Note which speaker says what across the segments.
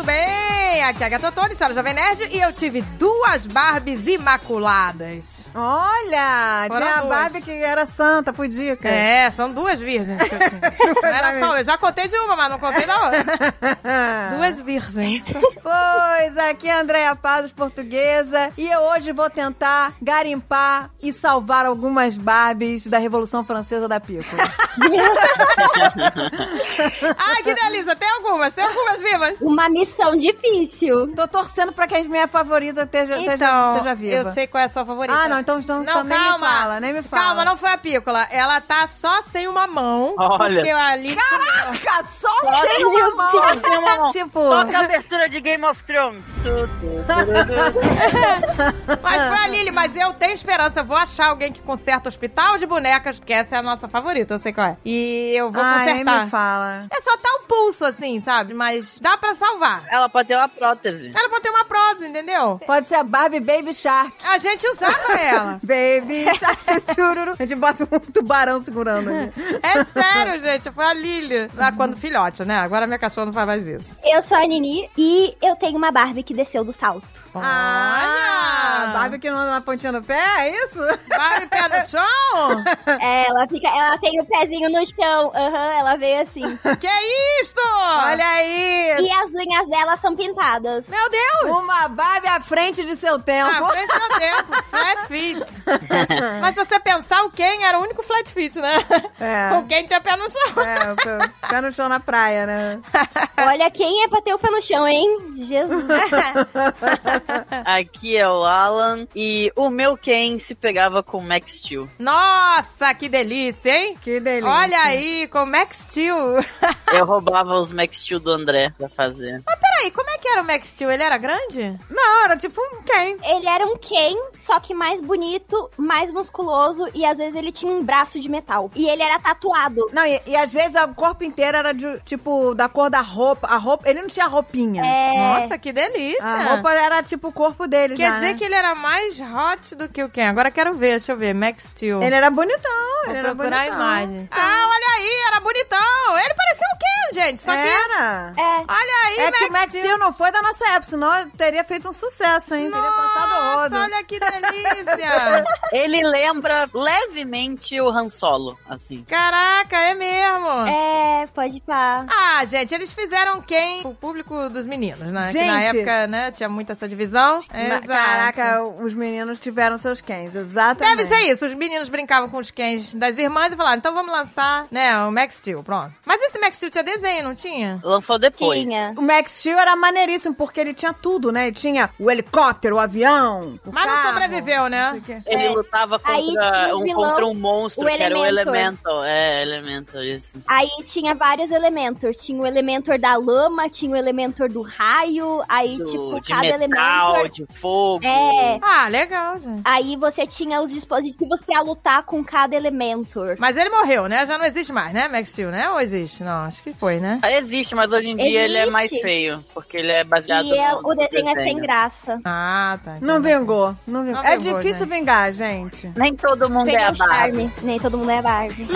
Speaker 1: aqui é a Gatotone, senhora Jovem Nerd, e eu tive duas Barbies imaculadas.
Speaker 2: Olha,
Speaker 1: Foram
Speaker 2: tinha a
Speaker 1: duas.
Speaker 2: Barbie que era santa, pudica.
Speaker 1: É, são duas virgens. que eu tive. Não era só, eu já contei de uma, mas não contei da outra. Duas virgens.
Speaker 2: Pois, aqui é a Andréia Pazos, portuguesa, e eu hoje vou tentar garimpar e salvar algumas Barbies da Revolução Francesa da Pico.
Speaker 1: Ai, que delícia, tem algumas, tem algumas vivas.
Speaker 3: Uma missão difícil.
Speaker 2: Tô torcendo pra que a minha favorita esteja, esteja- esteja
Speaker 1: Então,
Speaker 2: viva.
Speaker 1: eu sei qual é a sua favorita.
Speaker 2: Ah, não, então, então, então nem me fala, nem me fala.
Speaker 1: Calma, não foi a pícola. Ela tá só sem uma mão.
Speaker 4: Olha.
Speaker 1: Porque ali.
Speaker 2: Caraca, só tem uma
Speaker 3: meu
Speaker 2: mão.
Speaker 3: Deus,
Speaker 4: tem uma mão.
Speaker 2: Tipo,
Speaker 4: Toca a abertura de Game of Thrones. Tu, tu, tu, tu, tu.
Speaker 1: Mas
Speaker 2: Ah.
Speaker 1: foi a Lili, mas eu tenho esperança. Eu vou achar alguém que conserta o hospital de bonecas, que essa é a nossa favorita, eu sei qual é. E eu vou
Speaker 2: ai, nem
Speaker 1: consertar.
Speaker 2: me fala.
Speaker 1: É só tá um pulso, assim, sabe? Mas dá pra salvar.
Speaker 4: Ela pode ter uma prótese.
Speaker 1: Ela pode ter uma prosa, entendeu?
Speaker 2: Pode ser a Barbie Baby Shark.
Speaker 1: A gente usava ela.
Speaker 2: Baby Shark chururu. A gente bota um tubarão segurando ali.
Speaker 1: É sério, gente. Foi a Lili. Ah, quando filhote, né? Agora minha cachorra não faz mais isso.
Speaker 3: Eu sou a Nini e eu tenho uma Barbie que desceu do salto.
Speaker 2: Ah,
Speaker 1: Olha!
Speaker 2: Barbie que não anda na pontinha do pé, é isso?
Speaker 1: Barbie pé no chão?
Speaker 3: É, ela fica, ela tem o pezinho no chão. Aham, ela veio assim.
Speaker 1: Que é isto?
Speaker 2: Olha aí!
Speaker 3: E as unhas dela são pintadas.
Speaker 1: Meu Deus!
Speaker 2: Uma Barbie à frente de seu
Speaker 1: Ah,
Speaker 2: tempo.
Speaker 1: frente ao tempo, flat feet. Mas se você pensar, o Ken era o único flat feet, né?
Speaker 2: É.
Speaker 1: O Ken tinha pé no chão.
Speaker 2: É, o pé- pé no chão na praia, né?
Speaker 3: Olha quem é pra ter o pé no chão, hein? Jesus.
Speaker 4: Aqui é o Alan. E o meu Ken se pegava com o Max Steel.
Speaker 1: Nossa, que delícia, hein?
Speaker 2: Que delícia.
Speaker 1: Olha aí, como é que Steel.
Speaker 4: Eu roubava os Max Steel do André pra fazer.
Speaker 1: Peraí, como é que era o Max Steel? Ele era grande?
Speaker 2: Não, era tipo um quem?
Speaker 3: Ele era um Ken, só que mais bonito, mais musculoso e às vezes ele tinha um braço de metal. E ele era tatuado.
Speaker 2: Não, e, e às vezes o corpo inteiro era de, tipo da cor da roupa. A roupa, ele não tinha roupinha.
Speaker 3: É.
Speaker 1: Nossa, que delícia.
Speaker 2: A roupa era tipo o corpo dele,
Speaker 1: Quer
Speaker 2: já,
Speaker 1: dizer
Speaker 2: né?
Speaker 1: que ele era mais hot do que o Ken. Agora quero ver, deixa eu ver. Max Steel.
Speaker 2: Ele era bonitão,
Speaker 1: Vou
Speaker 2: ele era
Speaker 1: procurar a
Speaker 2: bonitão.
Speaker 1: imagem. Ah, olha aí, era bonitão. Ele parecia o Ken, gente. Só que...
Speaker 2: Era.
Speaker 3: É.
Speaker 1: Olha aí,
Speaker 2: É
Speaker 1: Max
Speaker 2: que o Max
Speaker 1: Steel.
Speaker 2: Steel não foi da nossa época, senão eu teria feito um sucesso, hein? teria passado
Speaker 1: Nossa,
Speaker 2: roda.
Speaker 1: olha que delícia!
Speaker 4: Ele lembra levemente o Han Solo, assim.
Speaker 1: Caraca, é mesmo!
Speaker 3: É, pode pá.
Speaker 1: Ah, gente, eles fizeram quem? O público dos meninos, né? Que na
Speaker 2: Gente.
Speaker 1: época, né, tinha muito essa divisão.
Speaker 2: Na-
Speaker 1: Exato.
Speaker 2: Caraca, os meninos tiveram seus cães, exatamente.
Speaker 1: Deve ser isso. Os meninos brincavam com os cães das irmãs e falaram, então vamos lançar, né, o Max Steel, pronto. Mas esse Max Steel tinha desenho, não tinha?
Speaker 4: Lançou depois.
Speaker 3: Tinha.
Speaker 2: O Max Steel era maneiríssimo, porque ele tinha tudo, né? Ele tinha o helicóptero, o avião, o
Speaker 1: Mas não
Speaker 2: carro,
Speaker 1: sobreviveu, né?
Speaker 2: sei o quê.
Speaker 4: Ele
Speaker 3: É.
Speaker 4: lutava
Speaker 3: Aí tinha
Speaker 4: contra
Speaker 3: o
Speaker 4: um,
Speaker 3: vilão,
Speaker 4: contra um monstro,
Speaker 3: o
Speaker 4: que era o
Speaker 3: Elementor.
Speaker 4: Elemental. É, Elemental, isso.
Speaker 3: Aí tinha vários elementos. Tinha o elementor da lama, tinha o elementor do raio, aí
Speaker 4: Do-
Speaker 3: tipo
Speaker 4: de
Speaker 3: cada
Speaker 4: metal,
Speaker 3: elementor.
Speaker 4: de fogo.
Speaker 3: É.
Speaker 1: Ah, legal, gente.
Speaker 3: Aí você tinha os dispositivos pra lutar com cada elementor.
Speaker 1: Mas ele morreu, né? Já não existe mais, né, Max Steel, né? Ou existe? Não, acho que foi, né?
Speaker 4: Ah, Existe, mas hoje em dia ele é
Speaker 3: Existe.
Speaker 4: mais feio, porque ele é baseado
Speaker 3: E é-
Speaker 4: no-
Speaker 3: o desenho é
Speaker 4: no
Speaker 3: sem graça.
Speaker 1: Ah, tá.
Speaker 2: Não
Speaker 1: entendi.
Speaker 2: vingou, não vingou.
Speaker 1: Não
Speaker 2: é
Speaker 1: vingou,
Speaker 2: difícil vingar, gente.
Speaker 4: Nem todo mundo é
Speaker 3: Perdeu
Speaker 4: a
Speaker 3: o
Speaker 4: Barbie.
Speaker 3: charme. Nem todo mundo é Barbie.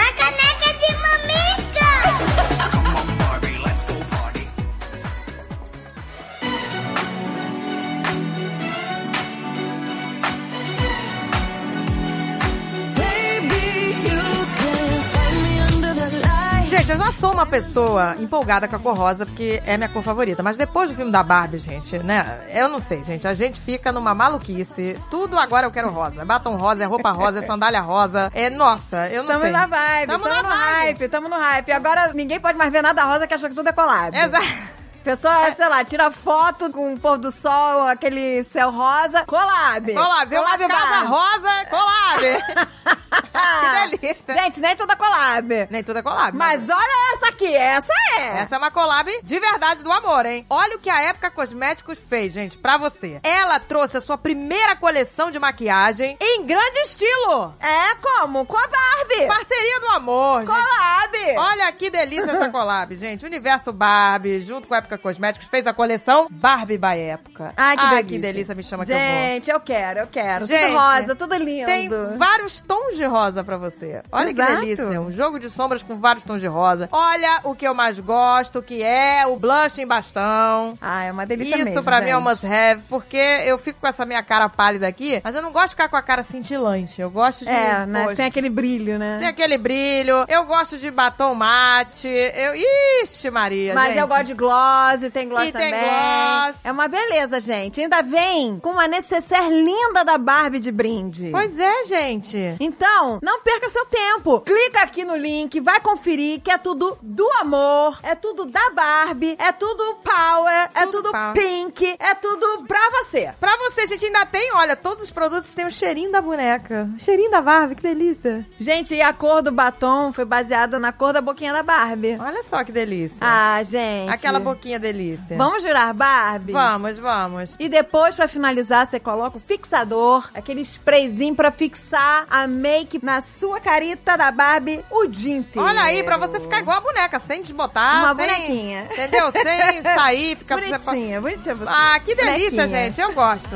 Speaker 1: Gente, eu já sou uma pessoa empolgada com a cor rosa, porque é minha cor favorita. Mas depois do filme da Barbie, gente, né? Eu não sei, gente. A gente fica numa maluquice. Tudo agora eu quero rosa. É batom rosa, é roupa rosa, é sandália rosa. É, nossa, eu não
Speaker 2: Estamos
Speaker 1: sei.
Speaker 2: na vibe,
Speaker 1: Tamo
Speaker 2: estamos
Speaker 1: na
Speaker 2: no
Speaker 1: vibe.
Speaker 2: hype, estamos no hype. Agora ninguém pode mais ver nada rosa que achou que tudo é collab.
Speaker 1: Exato. É.
Speaker 2: Pessoa, sei lá, tira foto com o pôr do sol, aquele céu rosa. Collab!
Speaker 1: Colab, eu uma casa
Speaker 2: Barbie.
Speaker 1: rosa, colab. que delícia.
Speaker 2: Gente, nem toda collab.
Speaker 1: Nem tudo é colab.
Speaker 2: Mas olha essa aqui, essa é!
Speaker 1: Essa é uma collab de verdade do amor, hein? Olha o que a Época Cosméticos fez, gente, pra você. Ela trouxe a sua primeira coleção de maquiagem em grande estilo.
Speaker 2: É como? Com a Barbie! é?
Speaker 1: Parceria do amor, gente.
Speaker 2: Collab! Barbie!
Speaker 1: Olha que delícia essa collab, gente. Universo Barbie, junto com a Época Cosméticos, fez a coleção Barbie by Época. Ah,
Speaker 2: Ai, que delícia.
Speaker 1: que delícia, me chama que eu vou.
Speaker 2: Gente, eu quero, eu quero.
Speaker 1: Gente,
Speaker 2: tudo rosa, tudo lindo.
Speaker 1: Tem vários tons de rosa pra você. Olha
Speaker 2: Exato.
Speaker 1: que delícia. Um jogo de sombras com vários tons de rosa. Olha o que eu mais gosto, que é o blush em bastão.
Speaker 2: Ah, é uma delícia
Speaker 1: Isso
Speaker 2: mesmo.
Speaker 1: pra mim é um
Speaker 2: uma.
Speaker 1: must have, porque eu fico com essa minha cara pálida aqui, mas eu não gosto de ficar com a cara cintilante. Eu gosto de.
Speaker 2: É, né?
Speaker 1: poxa,
Speaker 2: Tem aquele brilho, né?
Speaker 1: Tem aquele brilho, eu gosto de batom mate, eu... Ixi Maria,
Speaker 2: Mas
Speaker 1: gente.
Speaker 2: eu gosto de gloss, tem gloss
Speaker 1: E tem
Speaker 2: também.
Speaker 1: gloss.
Speaker 2: É uma beleza, gente. Ainda vem com uma necessaire linda da Barbie de brinde.
Speaker 1: Pois é, gente.
Speaker 2: Então, não perca seu tempo. Clica aqui no link, vai conferir que é tudo do amor, é tudo da Barbie, é tudo power, é
Speaker 1: Tudo
Speaker 2: tudo
Speaker 1: power.
Speaker 2: pink, é tudo pra você.
Speaker 1: Pra você, gente, ainda tem, olha, todos os produtos têm o cheirinho da boneca. O cheirinho da Barbie, que delícia.
Speaker 2: Gente, e a cor do batom foi baseada na cor da boquinha da Barbie.
Speaker 1: Olha só que delícia.
Speaker 2: Ah, gente.
Speaker 1: é. Aquela boquinha delícia.
Speaker 2: Vamos jurar Barbie?
Speaker 1: vamos. vamos.
Speaker 2: E depois, pra finalizar, você coloca o fixador, aquele sprayzinho pra fixar a make na sua carita da Barbie o dia inteiro.
Speaker 1: Olha aí, pra você ficar igual a boneca, sem desbotar.
Speaker 2: Uma
Speaker 1: sem-
Speaker 2: bonequinha.
Speaker 1: Entendeu? Sem sair, ficar...
Speaker 2: Bonitinha, bonitinha você.
Speaker 1: Ah, que delícia,
Speaker 2: Bonequinha.
Speaker 1: gente. Eu gosto.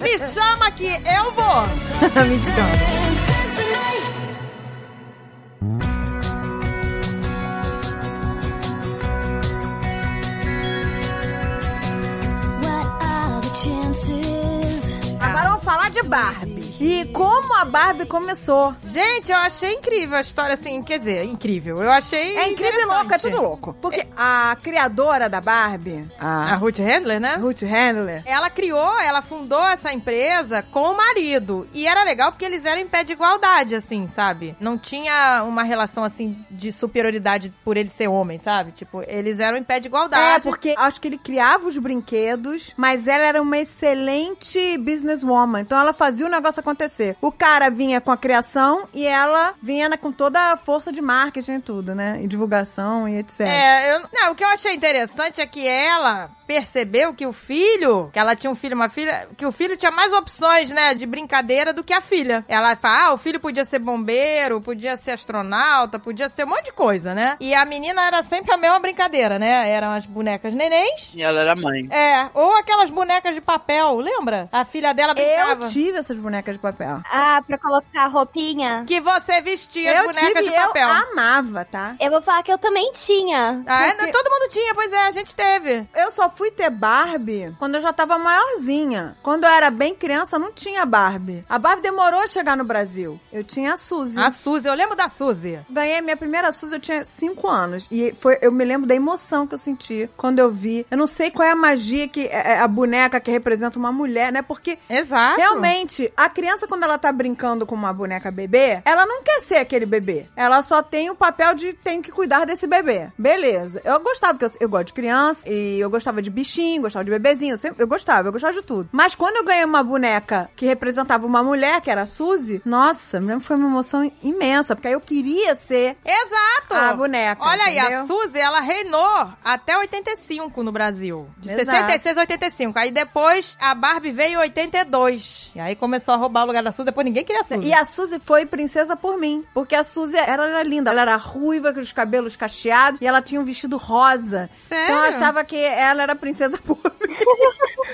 Speaker 1: Me chama que eu vou.
Speaker 2: Me chama.
Speaker 5: What are the chances?
Speaker 2: Agora vamos falar de Barbie. E como a Barbie começou.
Speaker 1: Gente, eu achei incrível a história, assim, quer dizer, incrível. Eu achei
Speaker 2: É incrível
Speaker 1: interessante.
Speaker 2: e louco, é tudo louco. Porque a criadora da Barbie,
Speaker 1: A
Speaker 2: a
Speaker 1: Ruth Handler, né?
Speaker 2: Ruth Handler,
Speaker 1: Ela criou, ela fundou essa empresa com o marido. E era legal porque eles eram em pé de igualdade, assim, sabe? Não tinha uma relação, assim, de superioridade por ele ser homem, sabe? Tipo, eles eram em pé de igualdade.
Speaker 2: É, porque acho que ele criava os brinquedos, mas ela era uma excelente businesswoman. Então ela fazia o negócio acontecer. O cara vinha com a criação e ela vinha na- com toda a força de marketing e tudo, né? E divulgação e etc.
Speaker 1: É, eu, não, o que eu achei interessante é que ela percebeu que o filho, que ela tinha um filho, uma filha, que o filho tinha mais opções, né, de brincadeira do que a filha. Ela fala, ah, o filho podia ser bombeiro, podia ser astronauta, podia ser um monte de coisa, né? E a menina era sempre a mesma brincadeira, né? Eram as bonecas nenéns.
Speaker 4: E ela era mãe.
Speaker 1: É, ou aquelas bonecas de papel, lembra? A filha dela brincava.
Speaker 2: Eu tive essas bonecas de papel.
Speaker 3: Ah, pra colocar roupinha.
Speaker 1: Que você vestia as
Speaker 2: eu
Speaker 1: bonecas de
Speaker 2: tive,
Speaker 1: papel.
Speaker 2: eu amava, tá?
Speaker 3: Eu vou falar que eu também tinha.
Speaker 1: Ah,
Speaker 2: porque-
Speaker 1: todo mundo tinha, pois é, a gente teve.
Speaker 2: Eu só fui ter Barbie quando eu já tava maiorzinha. Quando eu era bem criança, não tinha Barbie. A Barbie demorou a chegar no Brasil. Eu tinha a Suzy.
Speaker 1: A Suzy, eu lembro da Suzy.
Speaker 2: Ganhei minha primeira Suzy, eu tinha 5 anos. E foi, eu me lembro da emoção que eu senti quando eu vi. Eu não sei qual é a magia que é é a boneca que representa uma mulher, né? Porque.
Speaker 1: Exato.
Speaker 2: Realmente, a criança, quando ela tá brincando com uma boneca bebê, ela não quer ser aquele bebê. Ela só tem o papel de tem que cuidar desse bebê. Beleza. Eu gostava, porque eu, eu gosto de criança, e eu gostava de bichinho, gostava de bebezinho, eu, sempre, eu gostava, eu gostava de tudo. Mas quando eu ganhei uma boneca que representava uma mulher, que era a Suzy, nossa, me lembro que foi uma emoção imensa, porque aí eu queria ser
Speaker 1: Exato!
Speaker 2: a boneca.
Speaker 1: Olha aí,
Speaker 2: Ah, entendeu?
Speaker 1: a Suzy, ela reinou até 85 no Brasil. De
Speaker 2: Exato.
Speaker 1: 66 a 85. Aí depois a Barbie veio em 82. E aí começou a roubar o lugar da Suzy, depois ninguém queria a Suzy.
Speaker 2: E a Suzy foi princesa por mim. Porque a Suzy era, era linda. Ela era ruiva, com os cabelos cacheados. E ela tinha um vestido rosa.
Speaker 1: Sério?
Speaker 2: Então eu achava que ela era princesa por mim.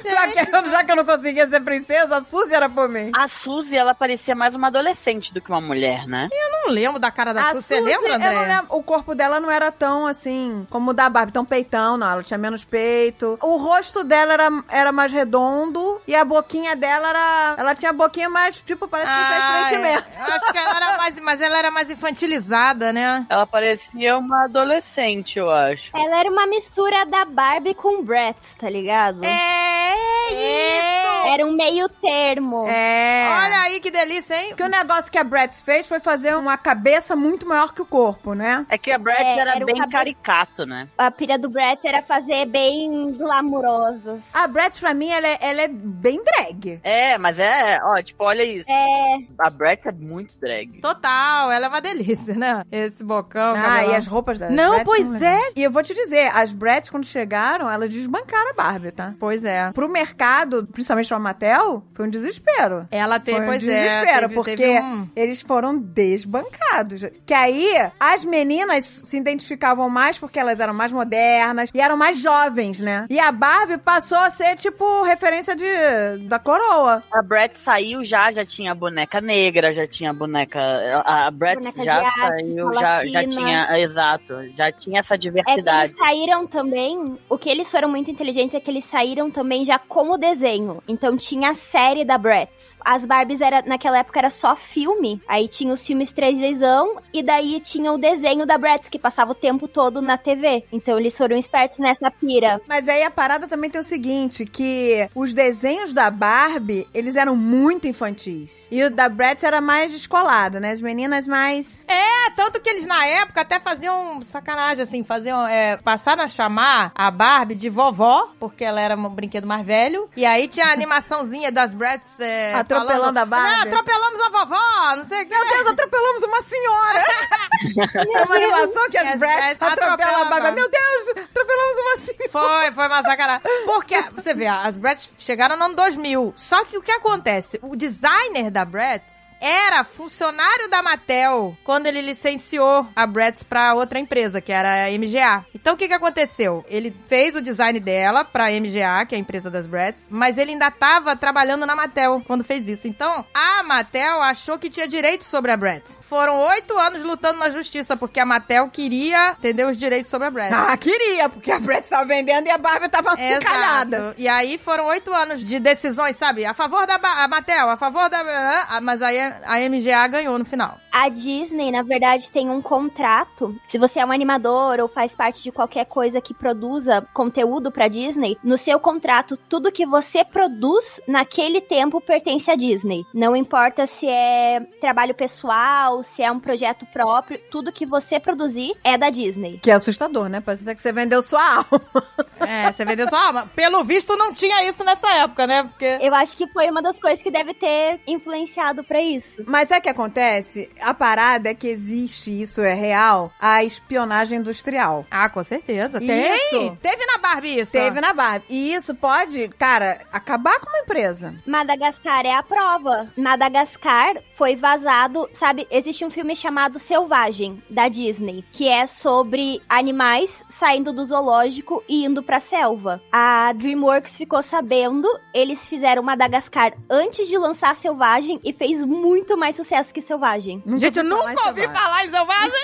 Speaker 2: já, que eu, já que eu não conseguia ser princesa, a Suzy era por mim.
Speaker 4: A Suzy, ela parecia mais uma adolescente do que uma mulher, né?
Speaker 1: Eu não lembro da cara da
Speaker 2: A é
Speaker 1: Suzy. é Você lembra,
Speaker 2: eu não
Speaker 1: André?
Speaker 2: lembro. O corpo dela não era tão assim como o da Barbie, tão peitão, não. Ela tinha menos peito. O rosto dela era, era mais redondo e a boquinha dela era. Ela tinha a boquinha mais, tipo, parece que
Speaker 1: Ah,
Speaker 2: fez preenchimento.
Speaker 1: é. Eu acho que ela era mais, mas ela era mais infantilizada, né?
Speaker 4: Ela parecia uma adolescente, eu acho.
Speaker 3: Ela era uma mistura da Barbie com Bratz, tá ligado?
Speaker 2: Hum.
Speaker 1: É, isso!
Speaker 3: Era um meio termo.
Speaker 2: É.
Speaker 1: Olha aí que delícia, hein?
Speaker 2: Porque o negócio que a Bratz fez foi fazer uma cabeça muito maior que o corpo, né?
Speaker 4: É que a Bratz
Speaker 3: É,
Speaker 4: era,
Speaker 3: era um
Speaker 4: bem
Speaker 3: cabelo-
Speaker 4: caricato, né?
Speaker 3: A pira do Bratz era fazer bem glamurosos.
Speaker 2: A Bratz, pra mim, ela é, ela é bem drag.
Speaker 4: É, mas é, ó, tipo, olha isso.
Speaker 3: É,
Speaker 4: A Bratz é muito drag.
Speaker 1: Total, ela é uma delícia, né? Esse bocão.
Speaker 2: ah,
Speaker 1: cabelão.
Speaker 2: e as roupas da
Speaker 1: é Não,
Speaker 2: Bratz
Speaker 1: pois é.
Speaker 2: são legais. E eu vou te dizer, as Bratz, quando chegaram, elas desbancaram a Barbie, tá?
Speaker 1: Pois é.
Speaker 2: Pro mercado, principalmente a Mattel, foi um desespero.
Speaker 1: Ela teve,
Speaker 2: Foi um
Speaker 1: pois é,
Speaker 2: desespero,
Speaker 1: teve,
Speaker 2: porque
Speaker 1: teve um...
Speaker 2: eles foram desbancados. Que aí as meninas se identificavam mais porque elas eram mais modernas e eram mais jovens, né? E a Barbie passou a ser, tipo, referência de, da coroa.
Speaker 4: A Brett saiu já, já tinha a boneca negra, já tinha a boneca. A a Brett
Speaker 3: Boneca
Speaker 4: já
Speaker 3: asiática,
Speaker 4: saiu, já, já
Speaker 3: latina.
Speaker 4: tinha. Exato, já tinha essa
Speaker 3: É que
Speaker 4: diversidade.
Speaker 3: eles saíram também. O que eles foram muito inteligentes é que eles saíram também já com o desenho. Então tinha a série da Bratz. As Barbies era, naquela época era só filme. Aí tinha os filmes 3Dzão e daí tinha o desenho da Bratz que passava o tempo todo na TV. Então eles foram espertos nessa pira.
Speaker 2: Mas aí a parada também tem o seguinte, que os desenhos da Barbie, eles eram muito infantis. E o da Bratz era mais descolado, né? As meninas mais...
Speaker 1: É, tanto que eles na época até faziam sacanagem, assim, faziam, é, passaram a chamar a Barbie de vovó, porque ela era um brinquedo mais velho, e aí tinha a animaçãozinha das Bratz é,
Speaker 2: Atropelando
Speaker 1: falando,
Speaker 2: a Barbie.
Speaker 1: "Ah, atropelamos a vovó, não sei o que.
Speaker 2: Meu Deus, atropelamos uma senhora! é uma animação que
Speaker 1: Que
Speaker 2: as
Speaker 1: as Bratz
Speaker 2: Bratz
Speaker 1: atropelam
Speaker 2: atropelam a
Speaker 1: a
Speaker 2: Barbie.
Speaker 1: Barbie.
Speaker 2: Meu Deus, atropelamos uma senhora!
Speaker 1: Foi, foi uma sacanagem. Porque, você vê, as Bratz chegaram no ano 2000. Só que o que acontece? O designer da Bratz era funcionário da Mattel quando ele licenciou a Bratz pra outra empresa, que era a MGA. Então, o que que aconteceu? Ele fez o design dela pra MGA, que é a empresa das Bratz, mas ele ainda tava trabalhando na Mattel quando fez isso. Então, a Mattel achou que tinha direito sobre a Bratz. Foram oito anos lutando na justiça, porque a Mattel queria, entendeu, os direitos sobre a Bratz.
Speaker 2: Ah, queria, porque a Bratz tava vendendo e a Barbie tava
Speaker 1: É, Exato.
Speaker 2: encalhada.
Speaker 1: E aí foram oito anos de decisões, sabe? A favor da Ba- a Mattel, a favor da. ah, Mas aí a MGA ganhou no final.
Speaker 3: A Disney, na verdade, tem um contrato. Se você é um animador ou faz parte de qualquer coisa que produza conteúdo pra Disney, no seu contrato, tudo que você produz naquele tempo pertence à Disney. Não importa se é trabalho pessoal, se é um projeto próprio, tudo que você produzir é da Disney.
Speaker 2: Que é assustador, né? Parece até que você vendeu sua alma.
Speaker 1: É, você vendeu sua alma. Pelo visto, não tinha isso nessa época, né? Porque.
Speaker 3: Eu acho que foi uma das coisas que deve ter influenciado pra isso.
Speaker 2: Mas é que acontece? A parada é que existe, isso é real, a espionagem industrial.
Speaker 1: Ah, com certeza.
Speaker 2: Isso.
Speaker 1: Tem! Teve na Barbie isso.
Speaker 2: Teve na Barbie. E isso pode, cara, acabar com uma empresa.
Speaker 3: Madagascar é a prova. Madagascar foi vazado, sabe? Existe um filme chamado Selvagem, da Disney, que é sobre animais saindo do zoológico e indo pra selva. A DreamWorks ficou sabendo, eles fizeram Madagascar antes de lançar Selvagem e fez muito mais sucesso que Selvagem.
Speaker 1: Gente, eu nunca
Speaker 2: falar
Speaker 1: ouvi
Speaker 2: isso
Speaker 1: falar em selvagem.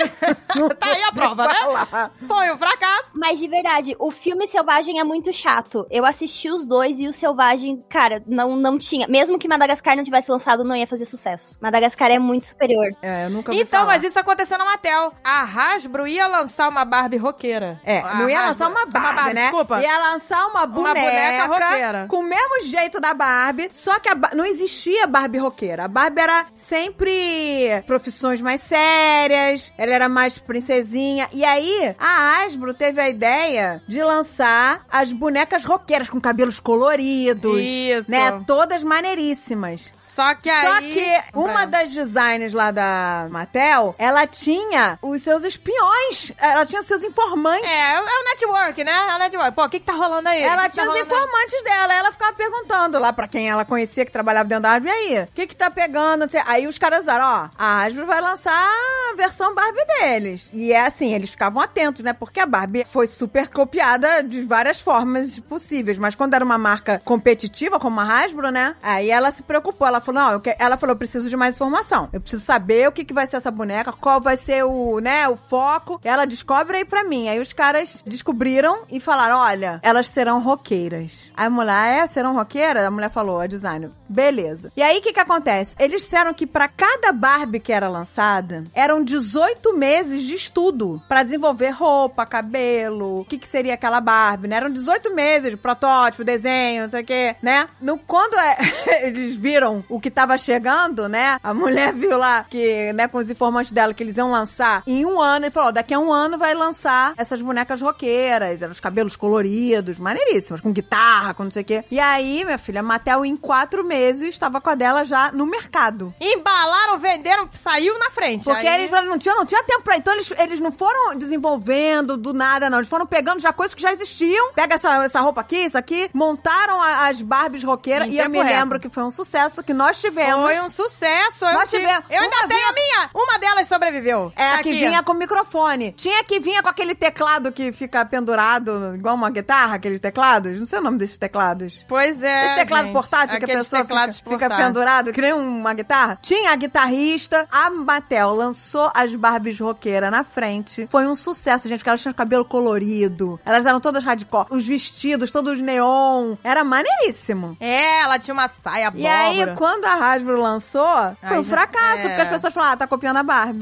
Speaker 1: tá aí a prova, né?
Speaker 2: Falar.
Speaker 1: Foi um fracasso.
Speaker 3: Mas de verdade, o filme Selvagem é muito chato. Eu assisti os dois e o Selvagem, cara, não, não tinha. Mesmo que Madagascar não tivesse lançado, não ia fazer sucesso. Madagascar é muito superior.
Speaker 2: É, eu nunca ouvi
Speaker 1: Então,
Speaker 2: falar.
Speaker 1: mas isso aconteceu na Mattel. A Hasbro ia lançar uma Barbie roqueira.
Speaker 2: É,
Speaker 1: A
Speaker 2: não ia
Speaker 1: Hasbro-
Speaker 2: lançar uma Barbie, né?
Speaker 1: Desculpa.
Speaker 2: Ia lançar uma boneca,
Speaker 1: boneca roqueira.
Speaker 2: com o mesmo jeito da Barbie, só que a Ba- não existia Barbie roqueira. A Barbie era sempre profissões mais sérias, ela era mais princesinha. E aí, a Hasbro teve a ideia de lançar as bonecas roqueiras com cabelos coloridos,
Speaker 1: Isso.
Speaker 2: né? Todas maneiríssimas.
Speaker 1: Só que aí.
Speaker 2: Só que uma das designers lá da Mattel, ela tinha os seus espiões, ela tinha os seus informantes.
Speaker 1: É, é o network, né? É o network. Pô, o que que tá rolando aí? O
Speaker 2: Ela
Speaker 1: que que
Speaker 2: tinha
Speaker 1: tá
Speaker 2: os
Speaker 1: rolando aí?
Speaker 2: informantes dela, ela ficava perguntando lá pra quem ela conhecia que trabalhava dentro da Hasbro, e aí, o que que tá pegando? Não sei. Aí os caras usaram, ó, a Hasbro vai lançar a versão Barbie deles. E é assim, eles ficavam atentos, né? Porque a Barbie foi super copiada de várias formas possíveis, mas quando era uma marca competitiva, como a Hasbro, né? Aí ela se preocupou, ela falou, não, eu que- ela falou, eu preciso de mais informação, eu preciso saber o que que vai ser essa boneca, qual vai ser o, né, o foco. Ela descobre aí pra mim. Aí os caras descobriram e falaram: olha, elas serão roqueiras. Aí a mulher, "Ah, é? Serão roqueiras? A mulher falou, a designer. Beleza. E aí o que que acontece? Eles disseram que pra cada Barbie que era lançada, eram 18 meses de estudo pra desenvolver roupa, cabelo, o que que seria aquela Barbie, né? Eram 18 meses de protótipo, desenho, não sei o quê, né? No, quando é- eles viram o que tava chegando, né? A mulher viu lá que, né, com os informantes dela, que eles iam lançar em um ano. Ele falou, ó, daqui a um ano vai lançar essas bonecas roqueiras, eram os cabelos coloridos, maneiríssimas, com guitarra, com não sei o quê. E aí, minha filha, a Mattel em quatro meses estava com a dela já no mercado.
Speaker 1: Embalaram, venderam, saiu na frente.
Speaker 2: Porque
Speaker 1: aí-
Speaker 2: eles não tinham, não tinha tempo pra. Então eles, eles não foram desenvolvendo do nada, não. Eles foram pegando já coisas que já existiam. Pega essa, essa roupa aqui, isso aqui. Montaram a- as Barbies roqueiras.
Speaker 1: Em
Speaker 2: E eu
Speaker 1: tempo
Speaker 2: me
Speaker 1: recorde.
Speaker 2: lembro que foi um sucesso que nós tivemos.
Speaker 1: Foi um sucesso. Eu,
Speaker 2: Nós
Speaker 1: tive-
Speaker 2: tivemos.
Speaker 1: eu ainda
Speaker 2: Uma
Speaker 1: tenho
Speaker 2: vinha-
Speaker 1: a minha. Uma delas sobreviveu.
Speaker 2: É,
Speaker 1: Tá
Speaker 2: a que
Speaker 1: aqui.
Speaker 2: vinha com microfone. Tinha que vinha com aquele teclado que fica pendurado, igual uma guitarra, aqueles teclados. Não sei o nome desses teclados.
Speaker 1: Pois é.
Speaker 2: Esse teclado
Speaker 1: gente.
Speaker 2: portátil que a
Speaker 1: Aqueles
Speaker 2: pessoa fica,
Speaker 1: teclados
Speaker 2: fica
Speaker 1: portáteis.
Speaker 2: pendurado, que nem uma guitarra. Tinha a guitarrista, a Mattel lançou as Barbies roqueiras na frente. Foi um sucesso, gente, porque elas tinham cabelo colorido. Elas eram todas hardcore. Os vestidos, todos neon. Era maneiríssimo.
Speaker 1: É, ela tinha uma saia
Speaker 2: E aí,
Speaker 1: abóbora.
Speaker 2: quando a Hasbro lançou, foi
Speaker 1: Ai,
Speaker 2: um
Speaker 1: já-
Speaker 2: fracasso,
Speaker 1: é.
Speaker 2: porque as pessoas falaram, ah, tá copiando a Barbie.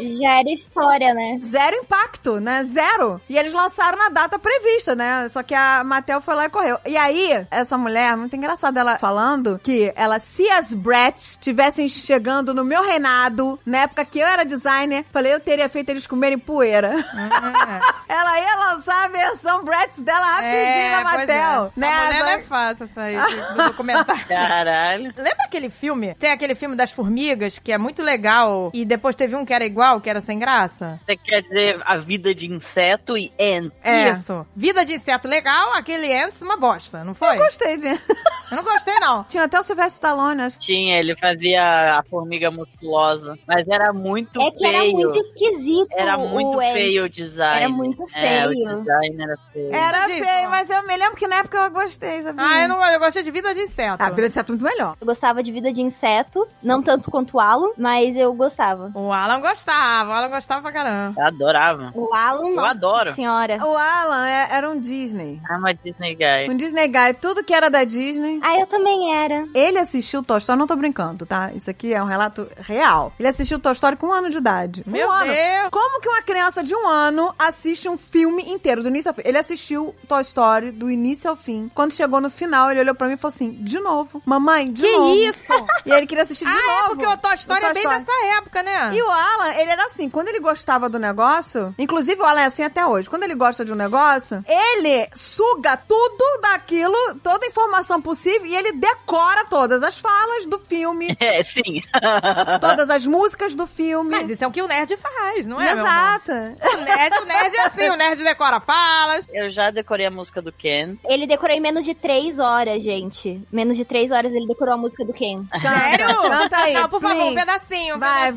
Speaker 3: Já era história, né?
Speaker 2: Zero impacto, né? Zero. E eles lançaram na data prevista, né? Só que a Mattel foi lá e correu. E aí, essa mulher, muito engraçada ela falando que ela, se as Bratz tivessem chegando no meu reinado, na época que eu era designer, falei, eu teria feito eles comerem poeira. ela ia lançar a versão Bratz dela rapidinho na
Speaker 1: É, pois
Speaker 2: Mattel.
Speaker 1: É.
Speaker 2: Né?
Speaker 1: Essa mulher
Speaker 2: Só-
Speaker 1: não é fácil sair do documentário.
Speaker 4: Caralho.
Speaker 1: Lembra aquele filme? Tem aquele filme das formigas, que é muito legal, e depois teve um que era igual, que era sem graça?
Speaker 4: Você quer dizer a vida de inseto e ant.
Speaker 2: É.
Speaker 1: Isso. Vida de inseto legal, aquele Ants uma bosta, não foi? Eu,
Speaker 2: Gostei, gente.
Speaker 1: não gostei, não.
Speaker 2: Tinha até o Silvestre Stallone, acho.
Speaker 4: Tinha, ele fazia a formiga musculosa. Mas era muito
Speaker 3: é que
Speaker 4: feio.
Speaker 3: era muito esquisito.
Speaker 4: Era
Speaker 3: o
Speaker 4: muito
Speaker 3: Ed.
Speaker 4: feio o design.
Speaker 3: Era muito
Speaker 4: É, o
Speaker 3: feio.
Speaker 4: design era feio.
Speaker 2: Era
Speaker 1: Disso.
Speaker 2: feio, mas eu me lembro que na época eu gostei, sabia?
Speaker 1: Ah, eu não eu gostei de vida de inseto.
Speaker 2: A vida de Saturno é muito melhor.
Speaker 3: Eu gostava de vida de inseto, não tanto quanto o Alan, mas eu gostava.
Speaker 1: O Alan gostava, o Alan gostava pra caramba.
Speaker 4: Eu adorava.
Speaker 3: O Alan,
Speaker 4: Eu
Speaker 3: nossa
Speaker 4: adoro.
Speaker 3: senhora.
Speaker 2: O Alan é- era um Disney.
Speaker 4: I'm a Disney guy.
Speaker 2: Um Disney Guy, tudo que era da Disney.
Speaker 3: Ah, eu também era.
Speaker 2: Ele assistiu Toy Story, não tô brincando, tá? Isso aqui é um relato real. Ele assistiu Toy Story com um ano de idade.
Speaker 1: Meu
Speaker 2: um ano.
Speaker 1: Deus!
Speaker 2: Como que uma criança de um ano assiste um filme inteiro, do início ao fim? Ele assistiu Toy Story do início ao fim. Quando chegou no final, ele olhou pra mim e falou assim: de novo, mamãe, de
Speaker 1: que
Speaker 2: novo.
Speaker 1: isso?
Speaker 2: E ele queria assistir de
Speaker 1: ah,
Speaker 2: novo.
Speaker 1: é porque o Toy Story
Speaker 2: O Toy
Speaker 1: é bem
Speaker 2: Story.
Speaker 1: dessa época, né?
Speaker 2: E o Alan, ele era assim, quando ele gostava do negócio, inclusive o Alan é assim até hoje, quando ele gosta de um negócio, ele suga tudo daquilo, toda a informação possível, e ele decora todas as falas do filme,
Speaker 4: É, sim.
Speaker 2: todas as músicas do filme.
Speaker 1: Mas isso é o que o nerd faz, não é, meu amor?
Speaker 2: Exato.
Speaker 1: O nerd, o nerd é assim, o nerd decora falas.
Speaker 4: Eu já decorei a música do Ken.
Speaker 3: Ele decorou em menos de três horas, gente. Menos de três horas ele decorou a música do Ken.
Speaker 1: Sério?
Speaker 2: Canta aí,
Speaker 1: Não, por favor, um
Speaker 2: please.
Speaker 1: pedacinho. um
Speaker 2: Vai,
Speaker 1: pedacinho.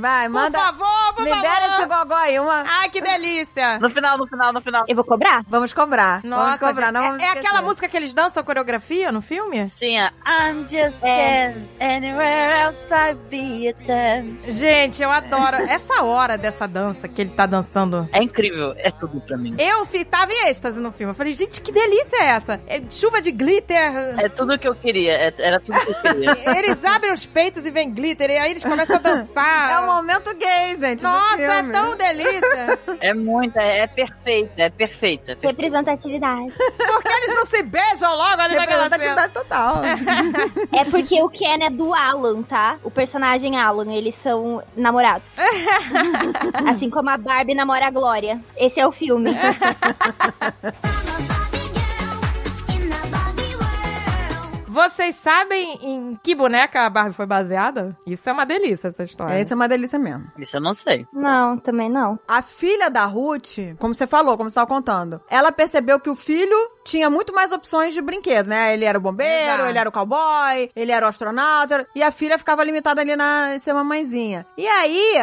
Speaker 2: vai, vai,
Speaker 1: Por
Speaker 2: manda.
Speaker 1: favor, por
Speaker 2: libera esse
Speaker 1: favor.
Speaker 2: gogó aí, uma.
Speaker 1: Ai, que delícia.
Speaker 4: No final, no final, no final.
Speaker 3: Eu vou cobrar?
Speaker 2: Vamos cobrar.
Speaker 1: Nossa,
Speaker 2: vamos cobrar,
Speaker 1: gente,
Speaker 2: não
Speaker 1: é-
Speaker 2: vamos
Speaker 1: é, aquela
Speaker 2: esquecer.
Speaker 1: música que eles dançam a coreografia no filme?
Speaker 4: Sim, a I'm just
Speaker 3: É.
Speaker 4: Ken. Anywhere else I be a Ken.
Speaker 1: Gente, eu adoro. Essa hora dessa dança que ele tá dançando.
Speaker 4: É incrível. É tudo pra mim.
Speaker 1: Eu fi- tava em êxtase no filme. Eu falei, gente, que delícia é essa? É chuva de glitter.
Speaker 4: É tudo que eu queria. é- Era tudo que eu queria.
Speaker 1: Eles abrem os peitos e vem glitter. E aí eles começam a dançar.
Speaker 2: É o momento gay, gente. do
Speaker 1: Nossa, é
Speaker 2: filme.
Speaker 1: tão delícia.
Speaker 4: É muito, é, é perfeita, é perfeita. é perfeita.
Speaker 3: Representatividade.
Speaker 1: Por que eles não se beijam logo ali naquela cena?
Speaker 2: Representatividade total.
Speaker 3: é porque o Ken é do Alan, tá? O personagem Alan, eles são namorados. assim como a Barbie namora a Glória. Esse é o filme.
Speaker 5: I'm a Barbie girl in the Barbie world.
Speaker 1: Vocês sabem em que boneca a Barbie foi baseada? Isso é uma delícia, essa história.
Speaker 2: É, isso é uma delícia mesmo.
Speaker 4: Isso eu não sei.
Speaker 3: não, também não.
Speaker 2: A filha da Ruth, como você falou, como você tava contando, ela percebeu que o filho tinha muito mais opções de brinquedo, né? Ele era o bombeiro,
Speaker 1: Exato.
Speaker 2: ele era o cowboy, ele era o astronauta, era- e a filha ficava limitada ali na em ser mamãezinha. E aí,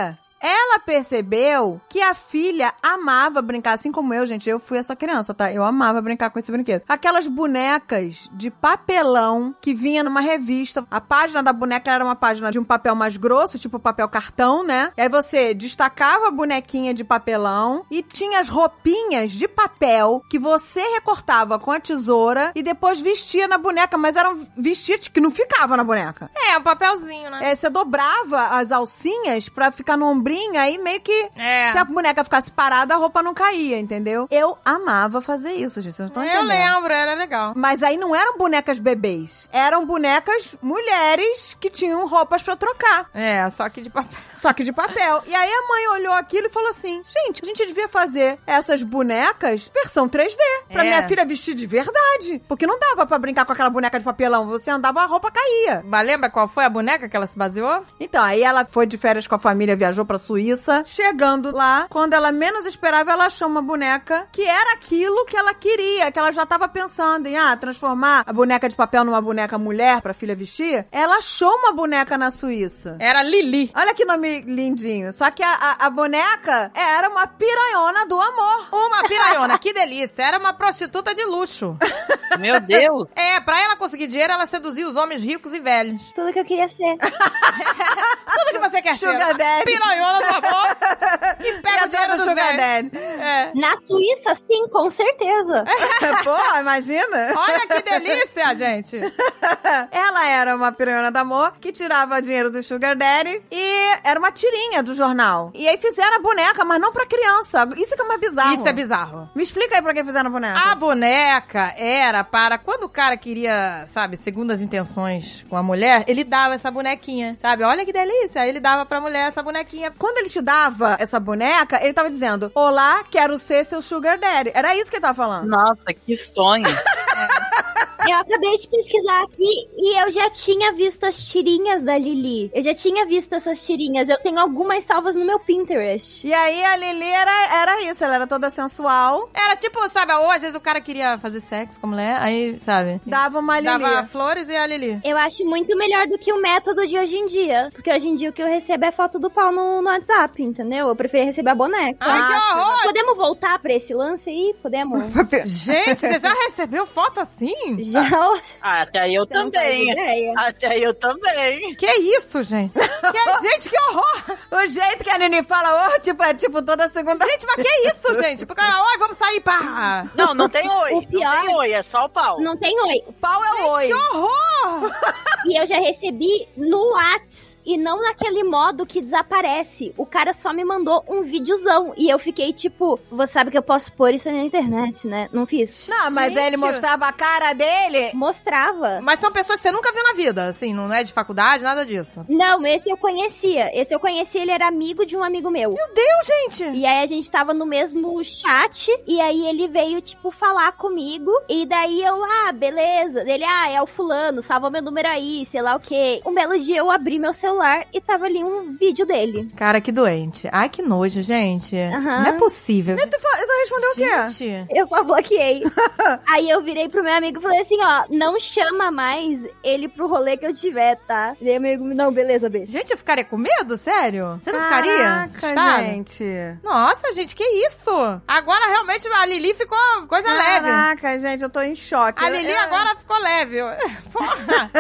Speaker 2: ela percebeu que a filha amava brincar, assim como eu, gente. Eu fui essa criança, tá? Eu amava brincar com esse brinquedo. Aquelas bonecas de papelão que vinha numa revista. A página da boneca era uma página de um papel mais grosso, tipo papel cartão, né? E aí você destacava a bonequinha de papelão e tinha as roupinhas de papel que você recortava com a tesoura e depois vestia na boneca, mas eram vestidos que não ficavam na boneca.
Speaker 1: É, um papelzinho, né?
Speaker 2: É, você dobrava as alcinhas pra ficar no dobrinha e meio que
Speaker 1: É.
Speaker 2: se a boneca ficasse parada, a roupa não caía, entendeu? Eu amava fazer isso, gente. Vocês não estão
Speaker 1: Eu
Speaker 2: entendendo.
Speaker 1: lembro, era legal.
Speaker 2: Mas aí não eram bonecas bebês. Eram bonecas mulheres que tinham roupas pra trocar.
Speaker 1: É, só que de papel.
Speaker 2: Só que de papel. E aí a mãe olhou aquilo e falou assim: gente, a gente devia fazer essas bonecas versão 3D. Pra
Speaker 1: É.
Speaker 2: minha filha vestir de verdade. Porque não dava pra brincar com aquela boneca de papelão. Você andava, a roupa caía.
Speaker 1: Mas lembra qual foi a boneca que ela se baseou?
Speaker 2: Então, aí ela foi de férias com a família, viajou pra Suíça. Chegando lá, quando ela menos esperava, ela achou uma boneca que era aquilo que ela queria, que ela já tava pensando em, ah, transformar a boneca de papel numa boneca mulher pra filha vestir. Ela achou uma boneca na Suíça.
Speaker 1: Era Lili.
Speaker 2: Olha que nome lindinho. Só que a, a- a boneca era uma piranhona do amor.
Speaker 1: Uma piraiona, que delícia. Era uma prostituta de luxo.
Speaker 4: Meu Deus!
Speaker 1: É, pra ela conseguir dinheiro, ela seduzia os homens ricos e velhos.
Speaker 3: Tudo que eu queria ser.
Speaker 1: Tudo que você quer
Speaker 2: Sugar
Speaker 1: ser.
Speaker 2: daddy.
Speaker 1: Piranhona do amor e pega
Speaker 2: E
Speaker 1: o
Speaker 2: atrás
Speaker 1: dinheiro
Speaker 2: do
Speaker 1: dos
Speaker 2: Sugar
Speaker 1: velhos.
Speaker 2: Daddy.
Speaker 1: É.
Speaker 3: Na Suíça, sim, com certeza.
Speaker 2: Pô, imagina.
Speaker 1: Olha que delícia, gente.
Speaker 2: Ela era uma piranhona do amor que tirava dinheiro dos sugar daddies e era uma tirinha do jornal. E aí fizeram a boneca, mas não pra criança. Isso que é mais bizarro.
Speaker 1: Isso é bizarro. Ah,
Speaker 2: Me explica aí pra quem fizeram a boneca.
Speaker 1: A boneca era para quando o cara queria, sabe, segundo as intenções com a mulher, ele dava essa bonequinha, sabe? Olha que delícia, ele dava pra mulher essa bonequinha.
Speaker 2: Quando ele te dava essa boneca, ele tava dizendo, olá, quero ser seu sugar daddy. Era isso que ele tava falando.
Speaker 4: Nossa, que sonho!
Speaker 3: Eu acabei de pesquisar aqui e eu já tinha visto as tirinhas da Lili. Eu já tinha visto essas tirinhas. Eu tenho algumas salvas no meu Pinterest.
Speaker 2: E aí a Lili era, era isso, ela era toda sensual,
Speaker 1: Era tipo, sabe, ou às vezes o cara queria fazer sexo com a mulher, aí, sabe,
Speaker 2: dava uma Lili.
Speaker 1: dava flores e a Lili.
Speaker 3: Eu acho muito melhor do que o método de hoje em dia. Porque hoje em dia o que eu recebo é foto do pau no, no WhatsApp, entendeu? Eu prefiro receber a boneca.
Speaker 1: Ai, que horror!
Speaker 3: Podemos voltar pra esse lance aí? Podemos?
Speaker 1: Gente, você já recebeu foto assim?
Speaker 3: Já
Speaker 4: Ah, até aí eu
Speaker 3: Você não faz
Speaker 4: também.
Speaker 3: ideia.
Speaker 4: Até aí eu também.
Speaker 1: Que isso, gente? Que- é, gente, que horror!
Speaker 2: O jeito que a Nini fala, oh, tipo, é tipo toda segunda.
Speaker 1: Gente, mas que isso, gente? Pro cara, oi, vamos sair, pá!
Speaker 4: Não, não tem oi.
Speaker 3: O
Speaker 4: Não
Speaker 3: pior-
Speaker 4: tem oi, é só o pau.
Speaker 3: Não tem oi.
Speaker 2: Pau é o oi.
Speaker 1: Que horror!
Speaker 3: E eu já recebi no Whats. E não naquele modo que desaparece. O cara só me mandou um videozão. E eu fiquei tipo, você sabe que eu posso pôr isso na internet, né? Não fiz.
Speaker 2: Não, mas
Speaker 1: Gente.
Speaker 2: ele mostrava a cara dele.
Speaker 3: Mostrava.
Speaker 1: Mas são pessoas que você nunca viu na vida, assim, não é de faculdade, nada disso.
Speaker 3: Não, esse eu conhecia. Esse eu conhecia, ele era amigo de um amigo meu.
Speaker 1: Meu Deus, gente!
Speaker 3: E aí a gente tava no mesmo chat, e aí ele veio, tipo, falar comigo. E daí eu, ah, beleza. Ele, ah, é o fulano, salva meu número aí, sei lá o quê. Um belo dia eu abri meu celular e tava ali um vídeo dele.
Speaker 1: Cara, que doente. Ai, que nojo, gente.
Speaker 3: Aham.
Speaker 1: Não é possível.
Speaker 2: Tu fa- tu respondeu o quê?
Speaker 1: Gente.
Speaker 3: Eu só bloqueei. aí eu virei pro meu amigo e falei assim, ó, não chama mais ele pro rolê que eu tiver, tá? E aí meu amigo, não, beleza, beijo.
Speaker 1: Gente, eu ficaria com medo? Sério? Você não ficaria?
Speaker 2: Caraca,
Speaker 1: assustada?
Speaker 2: gente.
Speaker 1: Nossa, gente, que isso? Agora realmente a Lili ficou coisa leve.
Speaker 2: Caraca, gente, eu tô em choque.
Speaker 1: A
Speaker 2: Eu- é.
Speaker 1: Lili
Speaker 2: eu-
Speaker 1: agora ficou leve. Porra!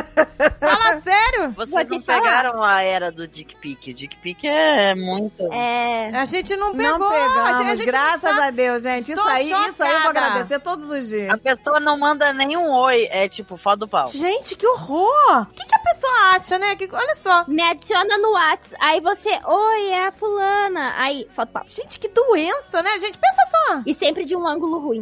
Speaker 1: Fala sério!
Speaker 3: Vou
Speaker 4: Vocês
Speaker 3: te
Speaker 4: não
Speaker 3: falar.
Speaker 4: pegaram a era do Dick Pic. O Dick Pic é muito.
Speaker 3: É...
Speaker 1: A gente não pegou.
Speaker 2: Não pegamos,
Speaker 1: a gente
Speaker 2: graças
Speaker 1: não sabe.
Speaker 2: a Deus, gente. Isso
Speaker 1: Tô
Speaker 2: aí, isso aí eu vou
Speaker 1: chocada.
Speaker 2: agradecer todos os
Speaker 4: A
Speaker 2: dias.
Speaker 4: pessoa não manda nenhum oi, é tipo foda do pau.
Speaker 1: Gente, que horror! O que, que a pessoa acha, né? Que, olha só.
Speaker 3: Me adiciona no Whats, aí você, oi, é a fulana. Aí, foto papo.
Speaker 1: Gente, que doença, né, gente? Pensa só.
Speaker 3: E sempre de um ângulo ruim.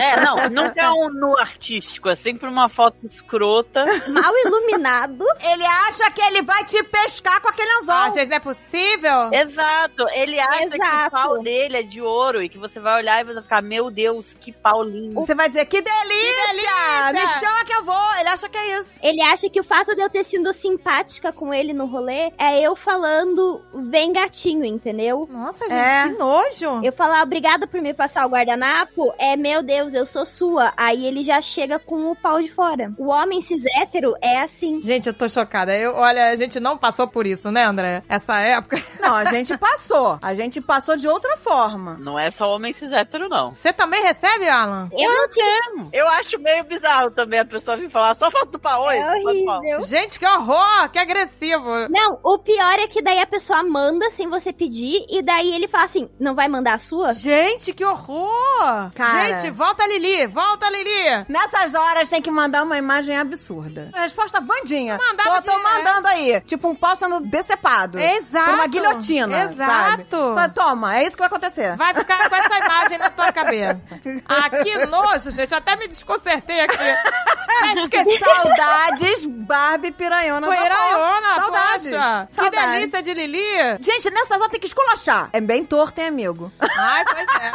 Speaker 4: É, não, nunca é um nu artístico, é sempre uma foto escrota.
Speaker 3: Mal iluminado.
Speaker 2: Ele acha que ele vai te pescar com aquele anzol.
Speaker 1: Ah, gente, não é possível.
Speaker 4: Exato, ele acha que o
Speaker 3: Exato.
Speaker 4: pau dele é de ouro e que você vai olhar e você vai ficar, meu Deus, que pau lindo.
Speaker 2: Você vai dizer, que delícia!
Speaker 1: delícia!
Speaker 2: Me chama que eu vou. Ele acha que é isso.
Speaker 3: Ele acha que o fato de eu ter sido simpática com ele no rolê é eu falando, vem gatinho, entendeu?
Speaker 1: Nossa, gente,
Speaker 2: É.
Speaker 1: que nojo.
Speaker 3: Eu falar obrigada por me passar o guardanapo é meu Deus, eu sou sua. Aí ele já chega com o pau de fora. O homem cis hétero é assim.
Speaker 1: Gente, eu tô chocada. Eu, olha, a gente não passou por isso, né, André? Essa época.
Speaker 2: Não, a gente passou. A gente passou de outra forma.
Speaker 4: Não é só homem cis hétero, não.
Speaker 1: Você também recebe, Alan?
Speaker 3: Eu não sei,
Speaker 4: Eu acho meio bizarro também a pessoa vir falar só foto do pau, oi.
Speaker 3: é
Speaker 4: foto do pau.
Speaker 3: horrível.
Speaker 1: Gente, que horror! Que agressivo!
Speaker 3: Não, o pior é que daí a pessoa manda sem você pedir, e daí ele fala assim: não vai mandar a sua?
Speaker 1: Gente, que horror!
Speaker 2: Cara.
Speaker 1: Gente, volta a Lili! Volta a Lili!
Speaker 2: Nessas horas tem que mandar uma imagem absurda. Resposta bandinha.
Speaker 1: Mandava
Speaker 2: tô, tô
Speaker 1: de- né? É,
Speaker 2: mandando aí. aí. Tipo um pau sendo decepado.
Speaker 1: Exato.
Speaker 2: Por uma guilhotina.
Speaker 1: Exato.
Speaker 2: sabe? Fala, Toma, é isso que vai acontecer.
Speaker 1: Vai ficar com essa imagem na tua cabeça. Ah, que nojo, gente. Até me desconcertei aqui. Esqueci.
Speaker 2: Saudades Barbie piranhona. do
Speaker 1: Coeraiona,
Speaker 2: pau. Saudades.
Speaker 1: poxa. Que
Speaker 2: Saudades.
Speaker 1: delícia de Lili.
Speaker 2: Gente, nessas horas tem que esculachar. É bem torto, hein, amigo?
Speaker 1: Ai, pois é.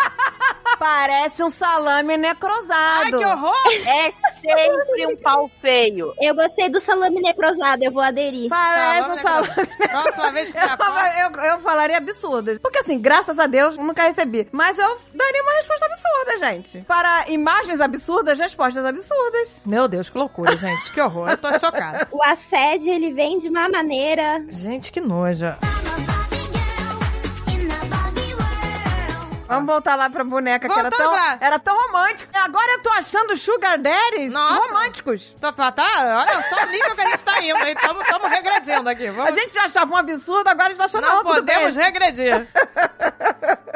Speaker 2: Parece um salame necrosado.
Speaker 1: Ai, que horror.
Speaker 4: É sempre um pau feio.
Speaker 3: Eu gostei do salame necrosado, eu vou aderir.
Speaker 1: Tá,
Speaker 2: Parece um
Speaker 1: Salame
Speaker 2: salame
Speaker 1: necrosado. Próxima vez que
Speaker 2: Eu,
Speaker 1: tiver
Speaker 2: falava- eu- eu falaria absurdas. Porque assim, graças a Deus, nunca recebi. Mas eu daria uma resposta absurda, gente. Para imagens absurdas, respostas absurdas.
Speaker 1: Meu Deus, que loucura, gente. Que horror. Eu tô chocada.
Speaker 3: O assédio, ele vem de uma maneira...
Speaker 1: Gente, que nojo.
Speaker 5: I'm a Barbie girl in the Barbie world.
Speaker 2: Vamos voltar lá pra boneca, que
Speaker 1: Voltando
Speaker 2: era tão,
Speaker 1: lá.
Speaker 2: era tão romântico. É, Agora eu tô achando sugar daddies
Speaker 1: Nossa.
Speaker 2: românticos.
Speaker 1: Tô- Tá, olha só o nível que a gente tá indo, hein? Estamos regredindo aqui. Vamos
Speaker 2: A gente já achava um absurdo, agora a gente tá achando
Speaker 1: Não
Speaker 2: não, tudo bem.
Speaker 1: podemos regredir.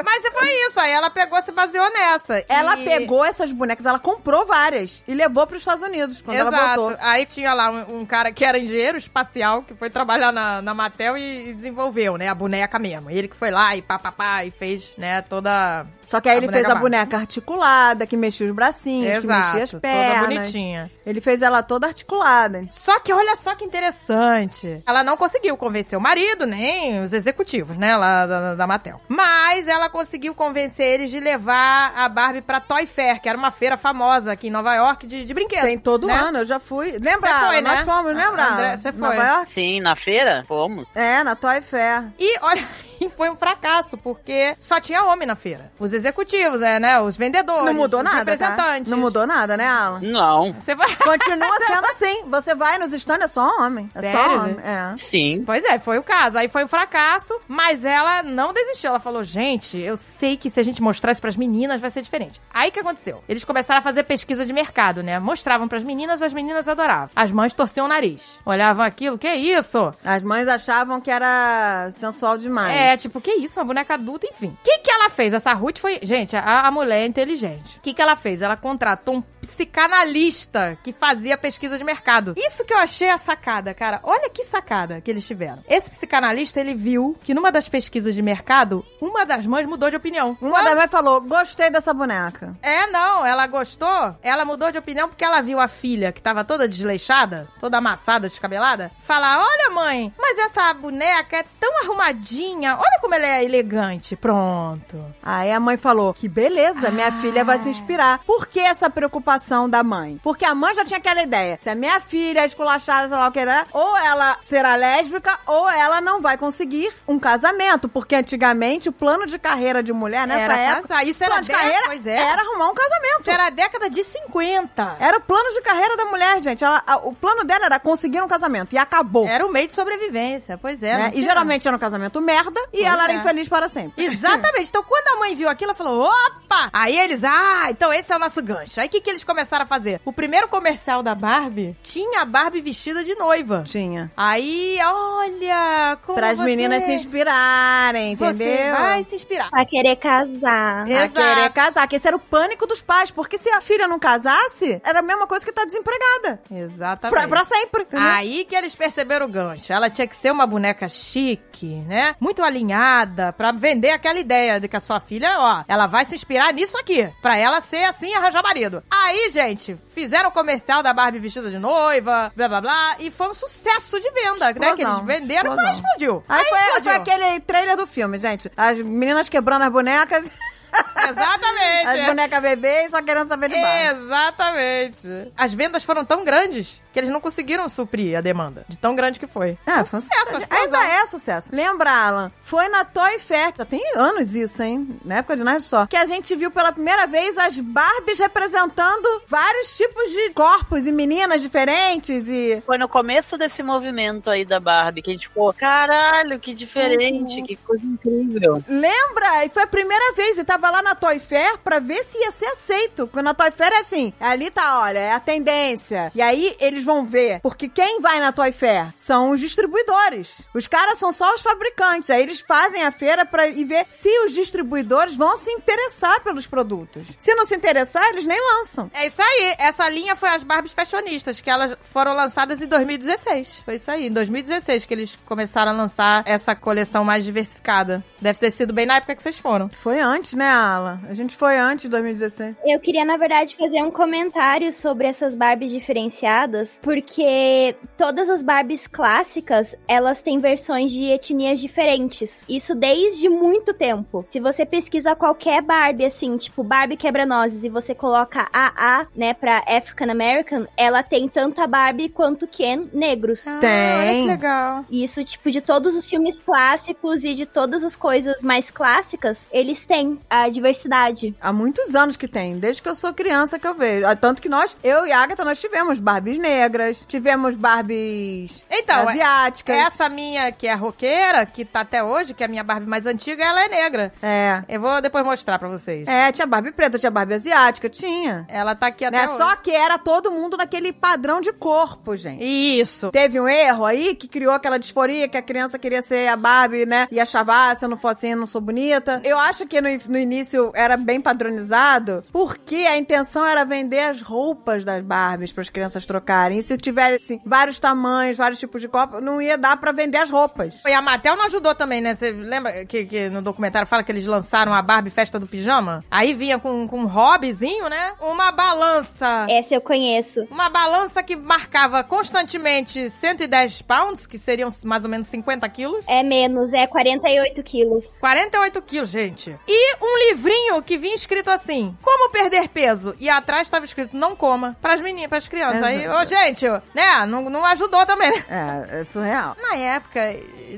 Speaker 1: Mas e foi isso. Aí ela pegou, se baseou nessa.
Speaker 2: Ela
Speaker 1: E-
Speaker 2: pegou essas bonecas, ela comprou várias e levou pros Estados Unidos quando
Speaker 1: Exato.
Speaker 2: ela voltou.
Speaker 1: Aí tinha lá um, um cara que era engenheiro espacial, que foi trabalhar na, na Mattel e, e desenvolveu, né? A boneca mesmo. Ele que foi lá e papapá e fez, né, toda.
Speaker 2: Só que aí
Speaker 1: a
Speaker 2: ele fez a
Speaker 1: Barbie.
Speaker 2: boneca articulada, que mexia os bracinhos, que
Speaker 1: Exato.
Speaker 2: mexia as pernas.
Speaker 1: toda bonitinha.
Speaker 2: Ele fez ela toda articulada.
Speaker 1: Só que olha só que interessante. Ela não conseguiu convencer o marido, nem os executivos, né, lá da, da Mattel. Mas ela conseguiu convencer eles de levar a Barbie pra Toy Fair, que era uma feira famosa aqui em Nova York de, de brinquedos.
Speaker 2: Tem todo
Speaker 1: né?
Speaker 2: ano, eu já fui. Lembra?
Speaker 1: Você foi,
Speaker 2: Alan? Nós
Speaker 1: né?
Speaker 2: fomos, lembra?
Speaker 1: André,
Speaker 2: Alan?
Speaker 1: você foi.
Speaker 2: Nova York?
Speaker 4: Sim, na feira? Fomos.
Speaker 2: É, na Toy Fair.
Speaker 1: E olha, e foi um fracasso, porque só tinha homem na feira. Os executivos, é, né? Os vendedores.
Speaker 2: Não mudou
Speaker 1: os
Speaker 2: nada, tá?
Speaker 1: representantes.
Speaker 2: Não mudou nada, né, Alan?
Speaker 4: Não.
Speaker 1: Você vai...
Speaker 2: Continua sendo assim. Você vai nos stands, é só homem. É
Speaker 1: Sério?
Speaker 2: só homem. É.
Speaker 4: Sim.
Speaker 1: Pois é, foi o caso. Aí foi um fracasso, mas ela não desistiu. Ela falou: gente, eu sei que se a gente mostrar isso pras meninas vai ser diferente. Aí o que aconteceu? Eles começaram a fazer pesquisa de mercado, né? Mostravam pras meninas, as meninas adoravam. As mães torciam o nariz. Olhavam aquilo, que isso?
Speaker 2: As mães achavam que era sensual demais.
Speaker 1: É, tipo, que isso? Uma boneca adulta, enfim. O que, que ela fez? Essa Ruth foi. Gente, a, a mulher é inteligente. O que, que ela fez? Ela contratou um psicanalista que fazia pesquisa de mercado. Isso que eu achei a sacada, cara. Olha que sacada que eles tiveram. Esse psicanalista, ele viu que numa das pesquisas de mercado, uma das mães mudou de opinião. Um
Speaker 2: Uma das mães falou: gostei dessa boneca.
Speaker 1: É, não, ela gostou, ela mudou de opinião porque ela viu a filha, que tava toda desleixada, toda amassada, descabelada, falar: Olha, mãe, mas essa boneca é tão arrumadinha, olha como ela é elegante. Pronto.
Speaker 2: Aí a mãe falou: Que beleza, minha
Speaker 1: Ah.
Speaker 2: filha vai se inspirar. Por que essa preocupação da mãe? Porque a mãe já tinha aquela ideia: se a minha filha é esculachada, sei lá o que era, ou ela será lésbica, ou ela não vai conseguir um casamento. Porque antigamente o plano de carreira de mulher Ah, nessa
Speaker 1: era
Speaker 2: época.
Speaker 1: casar. Isso
Speaker 2: o
Speaker 1: era
Speaker 2: plano de carreira
Speaker 1: década, pois é.
Speaker 2: era É arrumar um casamento.
Speaker 1: Isso era a década de 50.
Speaker 2: Era o plano de carreira da mulher, gente. Ela- a- o plano dela era conseguir um casamento. E acabou.
Speaker 1: Era o meio de sobrevivência, pois é.
Speaker 2: né?
Speaker 1: não
Speaker 2: E
Speaker 1: tinha-
Speaker 2: geralmente era um casamento merda e
Speaker 1: Pois
Speaker 2: ela era
Speaker 1: é.
Speaker 2: infeliz para sempre.
Speaker 1: Exatamente. Então, quando a mãe viu aquilo, ela falou: opa! Aí eles, ah, então esse é o nosso gancho. Aí o que, que eles começaram a fazer? O primeiro comercial da Barbie tinha a Barbie vestida de noiva.
Speaker 2: Tinha.
Speaker 1: Aí, olha, como
Speaker 2: Para as
Speaker 1: você-
Speaker 2: meninas se inspirarem, entendeu?
Speaker 1: Você vai se inspirar.
Speaker 3: Pra querer casar.
Speaker 1: É.
Speaker 2: A
Speaker 1: Exato.
Speaker 2: querer casar, que esse era o pânico dos pais, porque se a filha não casasse, era a mesma coisa que tá desempregada.
Speaker 1: Exatamente.
Speaker 2: Pra, né? pra sempre. entendeu?
Speaker 1: Aí que eles perceberam o gancho. Ela tinha que ser uma boneca chique, né? Muito alinhada, pra vender aquela ideia de que a sua filha, ó, ela vai se inspirar nisso aqui. Pra ela ser assim e arranjar marido. Aí, gente, fizeram o comercial da Barbie vestida de noiva, blá blá blá, e foi um sucesso de venda, né? Que eles
Speaker 2: Explosão.
Speaker 1: venderam,
Speaker 2: Explosão.
Speaker 1: mas explodiu.
Speaker 2: Aí, foi, foi
Speaker 1: explodiu.
Speaker 2: aquele trailer do filme, gente. As meninas quebrando as bonecas,
Speaker 1: Exatamente.
Speaker 2: as
Speaker 1: é.
Speaker 2: bonecas bebês, só querendo saber de bar.
Speaker 1: Exatamente. É As vendas foram tão grandes que eles não conseguiram suprir a demanda, de tão grande que foi.
Speaker 2: É, foi um
Speaker 1: Sucesso,
Speaker 2: sucesso. Ainda é sucesso. Lembra, Alan? Foi na Toy Fair, já tem anos isso, hein? Na época de nós só. Que a gente viu pela primeira vez as Barbies representando vários tipos de corpos e meninas diferentes e
Speaker 4: Foi no começo desse movimento aí da Barbie que a gente ficou, caralho, que diferente,
Speaker 3: Uhum.
Speaker 4: que coisa incrível.
Speaker 2: Lembra? E foi a primeira vez. E tava lá na Toy Fair pra ver se ia ser aceito. Porque na Toy Fair é assim, ali tá, olha, é a tendência. E aí eles vão ver. Porque quem vai na Toy Fair são os distribuidores. Os caras são só os fabricantes. Aí eles fazem a feira pra ir ver se os distribuidores vão se interessar pelos produtos. Se não se interessar, eles nem lançam.
Speaker 1: É isso aí. Essa linha foi as Barbies fashionistas, que elas foram lançadas em 2016. Foi isso aí, em 2016 que eles começaram a lançar essa coleção mais diversificada. Deve ter sido bem na época que vocês foram.
Speaker 2: Foi antes, né, Ala? A gente foi antes de 2016.
Speaker 3: Eu queria, na verdade, fazer um comentário sobre essas Barbies diferenciadas, porque todas as Barbies clássicas, elas têm versões de etnias diferentes. Isso desde muito tempo. Se você pesquisa qualquer Barbie, assim, tipo Barbie quebra-nozes, e você coloca AA, né, pra African American, ela tem tanto a Barbie quanto Ken negros.
Speaker 1: Ah, olha que
Speaker 2: Tem.
Speaker 1: legal.
Speaker 3: Isso, tipo, de todos os filmes clássicos e de todas as coisas mais clássicas, eles têm a diversidade.
Speaker 2: Há muitos anos que tem, desde que eu sou criança que eu vejo. Ah, Tanto que nós, eu e a Agatha, nós tivemos Barbies negras, tivemos Barbies
Speaker 1: Então, é-
Speaker 2: asiáticas.
Speaker 1: essa minha que é roqueira, que tá até hoje, que é a minha Barbie mais antiga, ela é negra.
Speaker 2: É.
Speaker 1: Eu vou depois mostrar pra vocês.
Speaker 2: É, tinha Barbie preta, tinha Barbie asiática, tinha.
Speaker 1: Ela tá aqui até
Speaker 2: Né?
Speaker 1: hoje.
Speaker 2: Só que era todo mundo naquele padrão de corpo, gente.
Speaker 1: Isso.
Speaker 2: Teve um erro aí que criou aquela disforia que a criança queria ser a Barbie, né? E achava, ah, se eu não for assim, eu não sou bonita. Eu acho que no, no início era bem padronizado, porque a intenção era vender as roupas das Barbies para as crianças trocarem. E se tivesse vários tamanhos, vários tipos de copo, não ia dar pra vender as roupas.
Speaker 1: E a Mattel não ajudou também, né? Você lembra que, que no documentário fala que eles lançaram a Barbie Festa do Pijama? Aí vinha com, com um hobbyzinho, né? Uma balança.
Speaker 3: Essa eu conheço.
Speaker 1: Uma balança que marcava constantemente 110 pounds, que seriam mais ou menos 50 quilos.
Speaker 3: É menos, é 48 quilos.
Speaker 1: 48 quilos, gente. E um livrinho que vinha escrito assim: Como perder peso? E atrás estava escrito: Não coma. Pras meninas, pras crianças. Aí, ô,
Speaker 2: Exato.
Speaker 1: gente, né? Não, não ajudou também, né?
Speaker 2: É, é surreal.
Speaker 1: Na época,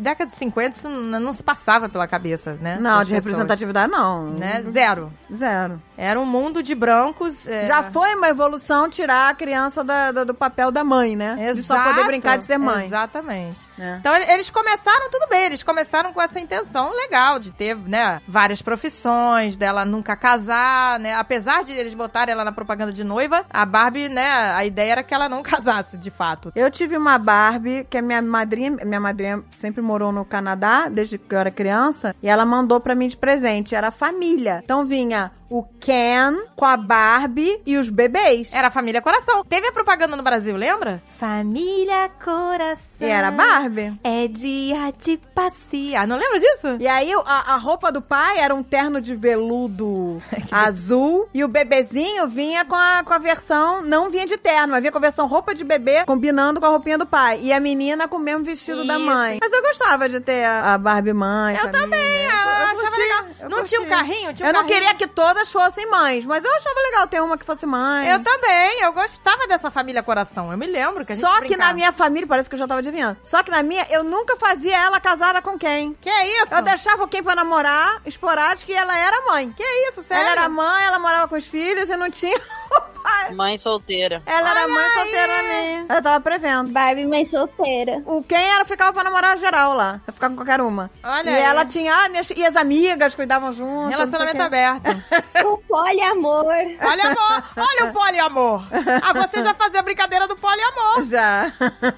Speaker 1: década de 50, isso n- não se passava pela cabeça, né?
Speaker 2: Não,
Speaker 1: das
Speaker 2: de
Speaker 1: pessoas,
Speaker 2: representatividade não.
Speaker 1: Né? Zero.
Speaker 2: Zero.
Speaker 1: Era um mundo de brancos. é,
Speaker 2: Já foi uma evolução tirar a criança da- da- do papel da mãe, né? De só poder
Speaker 1: Exato,
Speaker 2: brincar de ser mãe.
Speaker 1: Exatamente.
Speaker 2: É.
Speaker 1: Então ele- eles começaram tudo bem, eles começaram com essa intenção legal de ter, né, várias profissões, dela nunca casar, né? Apesar de eles botarem ela na propaganda de noiva, a Barbie, né, a ideia era que ela não casasse, de fato.
Speaker 2: Eu tive uma Barbie que a minha madrinha, minha madrinha sempre morou no Canadá desde que eu era criança e ela mandou pra mim de presente. Era família. Então vinha o Ken com a Barbie e os bebês.
Speaker 1: Era a família Coração. Teve a propaganda no Brasil, lembra? Família
Speaker 2: E
Speaker 1: Coração.
Speaker 2: era a Barbie.
Speaker 1: É dia de passear. Ah, Não lembra disso?
Speaker 2: E aí a, a roupa do pai era um terno de veludo azul e o bebezinho vinha com a, com a versão não vinha de terno, mas vinha com a versão roupa de bebê combinando com a roupinha do pai e a menina com o mesmo vestido da
Speaker 1: Isso.
Speaker 2: mãe. Mas eu gostava de ter a, a Barbie mãe.
Speaker 1: né? Eu
Speaker 2: família.
Speaker 1: também, ela
Speaker 2: Eu
Speaker 1: achava
Speaker 2: curti,
Speaker 1: legal.
Speaker 2: eu
Speaker 1: Não tinha um
Speaker 2: curti.
Speaker 1: carrinho? Tinha um
Speaker 2: eu não
Speaker 1: carrinho.
Speaker 2: queria que todas fossem mães, mas eu achava legal ter uma que fosse mãe.
Speaker 1: Eu também, eu gostava dessa família coração. Eu me lembro que a gente
Speaker 2: Só que
Speaker 1: brincava.
Speaker 2: na minha família, parece que eu já tava adivinhando. Só que na minha, eu nunca fazia ela casada com quem.
Speaker 1: Que é isso?
Speaker 2: Eu deixava quem pra namorar, esporádico, e ela era mãe.
Speaker 1: Que é isso, sério?
Speaker 2: Ela era mãe, ela morava com os filhos e não tinha o pai.
Speaker 4: Mãe solteira.
Speaker 2: Ela era
Speaker 1: Olha
Speaker 2: mãe
Speaker 1: aí!
Speaker 2: solteira minha. Eu tava prevendo.
Speaker 3: Barbie mãe solteira.
Speaker 2: O quem era ficava pra namorar geral lá. Eu ficava com qualquer uma.
Speaker 1: Olha
Speaker 2: e
Speaker 1: aí.
Speaker 2: ela tinha, ah, minhas, e as amigas cuidavam junto.
Speaker 1: Relacionamento
Speaker 2: não sei o quê.
Speaker 1: aberto.
Speaker 3: O poliamor.
Speaker 1: Olha, amor, olha o poliamor. Ah, você já fazia a brincadeira do poliamor.
Speaker 2: Já.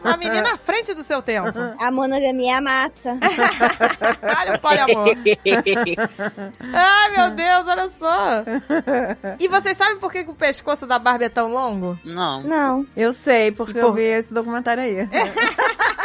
Speaker 1: Uma menina à frente do seu tempo.
Speaker 3: A monogamia amassa.
Speaker 1: Olha o poliamor. Ai, meu Deus, olha só. E vocês sabem por que que o pescoço da Barbie é tão longo?
Speaker 4: Não.
Speaker 3: Não.
Speaker 2: Eu sei, porque
Speaker 1: E por-
Speaker 2: eu vi esse documentário aí.
Speaker 1: É,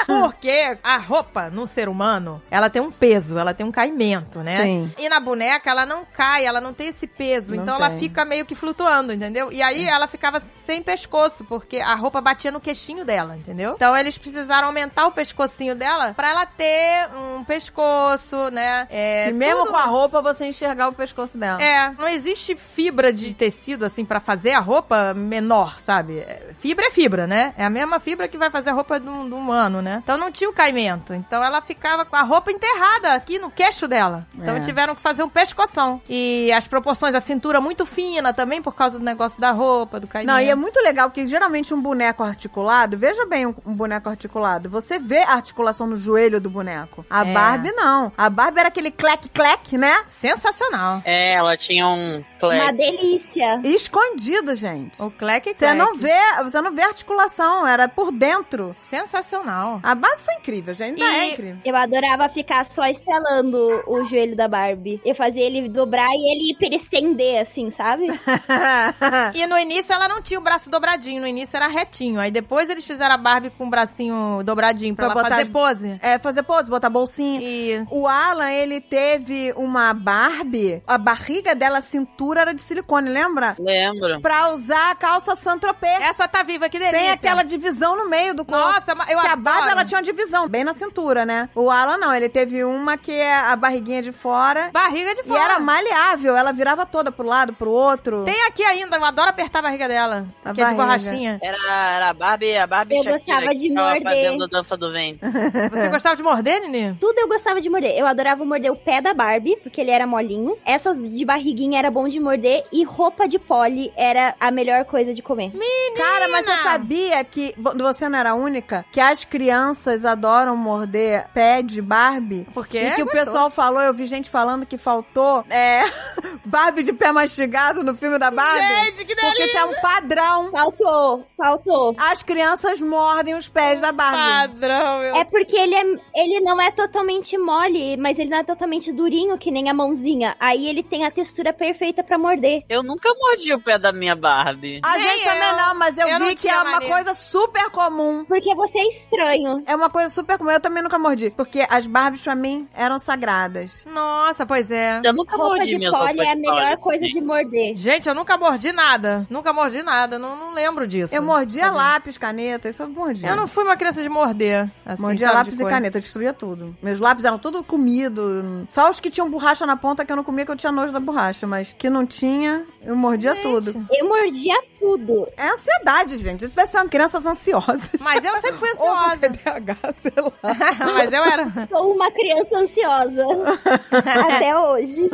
Speaker 1: Porque a roupa no ser humano, ela tem um peso, ela tem um caimento, né?
Speaker 2: Sim.
Speaker 1: E na boneca, ela não cai, ela não tem esse peso.
Speaker 2: Não
Speaker 1: então ela
Speaker 2: tem.
Speaker 1: fica meio que flutuando, entendeu? E aí ela ficava sem pescoço, porque a roupa batia no queixinho dela, entendeu? Então eles precisaram aumentar o pescocinho dela pra ela ter um pescoço, né? É,
Speaker 2: e mesmo
Speaker 1: tudo-
Speaker 2: com a roupa, você enxergar o pescoço dela.
Speaker 1: é, não existe fibra de tecido, assim, pra fazer a roupa menor, sabe? É, Fibra é fibra, né? É a mesma fibra que vai fazer a roupa do, do humano, né? né? Então não tinha o caimento. Então ela ficava com a roupa enterrada aqui no queixo dela. Então
Speaker 2: É.
Speaker 1: tiveram que fazer um pescoção. E as proporções, a cintura muito fina também, por causa do negócio da roupa, do caimento.
Speaker 2: Não, e é muito legal porque geralmente um boneco articulado, veja bem um, um boneco articulado, você vê a articulação no joelho do boneco. A
Speaker 1: É.
Speaker 2: Barbie não. A Barbie era aquele clec-clec, né?
Speaker 1: Sensacional.
Speaker 4: É, ela tinha um
Speaker 3: Uma
Speaker 4: clé.
Speaker 3: delícia.
Speaker 2: E escondido, gente.
Speaker 1: O é Clec
Speaker 2: Você
Speaker 1: Clec.
Speaker 2: não vê, você não vê a articulação, era por dentro.
Speaker 1: Sensacional.
Speaker 2: A Barbie foi incrível, gente. Ainda
Speaker 1: E-
Speaker 2: é incrível.
Speaker 3: Eu adorava ficar só estelando o joelho da Barbie. Eu fazia ele dobrar e ele hiperestender, assim, sabe?
Speaker 1: E no início ela não tinha o braço dobradinho, no início era retinho. Aí depois eles fizeram a Barbie com o bracinho dobradinho pra,
Speaker 2: Pra
Speaker 1: ela
Speaker 2: botar-
Speaker 1: fazer pose.
Speaker 2: é, fazer pose, botar bolsinha.
Speaker 1: E
Speaker 2: O Alan, ele teve uma Barbie, a barriga dela, a cintura era de silicone, lembra?
Speaker 4: Lembro.
Speaker 2: Pra usar a calça Santropê.
Speaker 1: essa tá viva, que delícia.
Speaker 2: Tem aquela divisão no meio do corpo.
Speaker 1: Nossa, ma- eu
Speaker 2: Porque a
Speaker 1: adoro.
Speaker 2: Barbie, ela tinha uma divisão, bem na cintura, né? O Alan, não. Ele teve uma que é a barriguinha de fora.
Speaker 1: Barriga de
Speaker 2: E
Speaker 1: fora.
Speaker 2: era maleável. Ela virava toda pro lado, pro outro.
Speaker 1: Tem aqui ainda, eu adoro apertar a barriga dela. que é
Speaker 2: A
Speaker 1: de
Speaker 2: barriga.
Speaker 1: borrachinha.
Speaker 4: Era, era a Barbie, a Barbie
Speaker 3: Eu
Speaker 4: Shakira
Speaker 3: gostava
Speaker 4: que
Speaker 3: de
Speaker 4: ficava
Speaker 3: morder.
Speaker 4: fazendo dança do ventre.
Speaker 1: Você gostava de morder, Nini?
Speaker 3: Tudo eu gostava de morder. Eu adorava morder o pé da Barbie, porque ele era molinho. Essas de barriguinha era bom de morder. E roupa de pole era a melhor coisa de comer.
Speaker 2: Cara, mas você
Speaker 1: Menina!
Speaker 2: sabia que vo- você não era a única? Que as crianças adoram morder pé de Barbie?
Speaker 1: Porque
Speaker 2: E que o
Speaker 1: É, gostou.
Speaker 2: pessoal falou, eu vi gente falando que faltou é, Barbie de pé mastigado no filme da Barbie.
Speaker 1: Gente, que
Speaker 2: porque
Speaker 1: delícia!
Speaker 2: isso é um padrão.
Speaker 3: Faltou, faltou.
Speaker 2: As crianças mordem os pés da Barbie.
Speaker 1: Padrão, meu.
Speaker 3: É porque ele, é, ele não é totalmente mole, mas ele não é totalmente durinho, que nem a mãozinha. Aí ele tem a textura perfeita pra morder.
Speaker 4: Eu nunca mordi o pé da minha Barbie.
Speaker 2: A
Speaker 1: Nem
Speaker 2: gente
Speaker 1: eu.
Speaker 2: também não, mas eu,
Speaker 1: Eu não
Speaker 2: vi que
Speaker 1: tinha
Speaker 2: é uma
Speaker 1: mania.
Speaker 2: coisa super comum.
Speaker 3: Porque você é estranho.
Speaker 2: É uma coisa super comum. Eu também nunca mordi. Porque as Barbies, pra mim, eram sagradas.
Speaker 1: Nossa, pois é.
Speaker 4: Eu nunca
Speaker 3: roupa
Speaker 4: mordi
Speaker 3: de
Speaker 4: minhas
Speaker 3: pole
Speaker 4: roupas
Speaker 3: é a
Speaker 4: de
Speaker 3: melhor
Speaker 4: pole,
Speaker 3: coisa
Speaker 4: assim.
Speaker 3: de morder.
Speaker 1: Gente, eu nunca mordi nada. Nunca mordi nada. Não, não lembro disso.
Speaker 2: Eu mordia lápis, caneta, isso eu mordia.
Speaker 1: tá Eu não fui uma criança de morder. Assim,
Speaker 2: Mordia
Speaker 1: sabe, de
Speaker 2: lápis e
Speaker 1: coisa.
Speaker 2: caneta, eu destruía tudo. Meus lápis eram tudo comido. Só os que tinham borracha na ponta que eu não comia, que eu tinha nojo da borracha. Mas que não tinha, eu mordia tudo.
Speaker 3: Eu mordia tudo.
Speaker 2: É ansiedade, gente. Isso deve ser crianças ansiosas.
Speaker 1: Mas eu sempre fui
Speaker 2: Ou com
Speaker 1: ansiosa.
Speaker 2: TDAH, sei lá.
Speaker 1: Mas eu era.
Speaker 3: Sou uma criança ansiosa. Até hoje.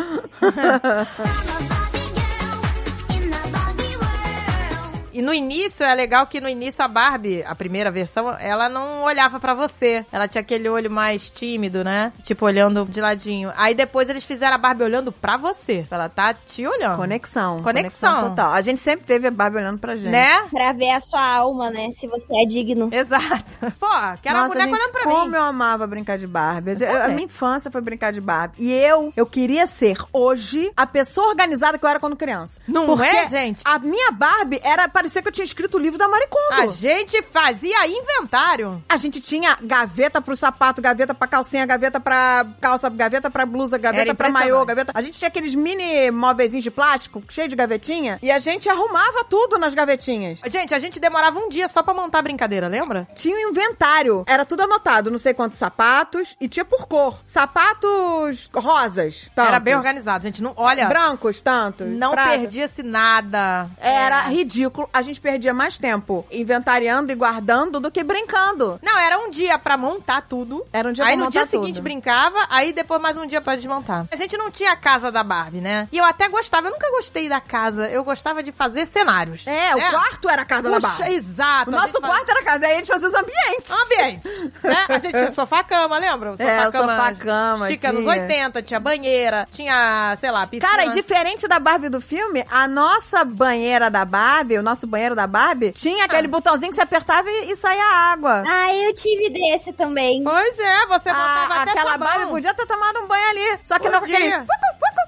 Speaker 1: E no início, é legal que no início a Barbie, a primeira versão, ela não olhava pra você. Ela tinha aquele olho mais tímido, né? Tipo, olhando de ladinho. Aí depois eles fizeram a Barbie olhando pra você. Ela tá te olhando.
Speaker 2: Conexão.
Speaker 1: Conexão.
Speaker 2: total. A gente sempre teve a Barbie olhando pra gente.
Speaker 1: Né?
Speaker 3: Pra ver a sua alma, né? Se você é digno.
Speaker 1: Exato. Pô, quero a
Speaker 2: Nossa,
Speaker 1: mulher
Speaker 2: gente,
Speaker 1: olhando pra
Speaker 2: como
Speaker 1: mim.
Speaker 2: eu amava brincar de Barbie. Eu- a
Speaker 1: também.
Speaker 2: minha infância foi brincar de Barbie. E eu, eu queria ser hoje a pessoa organizada que eu era quando criança.
Speaker 1: Não
Speaker 2: Porque
Speaker 1: é, gente?
Speaker 2: A minha Barbie era parecia que eu tinha escrito o livro da Maricondo.
Speaker 1: A Ah, gente fazia inventário.
Speaker 2: A gente tinha gaveta pro sapato, gaveta pra calcinha, gaveta pra calça, gaveta pra blusa, gaveta
Speaker 1: Era
Speaker 2: pra maiô,
Speaker 1: impressionante.
Speaker 2: gaveta. A gente tinha aqueles mini móveizinhos de plástico, cheio de gavetinha, e a gente arrumava tudo nas gavetinhas.
Speaker 1: Gente, a gente demorava um dia só pra montar a brincadeira, lembra?
Speaker 2: Tinha um inventário, era tudo anotado, não sei quantos sapatos, e tinha por cor. Sapatos rosas, tantos.
Speaker 1: Era bem organizado, gente. Não, olha,
Speaker 2: Brancos, tantos.
Speaker 1: não
Speaker 2: prata.
Speaker 1: perdia-se nada.
Speaker 2: Era ridículo. A gente perdia mais tempo inventariando e guardando do que brincando.
Speaker 1: Não, era um dia pra montar tudo.
Speaker 2: Era um dia
Speaker 1: aí
Speaker 2: pra
Speaker 1: no
Speaker 2: montar
Speaker 1: dia
Speaker 2: tudo.
Speaker 1: seguinte brincava, aí depois mais um dia pra desmontar. A gente não tinha a casa da Barbie, né? E eu até gostava, eu nunca gostei da casa. Eu gostava de fazer cenários.
Speaker 2: É, o
Speaker 1: né?
Speaker 2: quarto era a casa da
Speaker 1: Puxa,
Speaker 2: barra.
Speaker 1: Exato.
Speaker 2: O
Speaker 1: a
Speaker 2: nosso
Speaker 1: gente fazia-
Speaker 2: quarto era casa, aí a gente fazia os ambientes.
Speaker 1: Ambientes, né? A gente tinha sofá-cama, lembra? O
Speaker 2: É, o sofá-cama,
Speaker 1: Chica nos
Speaker 2: tinha.
Speaker 1: 80, tinha banheira, tinha, sei lá, piscina.
Speaker 2: Cara, é e diferente da Barbie do filme, a nossa banheira da Barbie, o nosso banheiro da Barbie, tinha aquele
Speaker 1: Ah.
Speaker 2: botãozinho que você apertava e, e saía água.
Speaker 3: Ah, eu tive desse também.
Speaker 1: Pois é, você botava
Speaker 2: A-
Speaker 1: até
Speaker 2: Ah, aquela
Speaker 1: sabão.
Speaker 2: Barbie podia ter tomado um banho ali. Só que não com
Speaker 1: Podia.
Speaker 2: aquele.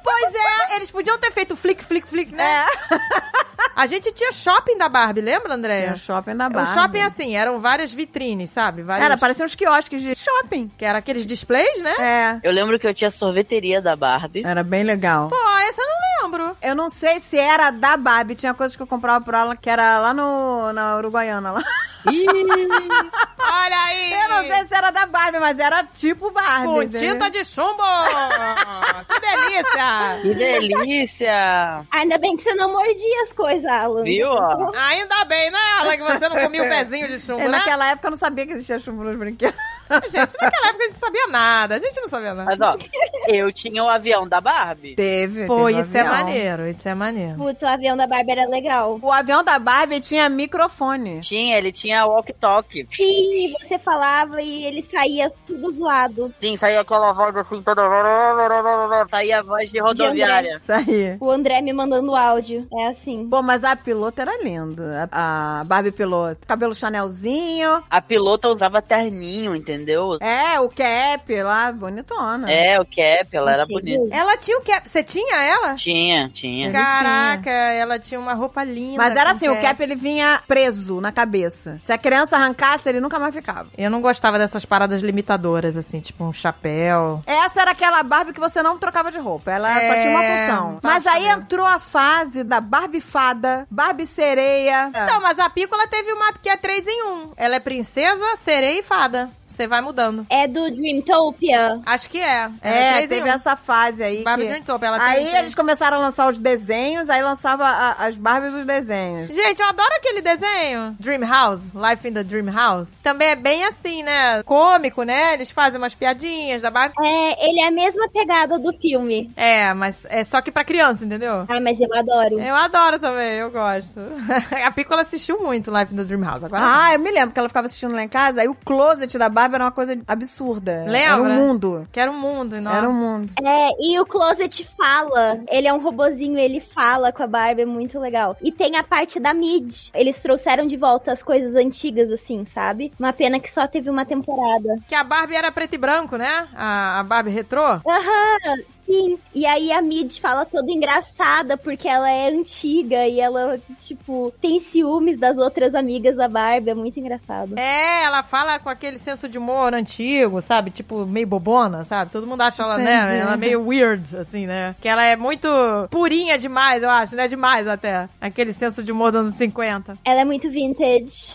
Speaker 1: Pois é, eles podiam ter feito flick, flick, flick, né?
Speaker 2: É.
Speaker 1: A gente tinha shopping da Barbie, lembra, Andréia?
Speaker 2: Tinha É. o shopping é assim. da
Speaker 1: O
Speaker 2: Barbie.
Speaker 1: shopping, assim, eram várias vitrines, sabe? Várias,
Speaker 2: Era, pareciam uns quiosques de shopping.
Speaker 1: Que era aqueles displays, né?
Speaker 2: É.
Speaker 4: Eu lembro que eu tinha sorveteria da Barbie.
Speaker 2: Era bem legal.
Speaker 1: Pô, essa eu não lembro.
Speaker 2: Eu não sei se era da Barbie. Tinha coisas que eu comprava por ela que era lá no, na Uruguaiana lá.
Speaker 4: Ih,
Speaker 1: Olha aí!
Speaker 2: Eu não sei se era da Barbie, mas era tipo Barbie.
Speaker 1: Com
Speaker 2: entendeu?
Speaker 1: tinta de chumbo! que delícia!
Speaker 4: que delícia!
Speaker 3: Ainda bem que você não mordia as coisas, Alan.
Speaker 4: Viu, ó?
Speaker 1: Ainda bem, né, Alan, que você não comia o pezinho de chumbo,
Speaker 2: É,
Speaker 1: né?
Speaker 2: Naquela época eu não sabia que existia chumbo nos brinquedos.
Speaker 1: Gente, naquela época a gente não sabia nada. A gente não sabia nada.
Speaker 4: Mas ó, eu tinha o avião da Barbie.
Speaker 2: Teve.
Speaker 1: Pô,
Speaker 2: teve um
Speaker 1: isso é
Speaker 2: avião.
Speaker 1: maneiro, isso é maneiro.
Speaker 3: Putz, o avião da Barbie era legal.
Speaker 2: O avião da Barbie tinha microfone.
Speaker 4: Tinha, ele tinha walk-talk.
Speaker 3: Sim, você falava e ele saía tudo zoado.
Speaker 4: Sim, saía aquela voz assim toda. Saía a voz de
Speaker 1: É.
Speaker 4: rodoviária.
Speaker 2: Isso aí.
Speaker 3: O André me mandando áudio. É assim.
Speaker 2: Bom, mas a piloto era linda. A a Barbie piloto. Cabelo chanelzinho.
Speaker 4: A pilota usava terninho, entendeu?
Speaker 2: É, o cap lá, bonitona.
Speaker 4: É, o cap, ela era
Speaker 3: Achei
Speaker 4: bonita.
Speaker 1: Ela tinha o cap. Você tinha ela?
Speaker 4: Tinha, tinha.
Speaker 1: Caraca, ela tinha uma roupa linda.
Speaker 2: Mas era
Speaker 1: com
Speaker 2: assim, o cap ele vinha preso na cabeça. Se a criança arrancasse, ele nunca mais ficava.
Speaker 1: Eu não gostava dessas paradas limitadoras, assim, tipo um chapéu.
Speaker 2: Essa era aquela Barbie que você não trocava de roupa. Ela
Speaker 1: É,
Speaker 2: só tinha uma função.
Speaker 1: tá
Speaker 2: Mas aí
Speaker 1: sabendo.
Speaker 2: entrou a fase da Barbie fada, Barbie sereia.
Speaker 1: Então, mas a Pícola teve uma que é três em um. Ela é princesa, sereia e fada. Você vai mudando.
Speaker 3: É do Dreamtopia.
Speaker 1: Acho que é. Ela
Speaker 2: É,
Speaker 1: três
Speaker 2: teve
Speaker 1: em um.
Speaker 2: essa fase aí.
Speaker 1: Barbie
Speaker 2: que-
Speaker 1: Dreamtop, ela
Speaker 2: aí
Speaker 1: tem-
Speaker 2: eles começaram a lançar os desenhos, aí lançava a- as Barbies dos desenhos.
Speaker 1: Gente, eu adoro aquele desenho. Dream House, Life in the Dream House. Também é bem assim, né? Cômico, né? Eles fazem umas piadinhas da Barbie.
Speaker 3: É, ele é a mesma pegada do filme.
Speaker 1: É, mas é só que pra criança, entendeu?
Speaker 3: Ah, mas eu adoro.
Speaker 1: Eu adoro também, eu gosto. a Piccola assistiu muito Life in the Dream House. Agora
Speaker 2: Ah, eu me lembro que ela ficava assistindo lá em casa, aí o closet da Barbie era uma coisa absurda. Era
Speaker 1: Lembra?
Speaker 2: um mundo.
Speaker 1: Que era um mundo, não?
Speaker 2: Era um mundo.
Speaker 3: É, e o Closet fala. Ele é um robozinho, ele fala com a Barbie, é muito legal. E tem a parte da Mid. Eles trouxeram de volta as coisas antigas, assim, sabe? Uma pena que só teve uma temporada.
Speaker 1: Que a Barbie era preto e branco, né? A, a Barbie retrô.
Speaker 3: Aham, sim. E aí a Mid fala toda engraçada, porque ela é antiga e ela, tipo, tem ciúmes das outras amigas da Barbie. É muito engraçado.
Speaker 1: É, ela fala com aquele senso de humor antigo, sabe? Tipo, meio bobona, sabe? Todo mundo acha ela, né?
Speaker 2: Entendi.
Speaker 1: Ela meio weird, assim, né? Que ela é muito purinha demais, eu acho, né? Demais até. Aquele senso de humor dos anos 50.
Speaker 3: Ela é muito vintage.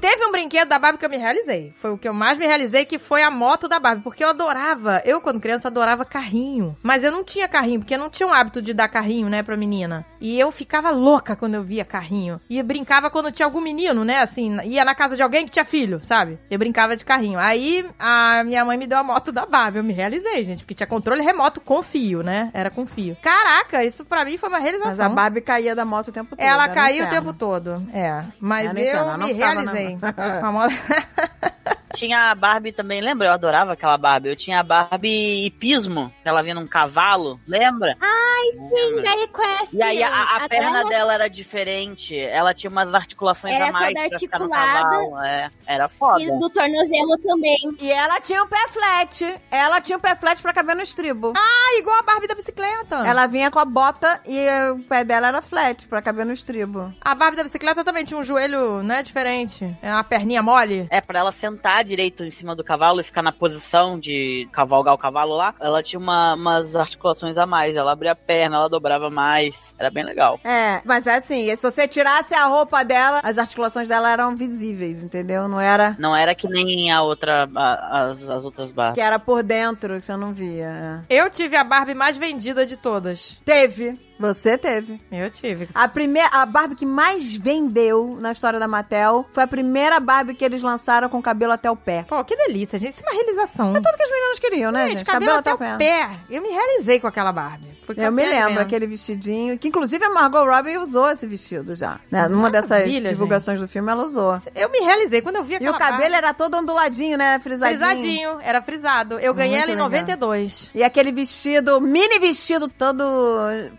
Speaker 1: Teve um brinquedo da Barbie que eu me realizei. Foi o que eu mais me realizei, que foi a moto da Barbie. Porque eu adorava, eu quando criança adorava carrinho. Mas eu não tinha carrinho, porque eu não tinha o hábito de dar carrinho, né, pra menina. E eu ficava louca quando eu via carrinho. E brincava quando tinha algum menino, né, assim, ia na casa de alguém que tinha filho, sabe? Eu brincava de carrinho. Aí a minha mãe me deu a moto da Barbie. Eu me realizei, gente, porque tinha controle remoto com fio, né? Era com fio. Caraca, isso pra mim foi uma realização.
Speaker 2: Mas a Barbie caía da moto o tempo todo.
Speaker 1: Ela
Speaker 2: era
Speaker 1: caiu
Speaker 2: um
Speaker 1: o
Speaker 2: inferno.
Speaker 1: tempo todo. É. Mas
Speaker 2: Era um inferno,
Speaker 1: eu
Speaker 2: ela não
Speaker 1: me
Speaker 2: ficava na
Speaker 1: realizei.
Speaker 2: mão.
Speaker 1: Com a moto-
Speaker 4: Tinha a Barbie também, lembra? Eu adorava aquela Barbie. Eu tinha a Barbie hipismo, que ela vinha num cavalo, lembra? Ai,
Speaker 3: Sim, da Equestrian.
Speaker 4: é. E aí a, a
Speaker 3: Até
Speaker 4: perna
Speaker 3: ela-
Speaker 4: dela era diferente, ela tinha umas articulações
Speaker 3: Era
Speaker 4: a mais
Speaker 3: toda
Speaker 4: pra ficar no
Speaker 3: articulada.
Speaker 4: cavalo. É, era foda.
Speaker 3: E do tornozelo também.
Speaker 2: E ela tinha um pé flat. Ela tinha um pé flat pra caber no estribo.
Speaker 1: Ah, igual a Barbie da bicicleta.
Speaker 2: Ela vinha com a bota e eh, o pé dela era flat pra caber no estribo.
Speaker 1: A Barbie da bicicleta também tinha um joelho, né, diferente. É uma perninha mole.
Speaker 4: É, pra ela sentar direito em cima do cavalo e ficar na posição de cavalgar o cavalo lá, ela tinha uma- umas articulações a mais. Ela abria a perna, ela dobrava mais. Era bem legal.
Speaker 2: É, mas é assim, se você tirasse a roupa dela, as articulações dela eram visíveis, entendeu? Não era
Speaker 4: Não era que nem a outra, a- as, as outras Barbies.
Speaker 2: que era por dentro, que você não via. é.
Speaker 1: Eu tive a Barbie mais vendida de todas.
Speaker 2: Teve. Você teve.
Speaker 1: Eu tive.
Speaker 2: A primeira, a Barbie que mais vendeu na história da Mattel foi a primeira Barbie que eles lançaram com cabelo até o pé.
Speaker 1: Pô, que delícia, gente. Isso é uma realização.
Speaker 2: Tudo que as meninas queriam, né,
Speaker 1: Gente,
Speaker 2: gente?
Speaker 1: cabelo, até, o pé. Eu me realizei com aquela Barbie. Foi
Speaker 2: Eu me
Speaker 1: campeã de
Speaker 2: lembro
Speaker 1: venda.
Speaker 2: aquele vestidinho, que inclusive a Margot Robbie usou esse vestido já. Né? Numa dessas
Speaker 1: Maravilha,
Speaker 2: divulgações do filme ela usou.
Speaker 1: Eu me realizei quando eu vi
Speaker 2: E
Speaker 1: aquela
Speaker 2: o cabelo
Speaker 1: Barbie.
Speaker 2: era todo onduladinho, né? Frisadinho.
Speaker 1: frisadinho. Era frisado. Eu ganhei
Speaker 2: Muito
Speaker 1: ela em
Speaker 2: legal.
Speaker 1: 92.
Speaker 2: E aquele vestido, mini vestido todo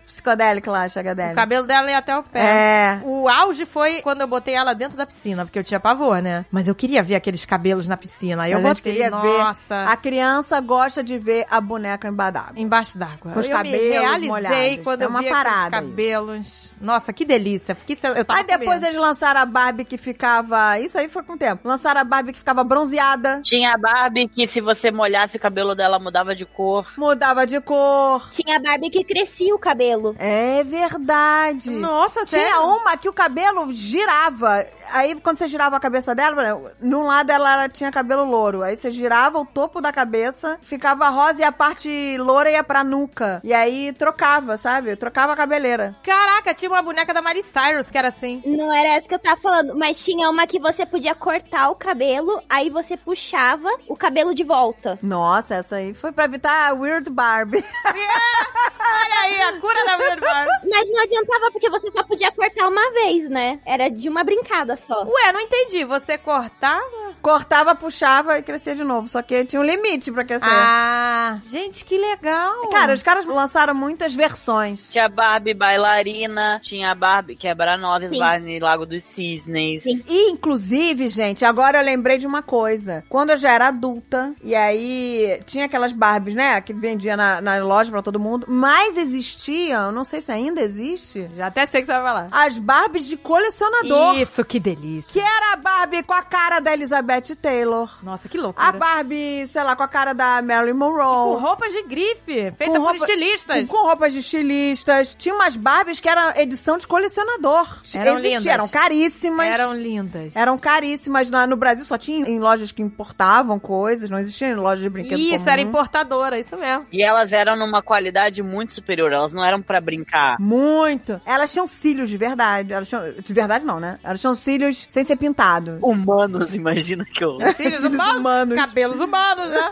Speaker 2: psicodélico lá,
Speaker 1: O
Speaker 2: chagadélico.
Speaker 1: cabelo dela ia até o pé.
Speaker 2: É.
Speaker 1: O auge foi quando eu botei ela dentro da piscina, porque eu tinha pavor, né? Mas eu queria ver aqueles cabelos na piscina. Aí eu
Speaker 2: a gente
Speaker 1: botei,
Speaker 2: queria ver.
Speaker 1: nossa,
Speaker 2: A criança gosta de ver a boneca embadada.
Speaker 1: embaixo d'água.
Speaker 2: Com os
Speaker 1: Eu me
Speaker 2: cabelos, cabelos molhados.
Speaker 1: realizei quando
Speaker 2: é
Speaker 1: eu
Speaker 2: uma
Speaker 1: vi aqueles
Speaker 2: parada. aí.
Speaker 1: cabelos. Nossa, que delícia. Que se- eu tava
Speaker 2: Aí depois
Speaker 1: Tá comendo.
Speaker 2: eles lançaram a Barbie que ficava. Isso aí foi com o tempo. Lançaram a Barbie que ficava bronzeada,
Speaker 4: Tinha a Barbie que se você molhasse o cabelo dela mudava de cor.
Speaker 2: mudava de cor.
Speaker 3: Tinha a Barbie que crescia o cabelo.
Speaker 2: É verdade.
Speaker 1: Nossa,
Speaker 2: Tinha um-
Speaker 1: sério?
Speaker 2: uma que o cabelo girava. Aí, quando você girava a cabeça dela, por exemplo, num lado ela era- tinha cabelo louro. Aí você girava o topo da cabeça, ficava rosa e a parte loura ia pra nuca. E aí trocava, sabe? Trocava a cabeleira.
Speaker 1: Caraca, tinha uma boneca da Mary Cyrus que era assim.
Speaker 3: Não era essa que eu tava falando, mas tinha uma que você podia cortar o cabelo, aí você puxava o cabelo de volta.
Speaker 2: Nossa, essa aí foi pra evitar a Weird Barbie.
Speaker 1: Olha aí, a cura da Weird Barbie.
Speaker 3: Mas não adiantava porque você só podia cortar uma vez, né? Era de uma brincada só.
Speaker 1: Ué, não entendi. Você cortava?
Speaker 2: Cortava, puxava e crescia de novo. Só que tinha um limite pra crescer.
Speaker 1: Ah, gente, que legal.
Speaker 2: Cara, os caras lançaram muitas versões.
Speaker 4: Tinha a Barbie bailarina, tinha a Barbie quebra nozes
Speaker 3: Sim.
Speaker 4: Barney Lago dos Cisnes.
Speaker 3: Sim.
Speaker 2: E, inclusive, gente, agora eu lembrei de uma coisa. Quando eu já era adulta, e aí tinha aquelas Barbies, né? Que vendia na, na loja pra todo mundo. Mas existiam, não sei se ainda existe,
Speaker 1: já até sei o que você vai falar.
Speaker 2: as Barbies de colecionador.
Speaker 1: Isso, que delícia.
Speaker 2: Que é era a Barbie com a cara da Elizabeth Taylor.
Speaker 1: Nossa, que
Speaker 2: A
Speaker 1: loucura.
Speaker 2: Barbie, sei lá, com a cara da Marilyn
Speaker 1: Com
Speaker 2: Monroe.
Speaker 1: roupas de grife, feita
Speaker 2: Com
Speaker 1: por
Speaker 2: roupa-
Speaker 1: estilistas.
Speaker 2: Com roupas de estilistas. Tinha umas Barbies que eram edição de colecionador.
Speaker 1: Eram
Speaker 2: Existiam,
Speaker 1: lindas.
Speaker 2: Eram caríssimas.
Speaker 1: Eram lindas.
Speaker 2: Eram caríssimas. Na- No Brasil só tinha em lojas que importavam coisas, não existia em loja de um brinquedo.
Speaker 1: Isso,
Speaker 2: comum.
Speaker 1: era importadora, isso mesmo.
Speaker 4: E elas eram numa qualidade muito superior, elas não eram pra brincar.
Speaker 2: Muito. Elas tinham cílios de verdade. Elas tinham... De verdade, não, né? Elas tinham cílios sem ser pintado.
Speaker 4: Humanos, imagina que eu.
Speaker 1: Cílios
Speaker 2: Cílios
Speaker 1: humanos,
Speaker 2: humanos.
Speaker 1: cabelos humanos, né?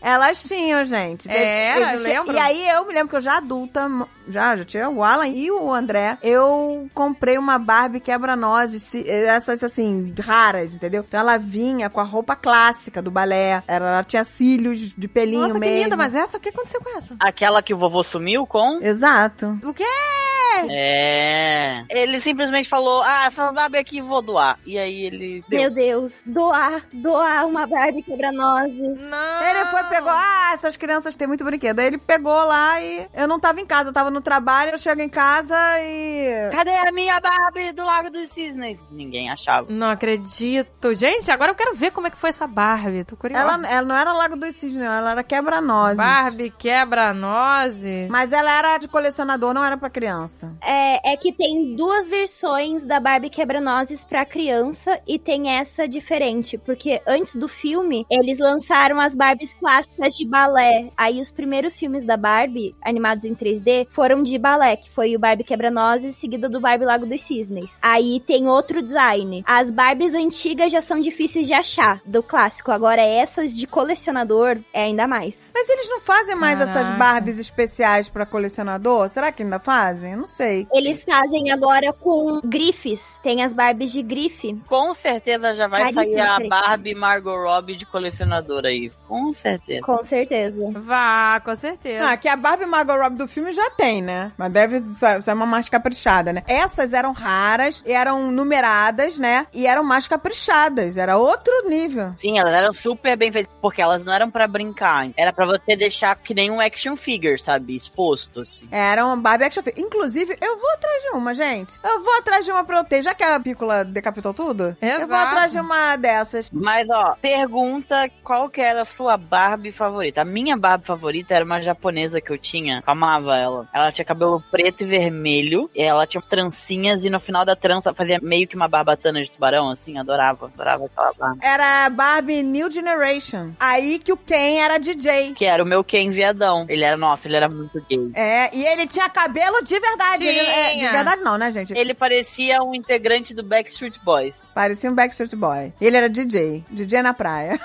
Speaker 2: Elas tinham, gente. Teve-
Speaker 1: Era, eu
Speaker 2: existia-
Speaker 1: lembro.
Speaker 2: E aí eu me lembro que eu já adulta, já, já tinha o Alan e o André, eu comprei uma Barbie quebra-nozes, se- essas assim, raras, entendeu? Então ela vinha com a roupa clássica do balé, ela, ela tinha cílios de pelinho
Speaker 1: Nossa, que
Speaker 2: mesmo.
Speaker 1: linda, mas essa, o que aconteceu com essa?
Speaker 4: Aquela que o vovô sumiu com?
Speaker 2: Exato.
Speaker 1: O quê?
Speaker 4: É. Ele simplesmente falou: Ah, essa Barbie aqui vou doar. E aí ele deu.
Speaker 3: Meu Deus, doar, doar uma Barbie quebra-nozes.
Speaker 1: Não.
Speaker 2: Ele foi, pegou, ah, essas crianças têm muito brinquedo. Aí ele pegou lá e eu não tava em casa, eu tava no trabalho, eu chego em casa e.
Speaker 4: Cadê a minha Barbie do Lago dos Cisnes? Ninguém achava.
Speaker 1: Não acredito. Gente, agora eu quero ver como é que foi essa Barbie. Tô curiosa.
Speaker 2: Ela, ela não era Lago dos Cisnes, não, ela era quebra-nozes.
Speaker 1: Barbie quebra-nozes.
Speaker 2: Mas ela era de colecionador, não era pra criança.
Speaker 3: É, é que tem duas versões da Barbie quebra-nozes pra criança e tem essa diferente, porque antes do filme eles lançaram as Barbies clássicas de balé. Aí os primeiros filmes da Barbie animados em 3D foram de balé, que foi o Barbie quebra-nozes seguida do Barbie Lago dos Cisnes. Aí tem outro design. As Barbies antigas já são difíceis de achar do clássico, agora essas de colecionador é ainda mais.
Speaker 2: Mas eles não fazem mais essas
Speaker 1: Caraca.
Speaker 2: Barbies especiais pra colecionador? Será que ainda fazem? Eu Não sei.
Speaker 3: Eles fazem agora com grifes. Tem as Barbies de grife.
Speaker 4: Com certeza já vai
Speaker 3: Caríssima,
Speaker 4: sair a
Speaker 3: caríssima.
Speaker 4: Barbie Margot Robbie de colecionador aí. Com certeza.
Speaker 3: Com certeza.
Speaker 1: Vá, com certeza.
Speaker 2: Ah, que a Barbie Margot Robbie do filme já tem, né? Mas deve sa- ser uma mais caprichada, né? Essas eram raras, eram numeradas, né? E eram mais caprichadas. Era outro nível.
Speaker 4: Sim, elas eram super bem feitas, porque elas não eram pra brincar. Era pra você deixar que nem um action figure, sabe? Exposto, assim.
Speaker 2: Era uma Barbie Action Figure. Inclusive, eu vou atrás de uma, gente. Eu vou atrás de uma pra eu ter. Já que a Pícola decapitou tudo, eu vou
Speaker 1: Exato.
Speaker 2: atrás de uma dessas.
Speaker 4: Mas, ó, pergunta qual que era a sua Barbie favorita. A minha Barbie favorita era uma japonesa que eu tinha. Eu amava ela. Ela tinha cabelo preto e vermelho. E ela tinha trancinhas e no final da trança fazia meio que uma barbatana de tubarão, assim. Adorava, adorava aquela Barbie.
Speaker 2: Era a Barbie New Generation. Aí que o Ken era DJ.
Speaker 4: Que era o meu Ken viadão. Ele era, nossa, ele era muito gay.
Speaker 2: É, e ele tinha cabelo de verdade. Ele- é, de
Speaker 1: Tinha.
Speaker 2: verdade não, né, gente?
Speaker 4: Ele parecia um integrante do Backstreet Boys.
Speaker 2: Parecia um Backstreet Boy. Ele era DJ. DJ na praia.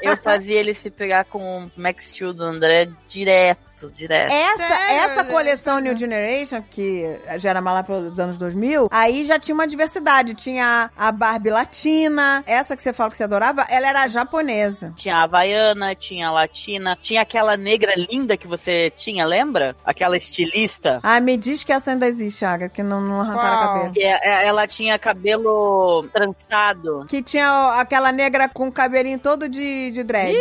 Speaker 4: Eu fazia ele se pegar com o Max Steel do André direto, direto.
Speaker 2: Essa,
Speaker 1: É sério,
Speaker 2: essa
Speaker 1: gente?
Speaker 2: coleção New Generation, que já era mais lá pelos anos 2000, aí já tinha uma diversidade. Tinha a Barbie latina, essa que você fala que você adorava, ela era japonesa.
Speaker 4: Tinha a Havaiana, tinha a Latina, tinha aquela negra linda que você tinha, lembra? Aquela estilista.
Speaker 2: Ah, me diz que essa ainda existe, Aga, que não, não arrancaram a
Speaker 1: Qual?
Speaker 2: cabeça.
Speaker 4: Que é- é- ela tinha cabelo trançado.
Speaker 2: Que tinha aquela negra com o cabelinho todo de, de dread.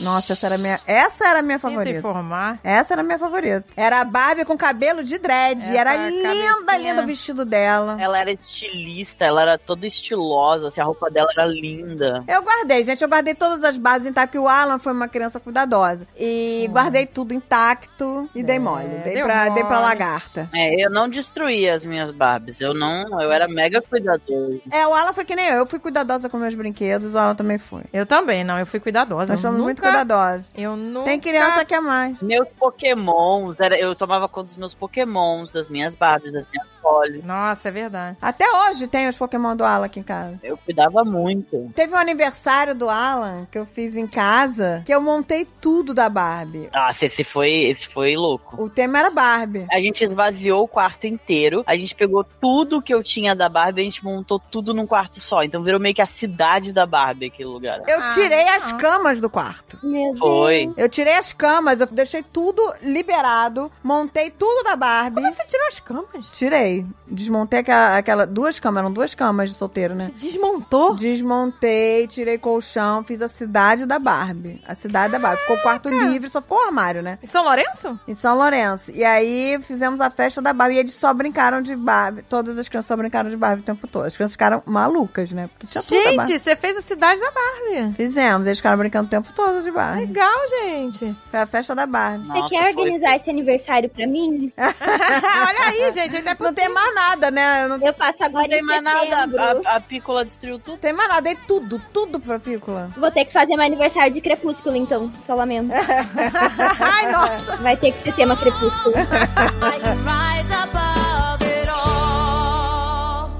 Speaker 2: Nossa, essa era a minha, essa era a minha
Speaker 1: Sinto
Speaker 2: favorita.
Speaker 1: informar.
Speaker 2: Essa era a minha favorita. Era a Barbie com cabelo de dread.
Speaker 1: Essa
Speaker 2: era
Speaker 1: cabecinha.
Speaker 2: linda, linda o vestido dela.
Speaker 4: Ela era estilista, ela era toda estilosa, assim, a roupa dela era linda.
Speaker 2: Eu guardei, gente. Eu guardei todas as Barbies intactas. O Alan foi uma criança cuidadosa. E guardei tudo intacto e dei mole.
Speaker 1: Hum. É,
Speaker 2: Dei
Speaker 1: deu
Speaker 2: pra, dei pra
Speaker 1: mole.
Speaker 2: lagarta.
Speaker 4: É, eu não destruía as minhas Barbies, eu não, eu era mega cuidadosa.
Speaker 2: É, o Alan foi que nem eu. Eu fui cuidadosa com meus brinquedos. O Alan também foi.
Speaker 1: Eu também, não. Eu fui cuidadosa.
Speaker 2: Nós
Speaker 1: eu
Speaker 2: somos
Speaker 1: Então, nunca,
Speaker 2: muito cuidadosos.
Speaker 1: Eu nunca...
Speaker 2: Tem criança que é mais.
Speaker 4: Meus pokémons, era, eu tomava conta dos meus pokémons, das minhas Barbies, das minhas Polly.
Speaker 1: Nossa, é verdade.
Speaker 2: Até hoje tem os Pokémon do Alan aqui em casa.
Speaker 4: Eu cuidava muito.
Speaker 2: Teve um aniversário do Alan que eu fiz em casa, que eu montei tudo da Barbie.
Speaker 4: Nossa, Ah, esse foi, esse foi louco.
Speaker 2: O tema era Barbie.
Speaker 4: A gente esvaziou o quarto inteiro. A gente pegou tudo que eu tinha da Barbie e a gente montou tudo num quarto só. Então virou meio que a cidade da Barbie aquele lugar.
Speaker 2: Eu
Speaker 1: Ah,
Speaker 2: tirei as
Speaker 1: não.
Speaker 2: camas do quarto.
Speaker 3: Meu
Speaker 4: Foi.
Speaker 2: Eu tirei as camas, eu deixei tudo liberado, montei tudo da Barbie.
Speaker 1: Como você tirou as camas?
Speaker 2: Tirei. Desmontei aquela, aquela- Duas camas, eram duas camas de solteiro, né?
Speaker 1: Desmontou?
Speaker 2: Desmontei, tirei colchão, fiz a cidade da Barbie. A cidade da Barbie. Ficou o quarto livre, só ficou o armário, né?
Speaker 1: Em São Lourenço?
Speaker 2: Em São Lourenço. E aí fizemos a festa da Barbie. E eles só brincaram de Barbie. Todas as crianças só brincaram de Barbie o tempo todo. As crianças ficaram malucas, né? Porque tinha tudo da Barbie.
Speaker 1: Gente, você fez a cidade da Barbie.
Speaker 2: Fizemos, eles ficaram brincando o tempo todo de Barbie.
Speaker 1: Legal, gente.
Speaker 2: Foi a festa da Barbie.
Speaker 4: Nossa,
Speaker 3: Você quer
Speaker 4: foi-
Speaker 3: organizar esse aniversário pra mim?
Speaker 1: Olha aí, gente. Ainda é
Speaker 2: Não tem mais nada, né? Não
Speaker 3: Eu faço agora
Speaker 4: Não tem
Speaker 3: em
Speaker 4: mais nada.
Speaker 3: setembro.
Speaker 4: A, a Piccola destruiu tudo.
Speaker 2: tem mais nada. Dei tudo, tudo pra Pícola.
Speaker 3: Vou ter que fazer meu aniversário de crepúsculo, então. Só lamento.
Speaker 1: Ai, nossa.
Speaker 3: Vai ter que ser tema crepúsculo.
Speaker 5: I can rise above it all.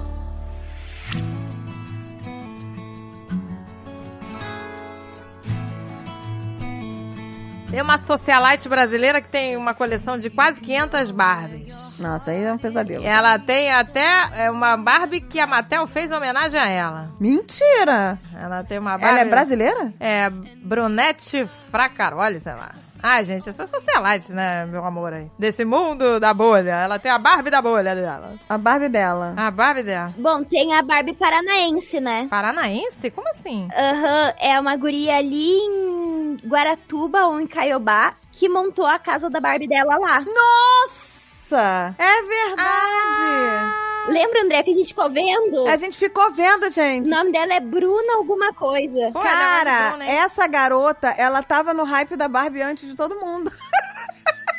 Speaker 1: Tem uma socialite brasileira que tem uma coleção de quase 500 Barbies.
Speaker 2: Nossa, aí é um pesadelo.
Speaker 1: Ela tem até é, uma Barbie que a Mattel fez homenagem a ela.
Speaker 2: Mentira!
Speaker 1: Ela tem uma Barbie...
Speaker 2: Ela é brasileira?
Speaker 1: É, Brunette Fracaroli, sei lá. Ai, gente, essas socialites, né, meu amor aí. Desse mundo da bolha. Ela tem a Barbie da bolha dela.
Speaker 2: A Barbie é dela.
Speaker 1: A Barbie dela.
Speaker 3: Bom, tem a Barbie paranaense, né?
Speaker 1: Paranaense? Como assim?
Speaker 3: Aham, é uma guria ali em Guaratuba ou em Caiobá que montou a casa da Barbie dela lá.
Speaker 2: Nossa! É verdade!
Speaker 3: Lembra, André, que a gente ficou vendo?
Speaker 2: A gente ficou vendo,
Speaker 3: O
Speaker 2: gente.
Speaker 3: nome dela é Bruna alguma coisa.
Speaker 1: Pô, ela é
Speaker 2: Cara,
Speaker 1: muito bom, né?
Speaker 2: essa garota, ela tava no hype da Barbie antes de todo mundo.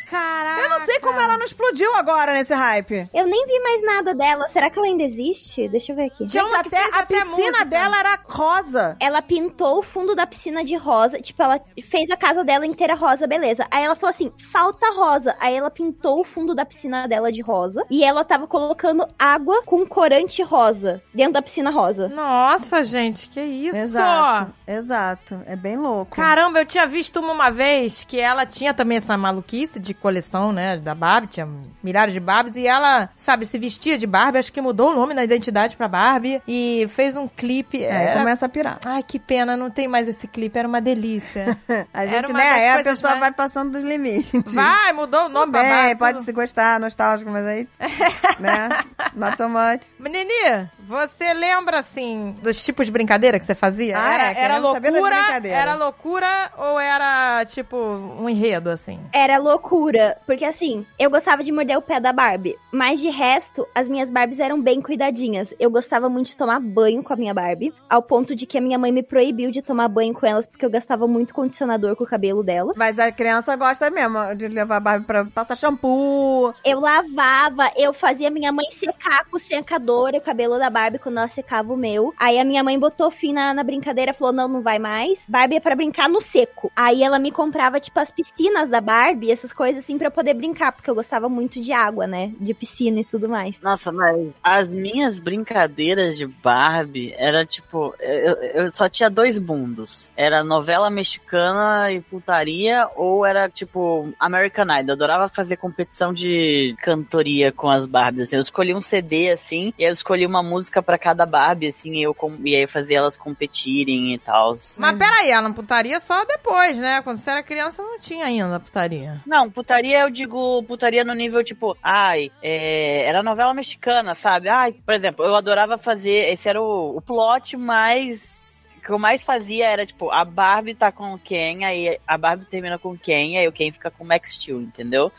Speaker 1: Caraca.
Speaker 2: Eu não sei como ela não explodiu agora nesse hype.
Speaker 3: Eu nem vi mais nada dela. Será que ela ainda existe? Deixa eu ver aqui.
Speaker 1: Tinha
Speaker 2: Gente,
Speaker 1: uma Então, é que
Speaker 2: até
Speaker 1: fez
Speaker 2: a
Speaker 1: até
Speaker 2: piscina
Speaker 1: música.
Speaker 2: dela era rosa.
Speaker 3: Ela pintou o fundo da piscina de rosa. Tipo, ela fez a casa dela inteira rosa, beleza. Aí ela falou assim: falta rosa. Aí ela pintou o fundo da piscina dela de rosa. E ela tava colocando água com corante rosa dentro da piscina rosa.
Speaker 1: Nossa, gente, que isso!
Speaker 2: Exato, exato. É bem louco.
Speaker 1: Caramba, eu tinha visto uma uma vez que ela tinha também essa maluquice de coleção, né, da Barbie, tinha milhares de Barbies, e ela, sabe, se vestia de Barbie, acho que mudou o nome na identidade pra Barbie, e fez um clipe.
Speaker 2: É, Aí
Speaker 1: era-
Speaker 2: começa a pirar.
Speaker 1: Ai, que pena, não tem mais esse clipe, era uma delícia.
Speaker 2: A
Speaker 1: Era
Speaker 2: gente,
Speaker 1: uma
Speaker 2: né?
Speaker 1: das
Speaker 2: Aí a
Speaker 1: coisas
Speaker 2: pessoa
Speaker 1: mais-
Speaker 2: vai passando dos limites.
Speaker 1: Vai, mudou o nome pra
Speaker 2: Bem,
Speaker 1: Barbie.
Speaker 2: É, pode
Speaker 1: tudo.
Speaker 2: se gostar, nostálgico, mas aí. né? Not so much.
Speaker 1: Nini, você lembra, assim, dos tipos de brincadeira que você fazia?
Speaker 2: Ah,
Speaker 1: era,
Speaker 2: é,
Speaker 1: era
Speaker 2: queremos saber das
Speaker 1: loucura,
Speaker 2: brincadeiras.
Speaker 1: era loucura ou era, tipo, um enredo, assim?
Speaker 3: Era loucura, porque assim, eu gostava de morder o pé da Barbie, mas de resto, as minhas Barbies eram bem cuidadinhas. Eu gostava muito de tomar banho com a minha Barbie, ao ponto de que a minha mãe me proibiu de tomar banho com elas porque eu gastava muito condicionador com o cabelo dela.
Speaker 2: Mas a criança gosta mesmo de levar a Barbie pra passar shampoo.
Speaker 3: Eu lavava, eu fazia minha mãe secar com secadora o cabelo da Barbie quando ela secava o meu. Aí a minha mãe botou fim na, na brincadeira, falou: não, não vai mais. Barbie é pra brincar no seco. Aí ela me comprava, tipo, as piscinas da Barbie, essas coisas assim, pra eu poder brincar, porque eu gostava muito de água, né? De piscina e tudo mais.
Speaker 4: Nossa, mas as minhas brincadeiras de Barbie era tipo, eu, eu só tinha dois mundos. Era novela mexicana e putaria, ou era tipo American Idol. Eu adorava fazer competição de cantoria com as Barbies. assim. Eu escolhi um CD assim, e aí eu escolhi uma música pra cada Barbie, assim, e, eu, com- e aí eu fazia elas competirem e tal.
Speaker 2: É.
Speaker 1: Mas peraí, ela putaria só depois, né? Quando você era criança não tinha ainda putaria.
Speaker 4: Não, putaria eu digo putaria no nível tipo, ai, é, era novela mexicana, sabe? Ai, por exemplo, eu adorava fazer. Esse era o, o plot mais que eu mais fazia era, tipo, a Barbie tá com quem, aí a Barbie termina com quem, aí o Ken fica com o Max Steel, entendeu?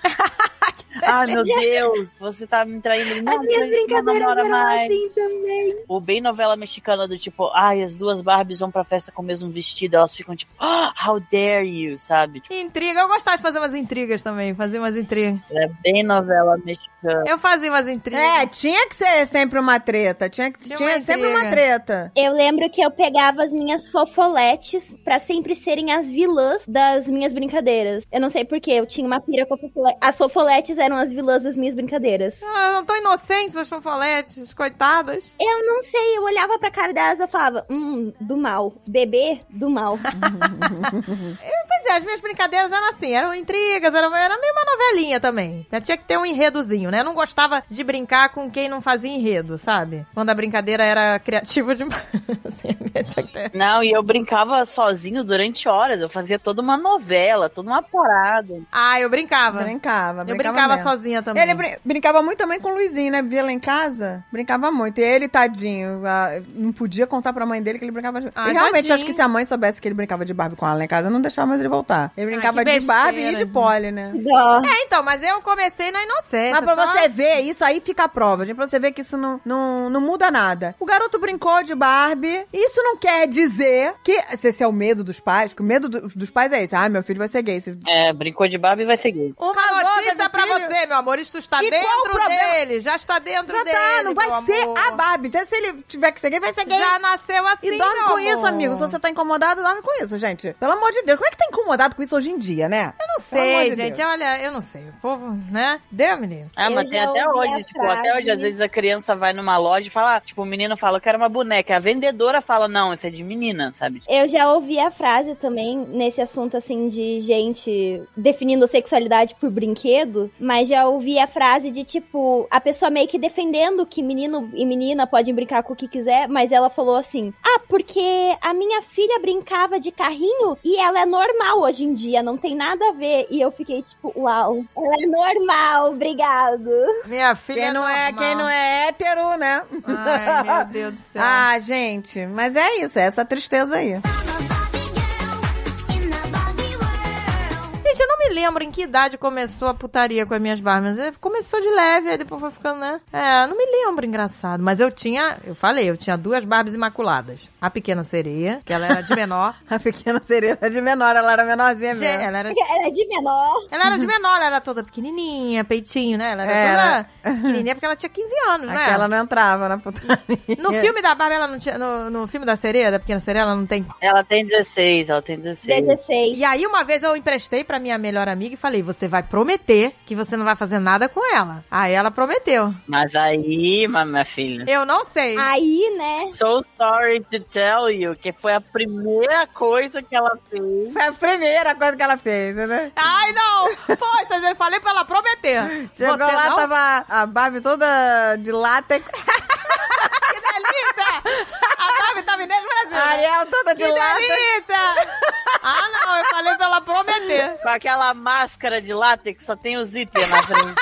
Speaker 4: Ai, meu Deus, você tá me traindo. Não,
Speaker 3: As minhas
Speaker 4: não
Speaker 3: brincadeiras
Speaker 4: namora
Speaker 3: eram
Speaker 4: mais.
Speaker 3: assim também.
Speaker 4: Ou bem novela mexicana do tipo, ai, as duas Barbies vão pra festa com o mesmo vestido, elas ficam tipo, ah, how dare you, sabe? Tipo,
Speaker 1: Intriga, eu gostava de fazer umas intrigas também, fazia umas intrigas.
Speaker 4: é bem novela mexicana.
Speaker 1: Eu fazia umas intrigas.
Speaker 2: É, tinha que ser sempre uma treta. Tinha, que
Speaker 1: Tinha
Speaker 2: tinha,
Speaker 1: uma
Speaker 2: sempre uma
Speaker 1: intriga.
Speaker 2: treta.
Speaker 3: Eu lembro que eu pegava as minhas fofoletes pra sempre serem as vilãs das minhas brincadeiras. Eu não sei porquê, eu tinha uma pira com a fofole- As fofoletes eram as vilãs das minhas brincadeiras.
Speaker 1: Ah, não tão inocentes as fofoletes, coitadas.
Speaker 3: Eu não sei, eu olhava pra cara delas e falava, hum, do mal. Bebê, do mal.
Speaker 1: Pois é, as minhas brincadeiras eram assim, eram intrigas, eram, era meio uma novelinha também. Né? Tinha que ter um enredozinho, né? Eu não gostava de brincar com quem não fazia enredo, sabe? Quando a brincadeira era criativa demais. assim, tinha que ter...
Speaker 4: Não, e eu brincava sozinho durante horas, eu fazia toda uma novela, toda uma porada.
Speaker 1: Ah, eu brincava.
Speaker 2: Brincava, brincava
Speaker 1: eu brincava
Speaker 2: mesmo.
Speaker 1: sozinha também.
Speaker 2: Ele brin- brincava muito também com o Luizinho, né? Via lá em casa, brincava muito. E ele, tadinho, a- não podia contar pra mãe dele que ele brincava de...
Speaker 1: Ai,
Speaker 2: e realmente,
Speaker 1: Ah, tadinho.
Speaker 2: acho que se a mãe soubesse que ele brincava de Barbie com ela lá em casa, não deixava mais ele voltar. Ele brincava
Speaker 1: Ah, que
Speaker 2: de Barbie e
Speaker 1: besteira,
Speaker 2: de
Speaker 1: gente.
Speaker 2: Polly, né?
Speaker 3: Dó.
Speaker 1: É, então, mas eu comecei na inocência.
Speaker 2: Mas pra
Speaker 1: só-
Speaker 2: você ver, isso aí fica a prova, gente. Pra você ver que isso não, não, não muda nada. O garoto brincou de Barbie. Isso não quer dizer que. Se esse é o medo dos pais, que o medo do- dos pais é esse. Ah, meu filho vai ser gay. Se-
Speaker 4: É, brincou de Barbie vai ser gay.
Speaker 1: Uma
Speaker 2: Casou,
Speaker 1: notícia
Speaker 2: teve
Speaker 1: pra
Speaker 2: filho.
Speaker 1: você, meu amor. Isto está
Speaker 2: E qual o
Speaker 1: dentro
Speaker 2: problema?
Speaker 1: dele. Já está dentro
Speaker 2: Já
Speaker 1: dele.
Speaker 2: tá, não vai
Speaker 1: meu
Speaker 2: ser
Speaker 1: amor.
Speaker 2: a Barbie. Até se ele tiver que ser gay, vai ser gay.
Speaker 1: Já nasceu assim,
Speaker 2: E dorme
Speaker 1: meu
Speaker 2: com
Speaker 1: amor.
Speaker 2: isso, amigo. Se você tá incomodado, dorme com isso, gente. Pelo amor de Deus. Como é que tá incomodado com isso hoje em dia, né? Eu não
Speaker 1: Sei, gente. Olha, eu não sei. O povo, né? Deu, menino?
Speaker 4: Ah, mas
Speaker 3: Eu
Speaker 4: tem
Speaker 3: já
Speaker 4: até
Speaker 3: ouvi
Speaker 4: hoje,
Speaker 3: a
Speaker 4: tipo, até hoje,
Speaker 3: frase.
Speaker 4: às vezes a criança vai numa loja e fala, tipo, o menino fala, eu quero uma boneca. A vendedora fala, não, isso é de menina, sabe?
Speaker 3: Eu já ouvi a frase também nesse assunto assim de gente definindo sexualidade por brinquedo, mas já ouvi a frase de tipo a pessoa meio que defendendo que menino e menina podem brincar com o que quiser, mas ela falou assim: "Ah, porque a minha filha brincava de carrinho e ela é normal hoje em dia, não tem nada a ver". E eu fiquei tipo, uau, ela é normal, obrigado.
Speaker 1: Minha filha
Speaker 2: Quem não é,
Speaker 1: normal.
Speaker 2: quem não é hétero, né?
Speaker 1: Ai, meu Deus do céu.
Speaker 2: Ah, gente, mas é isso, é essa tristeza aí.
Speaker 5: I'm a Barbie girl in the Barbie world.
Speaker 1: Gente, eu não me lembro em que idade começou a putaria com as minhas barbas. É, Começou de leve, aí depois foi ficando, né? É, não me lembro, engraçado. Mas eu tinha, eu falei, eu tinha duas barbas imaculadas. A pequena sereia, que ela era de menor.
Speaker 2: A pequena sereia era de menor, ela era menorzinha
Speaker 1: Gente,
Speaker 2: mesmo.
Speaker 1: ela era
Speaker 3: Ela é de menor.
Speaker 1: Ela era de menor, ela era toda pequenininha, peitinho, né? Ela era,
Speaker 2: Uhum. Era. Uhum.
Speaker 1: toda pequenininha porque ela tinha 15 anos, né?
Speaker 2: Aquela não entrava na putaria.
Speaker 1: No filme da Barbie, ela não tinha. No, no filme da sereia, da pequena sereia, ela não tem.
Speaker 4: Ela tem 16, ela tem 16.
Speaker 3: 16.
Speaker 1: E aí, uma vez eu emprestei pra minha melhor amiga e falei: Você vai prometer que você não vai fazer nada com ela. Aí ela prometeu.
Speaker 4: Mas aí, ma- minha filha.
Speaker 1: Eu não sei.
Speaker 3: Aí, né?
Speaker 4: So sorry to tell you que foi a primeira coisa que ela fez.
Speaker 2: Foi a primeira coisa que ela fez, né?
Speaker 1: Ai, não! Poxa, eu falei pra ela prometer.
Speaker 2: Chegou
Speaker 1: você
Speaker 2: lá,
Speaker 1: não?
Speaker 2: tava a Barbie toda de látex,
Speaker 1: Que delícia! A Barbie tá tava Inês
Speaker 2: a
Speaker 1: Brasil.
Speaker 2: Ariel toda de
Speaker 1: assim, né? Que
Speaker 2: látex.
Speaker 1: delícia! Ah, não, eu falei pra ela prometer.
Speaker 4: Com aquela máscara de látex, só tem o zíper na frente.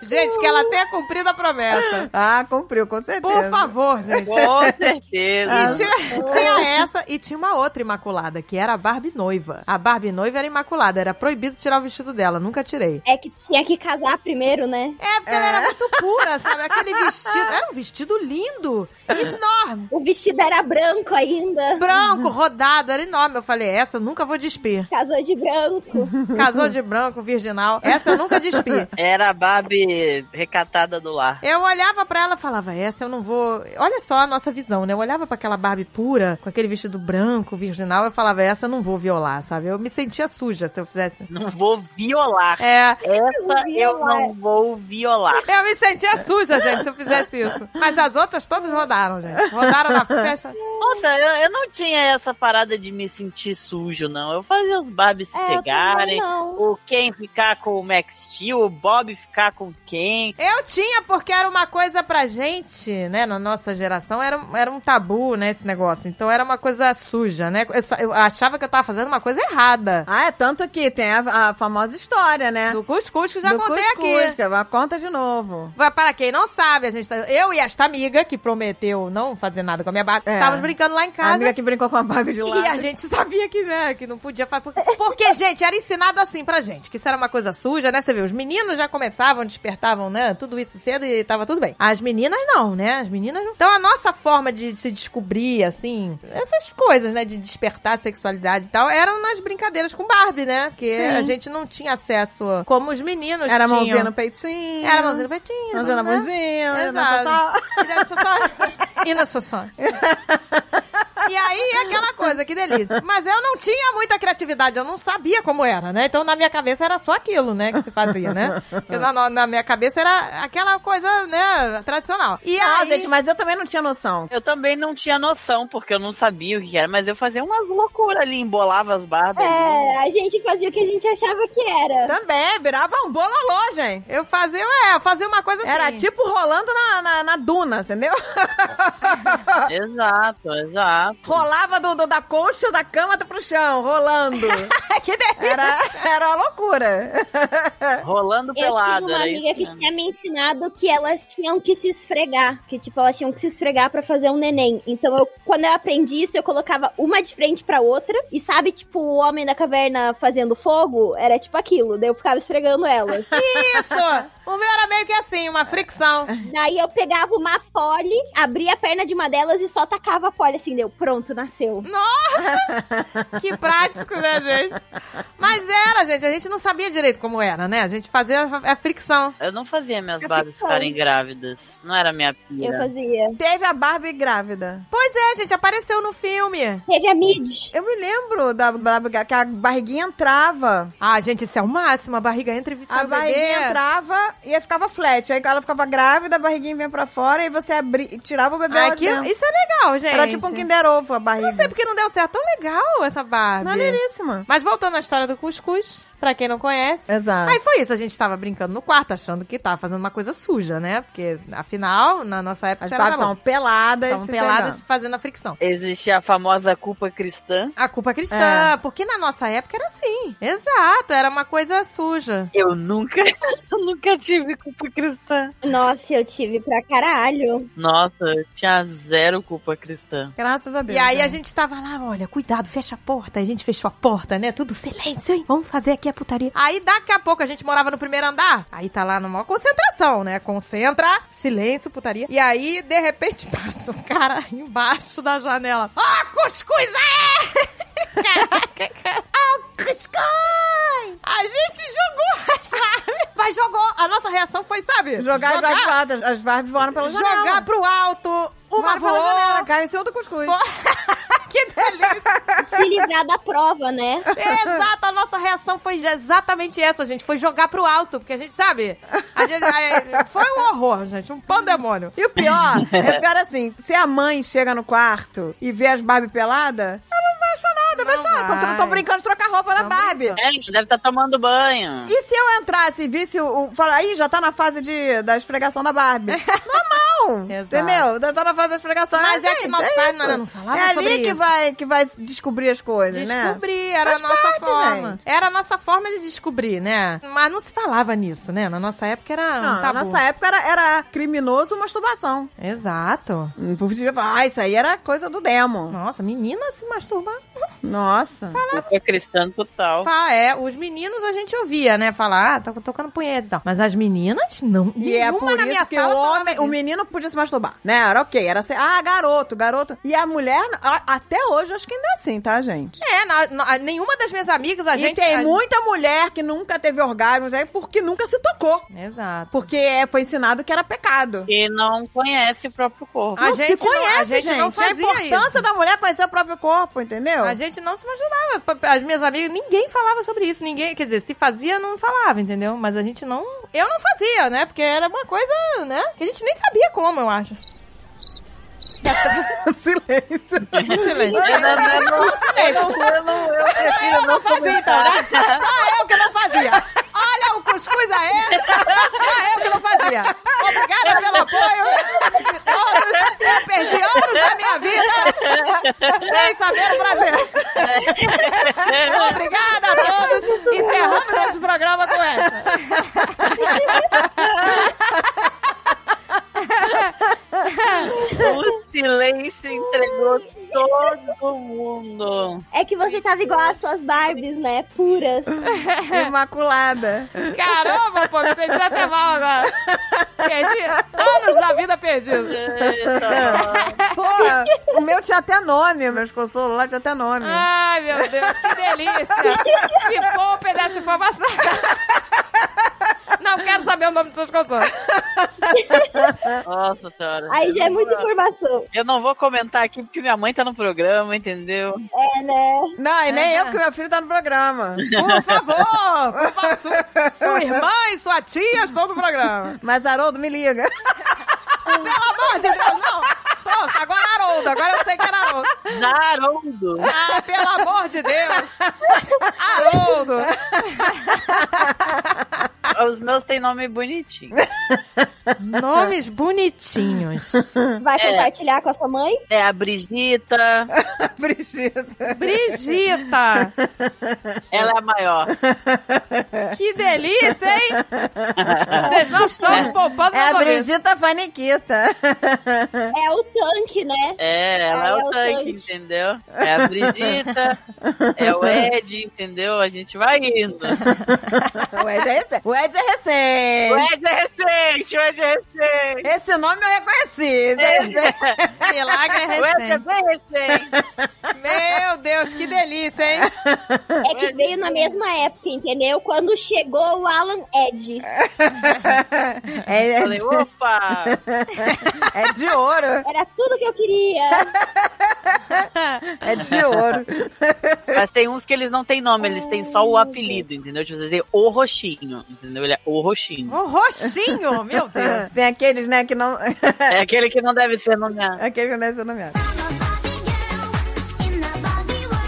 Speaker 1: Gente, que ela tenha cumprido a promessa.
Speaker 2: Ah, cumpriu, com certeza.
Speaker 1: Por favor, gente.
Speaker 4: Com certeza.
Speaker 1: E tinha, tinha essa e tinha uma outra imaculada, que era a Barbie noiva. A Barbie noiva era imaculada, era proibido tirar o vestido dela, nunca tirei.
Speaker 3: É que tinha que casar primeiro, né?
Speaker 1: É, porque ela era muito pura, sabe? Aquele vestido, era um vestido lindo, enorme,
Speaker 3: O vestido era branco ainda.
Speaker 1: branco, rodado, era enorme. Eu falei, essa eu nunca vou despir.
Speaker 3: Casou de branco. É,
Speaker 1: Casou de branco, virginal, essa eu nunca despir.
Speaker 3: Ah,
Speaker 4: Era a Barbie recatada do lar.
Speaker 1: Eu olhava pra ela e falava, essa eu não vou. Olha só a nossa visão, né? Eu olhava pra aquela Barbie pura, com aquele vestido branco, virginal, eu falava, essa eu não vou violar, sabe? Eu me sentia suja se eu fizesse.
Speaker 4: Não vou violar.
Speaker 1: É.
Speaker 4: Essa eu
Speaker 3: Violar.
Speaker 4: não vou violar.
Speaker 1: Eu me sentia suja, gente, se eu fizesse isso. Mas as outras todas rodaram, gente. Rodaram na festa.
Speaker 4: Nossa, eu, eu não tinha essa parada de me sentir sujo, não. Eu fazia os Barbies se
Speaker 3: É, eu também
Speaker 4: pegarem.
Speaker 3: não.
Speaker 4: o Ken ficar com o Max Steel, o Bob ficar com quem.
Speaker 1: Eu tinha, porque era uma coisa pra gente, né? Na nossa geração, era, um- era um tabu, né? Esse negócio. Então era uma coisa suja, né? Eu, sa- eu achava que eu tava fazendo uma coisa errada.
Speaker 2: Ah, é tanto que tem a, a famosa história, né?
Speaker 1: Do cuscuz que eu já
Speaker 2: Do
Speaker 1: contei
Speaker 2: cuscuz,
Speaker 1: aqui.
Speaker 2: que- ah, Conta de novo.
Speaker 1: Vai, Para quem não sabe, a gente tá, eu e esta amiga que prometeu não fazer nada com a minha barba,
Speaker 2: É.
Speaker 1: estávamos brincando lá em
Speaker 2: A
Speaker 1: casa.
Speaker 2: amiga que brincou com a Barbie de lado.
Speaker 1: E a gente sabia que, né, que não podia fazer. Porque, porque, gente, era ensinado assim pra gente, que isso era uma coisa suja, né? Você vê, os meninos já começavam, despertavam, né? Tudo isso cedo e tava tudo bem. As meninas não, né? As meninas não. Então a nossa forma de se descobrir, assim, essas coisas, né? De despertar a sexualidade e tal, eram nas brincadeiras com Barbie, né? Porque
Speaker 2: Sim.
Speaker 1: a gente não tinha acesso como os meninos
Speaker 2: Era a
Speaker 1: tinham.
Speaker 2: mãozinha no peitinho.
Speaker 1: Era mãozinha no peitinho.
Speaker 2: Mãozinha na
Speaker 1: né?
Speaker 2: bundinha.
Speaker 1: Exato.
Speaker 2: na xoxó.
Speaker 1: E na xoxó. E na xoxó. E aí, é aquela coisa, que delícia. Mas eu não tinha muita criatividade, eu não sabia como era, né? Então, na minha cabeça, era só aquilo, né, que se fazia, né? Porque na, na- na minha cabeça, era aquela coisa, né, tradicional. E
Speaker 2: Ah,
Speaker 1: aí...
Speaker 2: gente, mas eu também não tinha noção.
Speaker 4: Eu também não tinha noção, porque eu não sabia o que era, mas eu fazia umas loucuras ali, embolava as barbas.
Speaker 3: É, a gente fazia o que a gente achava que era.
Speaker 2: Também, virava um bololô, gente.
Speaker 1: Eu fazia, é, eu fazia uma coisa
Speaker 2: Era
Speaker 1: assim.
Speaker 2: tipo rolando na, na, na duna, entendeu?
Speaker 4: Exato, exato.
Speaker 2: Rolava do, do- da colcha da cama até pro chão, rolando.
Speaker 1: que delícia.
Speaker 2: Era, era uma loucura.
Speaker 4: Rolando
Speaker 3: Eu
Speaker 4: pelado,
Speaker 3: tive uma
Speaker 4: era
Speaker 3: amiga
Speaker 4: Tá né, isso.
Speaker 3: que
Speaker 4: mesmo.
Speaker 3: tinha me ensinado que elas tinham que se esfregar. Que, tipo, elas tinham que se esfregar pra fazer um neném. Então, eu, quando eu aprendi isso, eu colocava uma de frente pra outra. E sabe, tipo, o homem da caverna fazendo fogo? Era tipo aquilo. Daí eu ficava esfregando elas.
Speaker 2: tipo-
Speaker 1: Isso! O meu era meio que assim, uma fricção.
Speaker 3: Daí eu pegava uma pole, abria a perna de uma delas e só tacava a pole assim, deu. Pronto, nasceu.
Speaker 1: Que prático, né, gente? Mas era, gente, a gente não sabia direito como era, né? A gente fazia a- a fricção.
Speaker 4: Eu não fazia minhas
Speaker 3: Tá
Speaker 4: barbas
Speaker 3: pensando.
Speaker 4: ficarem grávidas. Não era minha
Speaker 3: Eu
Speaker 4: pira.
Speaker 3: fazia.
Speaker 2: Teve a Barbie grávida.
Speaker 1: Pois é, gente, apareceu no filme.
Speaker 3: Teve a mid.
Speaker 2: Eu me lembro da, da que a barriguinha entrava.
Speaker 1: Ah, gente, isso é o máximo. A barriga entra e vê
Speaker 2: a
Speaker 1: o
Speaker 2: barriguinha
Speaker 1: bebê.
Speaker 2: entrava e aí ficava flat. Aí ela ficava grávida, a barriguinha vinha pra fora e você abri, e tirava o bebê
Speaker 1: Ai,
Speaker 2: lá de
Speaker 1: que-
Speaker 2: dentro.
Speaker 1: Isso é legal, gente.
Speaker 2: Era tipo um Kinder Ovo a barriga.
Speaker 1: Não sei porque não deu certo. Tão legal essa Barbie.
Speaker 2: é Maneiríssima.
Speaker 1: Mas voltando à história do cuscuz, pra quem não conhece.
Speaker 2: Exato.
Speaker 1: Aí foi isso, a gente tava brincando no quarto, achando que tava fazendo uma coisa suja, né? Porque, afinal, na nossa época,
Speaker 2: As
Speaker 1: isso era
Speaker 2: patas
Speaker 1: na mão.
Speaker 2: estavam peladas.
Speaker 1: Estavam
Speaker 2: se
Speaker 1: peladas
Speaker 2: pegando.
Speaker 1: se fazendo a fricção.
Speaker 4: Existia a famosa culpa cristã.
Speaker 1: A culpa cristã,
Speaker 2: É.
Speaker 1: porque na nossa época era assim. Exato, era uma coisa suja.
Speaker 4: Eu nunca, eu nunca tive culpa cristã.
Speaker 3: Nossa, eu tive pra caralho.
Speaker 4: Nossa, eu tinha zero culpa cristã.
Speaker 2: Graças a Deus.
Speaker 1: E aí a
Speaker 2: né?
Speaker 1: gente tava lá, olha, cuidado, fecha a porta. Aí A gente fechou a porta, né? Tudo silêncio, hein? Vamos fazer aqui a putaria. Aí daqui a pouco a gente morava no primeiro andar. Aí tá lá numa concentração, né? Concentra, silêncio, putaria. E aí, de repente, passa um cara embaixo da janela. Ah, cuscuz aí! Caraca, cara. Ah, cuscuz! A gente jogou as armas, mas jogou. A nossa reação foi, sabe?
Speaker 2: Jogar, jogar as Barbies As Barbies voaram pela
Speaker 1: jogar
Speaker 2: janela.
Speaker 1: pro alto. Uma
Speaker 2: Voaram pela janela.
Speaker 1: voou.
Speaker 2: Caiu em cima do cuscuz.
Speaker 1: que delícia!
Speaker 3: Se livrar da prova, né?
Speaker 1: Exato, a nossa reação foi exatamente essa, gente. Foi jogar pro alto, porque a gente sabe. a gente- a- foi um horror, gente. Um pandemônio.
Speaker 2: E o pior, é o pior assim, se a mãe chega no quarto e vê as Barbie pelada, ela não vai achar nada, vai
Speaker 1: Não
Speaker 2: achar.
Speaker 1: vai.
Speaker 2: Estão brincando de trocar roupa da
Speaker 1: Tão
Speaker 2: Barbie.
Speaker 1: brincando.
Speaker 4: É, deve estar tomando banho.
Speaker 2: E se eu entrasse e visse o. o falar, aí já tá na fase de, da esfregação da Barbie. Normal!
Speaker 1: Exato.
Speaker 2: Entendeu? Já tá na fase da esfregação.
Speaker 1: Mas é que
Speaker 2: gente,
Speaker 1: nosso pai
Speaker 2: isso.
Speaker 1: não- não falava
Speaker 2: É ali
Speaker 1: sobre
Speaker 2: que
Speaker 1: isso.
Speaker 2: vai que vai descobrir as coisas, né?
Speaker 1: Descobrir, era a
Speaker 2: Faz
Speaker 1: nossa
Speaker 2: parte,
Speaker 1: forma.
Speaker 2: gente.
Speaker 1: Era a nossa forma de descobrir, né? Mas não se falava nisso, né? Na nossa época era
Speaker 2: Não,
Speaker 1: um
Speaker 2: na
Speaker 1: tabu.
Speaker 2: nossa época era, era criminoso masturbação.
Speaker 1: Exato.
Speaker 2: Não podia falar, ah, isso aí era coisa do demo.
Speaker 1: Nossa, menina se masturbar.
Speaker 2: Nossa.
Speaker 4: Culpa cristã total.
Speaker 1: Ah, é, os meninos a gente ouvia, né? Falar, ah, tá tocando punheta e tal. Mas as meninas, não.
Speaker 2: E é
Speaker 1: Nenhuma
Speaker 2: por
Speaker 1: na minha
Speaker 2: isso que o
Speaker 1: sala falava
Speaker 2: homem,
Speaker 1: disso.
Speaker 2: o menino podia se masturbar, né? Era ok, era assim, ah, garoto, garoto. E a mulher, a- até hoje, eu acho que ainda é assim, tá, gente?
Speaker 1: É, na- na- nenhuma das minhas amigas, a
Speaker 2: e
Speaker 1: gente. é-
Speaker 2: tem
Speaker 1: a-
Speaker 2: muita mulher que nunca teve orgasmo, né? Porque nunca se tocou.
Speaker 1: Exato.
Speaker 2: Porque é, foi ensinado que era pecado.
Speaker 4: E não conhece o próprio corpo.
Speaker 1: A
Speaker 2: não se
Speaker 1: gente não- a
Speaker 2: conhece,
Speaker 1: gente não
Speaker 2: a
Speaker 1: fazia
Speaker 2: importância
Speaker 1: isso.
Speaker 2: da mulher conhecer o próprio corpo, entendeu?
Speaker 1: A gente não se imaginava. P- As minhas amigas, ninguém falava sobre isso. Ninguém, quer dizer, se fazia, não falava, entendeu? Mas a gente não. Eu não fazia, né? Porque era uma coisa, né? Que a gente nem sabia como, eu acho.
Speaker 2: Silêncio.
Speaker 1: Silêncio.
Speaker 4: Eu não, eu não- eu não- eu prefiro
Speaker 1: Eu não
Speaker 4: não
Speaker 1: fazia, então,
Speaker 4: comentar.
Speaker 1: né? Só eu que não fazia. Olha o cuscuz aí. Só eu que não Sem saber o prazer. Obrigada a todos. Encerramos esse programa com essa.
Speaker 4: O silêncio entregou todo mundo.
Speaker 3: É que você tava igual às suas Barbies, né? Puras.
Speaker 2: Imaculada.
Speaker 1: Caramba, pô, me senti até mal agora. Perdi anos da vida perdida.
Speaker 2: Porra, o meu tinha até nome, o meu consolo lá tinha até nome.
Speaker 1: Ai, meu Deus, que delícia. Que bom pedaço de informação. Não quero saber o nome dos seus consoles.
Speaker 4: Nossa senhora.
Speaker 3: Aí já é muita informação.
Speaker 4: Eu não vou comentar aqui porque minha mãe tá no programa, entendeu?
Speaker 3: É, né?
Speaker 2: Não, e nem eu, porque meu filho tá no programa.
Speaker 1: Por favor, por favor sua, sua irmã e sua tia estão no programa.
Speaker 2: Mas, Haroldo, me liga.
Speaker 1: Pelo amor de Deus, não. Pronto, agora é Haroldo, agora eu sei que era Haroldo.
Speaker 4: Haroldo.
Speaker 1: Ah, pelo amor de Deus. Haroldo.
Speaker 4: Os meus têm nome bonitinho.
Speaker 1: Nomes bonitinhos.
Speaker 3: Vai compartilhar com a sua mãe?
Speaker 4: É a Brigita,
Speaker 2: Brigida.
Speaker 1: Brigita,
Speaker 4: ela é a maior.
Speaker 1: que delícia, hein? Vocês não estão me poupando
Speaker 2: É
Speaker 1: na
Speaker 2: a
Speaker 1: Brigita.
Speaker 2: Brigita Faniquita.
Speaker 3: É o tanque, né?
Speaker 4: É, ela é
Speaker 3: Ela é
Speaker 4: o
Speaker 3: o
Speaker 4: tanque,
Speaker 3: tanque.
Speaker 4: entendeu? É a Brigita, é o Ed, entendeu? A gente vai indo.
Speaker 2: O Ed é recente. O Ed é
Speaker 4: O
Speaker 2: recente.
Speaker 4: Ed é recente, o Ed é recente.
Speaker 2: Esse nome eu reconheci. Esse é recente.
Speaker 1: Milagre
Speaker 4: O Ed é
Speaker 1: recente.
Speaker 4: bem recente.
Speaker 1: Meu Deus, que delícia, hein?
Speaker 3: É que veio na mesma época, entendeu? Quando chegou o Alan Ed.
Speaker 2: É, é
Speaker 4: Falei,
Speaker 2: de,
Speaker 4: opa!
Speaker 2: é de ouro.
Speaker 3: Era tudo que eu queria.
Speaker 2: É de ouro.
Speaker 4: Mas tem uns que eles não têm nome, eles têm só o apelido, entendeu? Tipo, dizer o roxinho, entendeu? Ele é o roxinho.
Speaker 1: Um roxinho, meu Deus.
Speaker 2: Tem aqueles, né, que não...
Speaker 4: É aquele que não deve ser nomeado.
Speaker 2: Aquele que não é seu nome.
Speaker 5: I'm a Barbie girl in the Barbie world.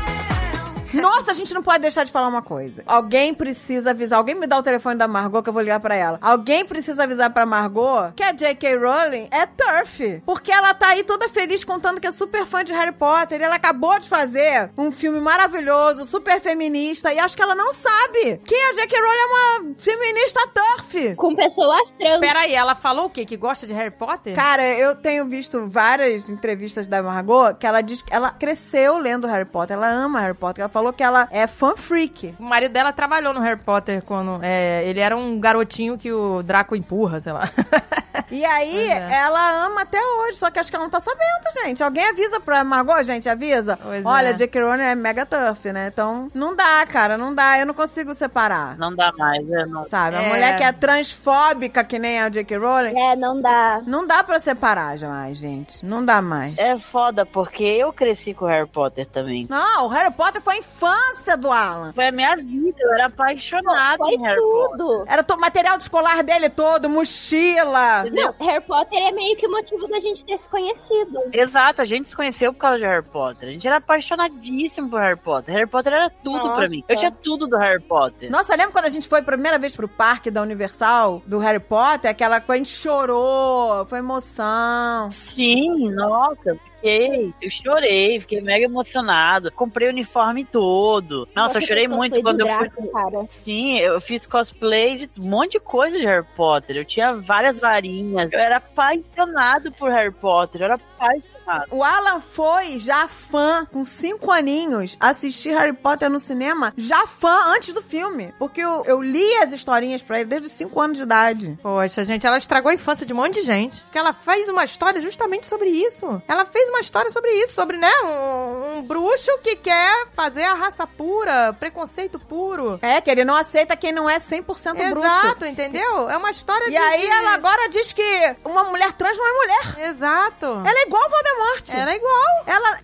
Speaker 2: Nossa, a gente não pode deixar de falar uma coisa. Alguém precisa avisar. Alguém me dá o telefone da Margot que eu vou ligar pra ela. Alguém precisa avisar pra Margot que a J.K. Rowling é turf. Porque ela tá aí toda feliz contando que é super fã de Harry Potter. E ela acabou de fazer um filme maravilhoso, super feminista. E acho que ela não sabe que a J.K. Rowling é uma feminista turf.
Speaker 3: Com pessoas trans.
Speaker 1: Peraí, ela falou o quê? Que gosta de Harry Potter?
Speaker 2: Cara, eu tenho visto várias entrevistas da Margot que ela diz que ela cresceu lendo Harry Potter, ela ama Harry Potter, ela falou que ela é fan freak.
Speaker 1: O marido dela trabalhou no Harry Potter quando. é, ele era um garotinho que o Draco empurra, sei lá.
Speaker 2: E aí,
Speaker 1: Pois é.
Speaker 2: ela ama até hoje, só que acho que ela não tá sabendo, gente. Alguém avisa pra Margot, gente, avisa.
Speaker 1: Pois
Speaker 2: Olha,
Speaker 1: é.
Speaker 2: J.K. Rowling é mega tough, né? Então, não dá, cara, não dá. Eu não consigo separar,
Speaker 4: Não dá mais, né? Não.
Speaker 2: sabe? A
Speaker 1: É.
Speaker 2: mulher que é transfóbica, que nem a J.K. Rowling,
Speaker 3: É, não dá.
Speaker 2: não dá pra separar jamais, gente. Não dá mais.
Speaker 4: É foda, porque eu cresci com Harry Potter também.
Speaker 2: Não, o Harry Potter foi a infância do Alan.
Speaker 4: Foi a minha vida, eu era apaixonada
Speaker 3: Foi
Speaker 4: em Harry Potter.
Speaker 3: tudo.
Speaker 2: Era o material de escolar dele todo, mochila.
Speaker 3: Não, Harry Potter é meio que o motivo da gente ter se conhecido.
Speaker 4: Exato, a gente se conheceu por causa de Harry Potter. A gente era apaixonadíssimo por Harry Potter. Harry Potter era tudo
Speaker 3: Nossa.
Speaker 4: pra mim. Eu tinha tudo do Harry Potter.
Speaker 2: Nossa, lembra quando a gente foi a primeira vez pro parque da Universal, do Harry Potter? Aquela coisa, a gente chorou, foi emoção.
Speaker 4: Sim, nossa, eu fiquei. Eu chorei, fiquei mega emocionado. Comprei o uniforme todo. Nossa, eu
Speaker 3: Você
Speaker 4: chorei
Speaker 3: fez
Speaker 4: muito
Speaker 3: cosplay
Speaker 4: quando
Speaker 3: do
Speaker 4: eu fui.
Speaker 3: Draco, Cara.
Speaker 4: Sim, eu fiz cosplay de um monte de coisa de Harry Potter. Eu tinha várias varinhas. Eu era apaixonado por Harry Potter. Eu era apaixonado.
Speaker 2: O Alan foi já fã, com cinco aninhos, assistir Harry Potter no cinema, já fã antes do filme. Porque eu, eu li as historinhas pra ele desde os cinco anos de idade.
Speaker 1: Poxa, gente, ela estragou a infância de um monte de gente. Porque ela fez uma história justamente sobre isso. Ela fez uma história sobre isso, sobre, né, um, um bruxo que quer fazer a raça pura, preconceito puro.
Speaker 2: É, que ele não aceita quem não é 100% bruxo.
Speaker 1: Exato, entendeu? É uma história
Speaker 2: E
Speaker 1: de-
Speaker 2: aí
Speaker 1: de-
Speaker 2: ela agora diz que uma mulher trans não é mulher.
Speaker 1: Exato.
Speaker 2: Ela é igual ao Voldemort.
Speaker 1: Ela é igual.
Speaker 2: Ela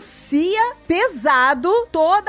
Speaker 2: financia pesado todo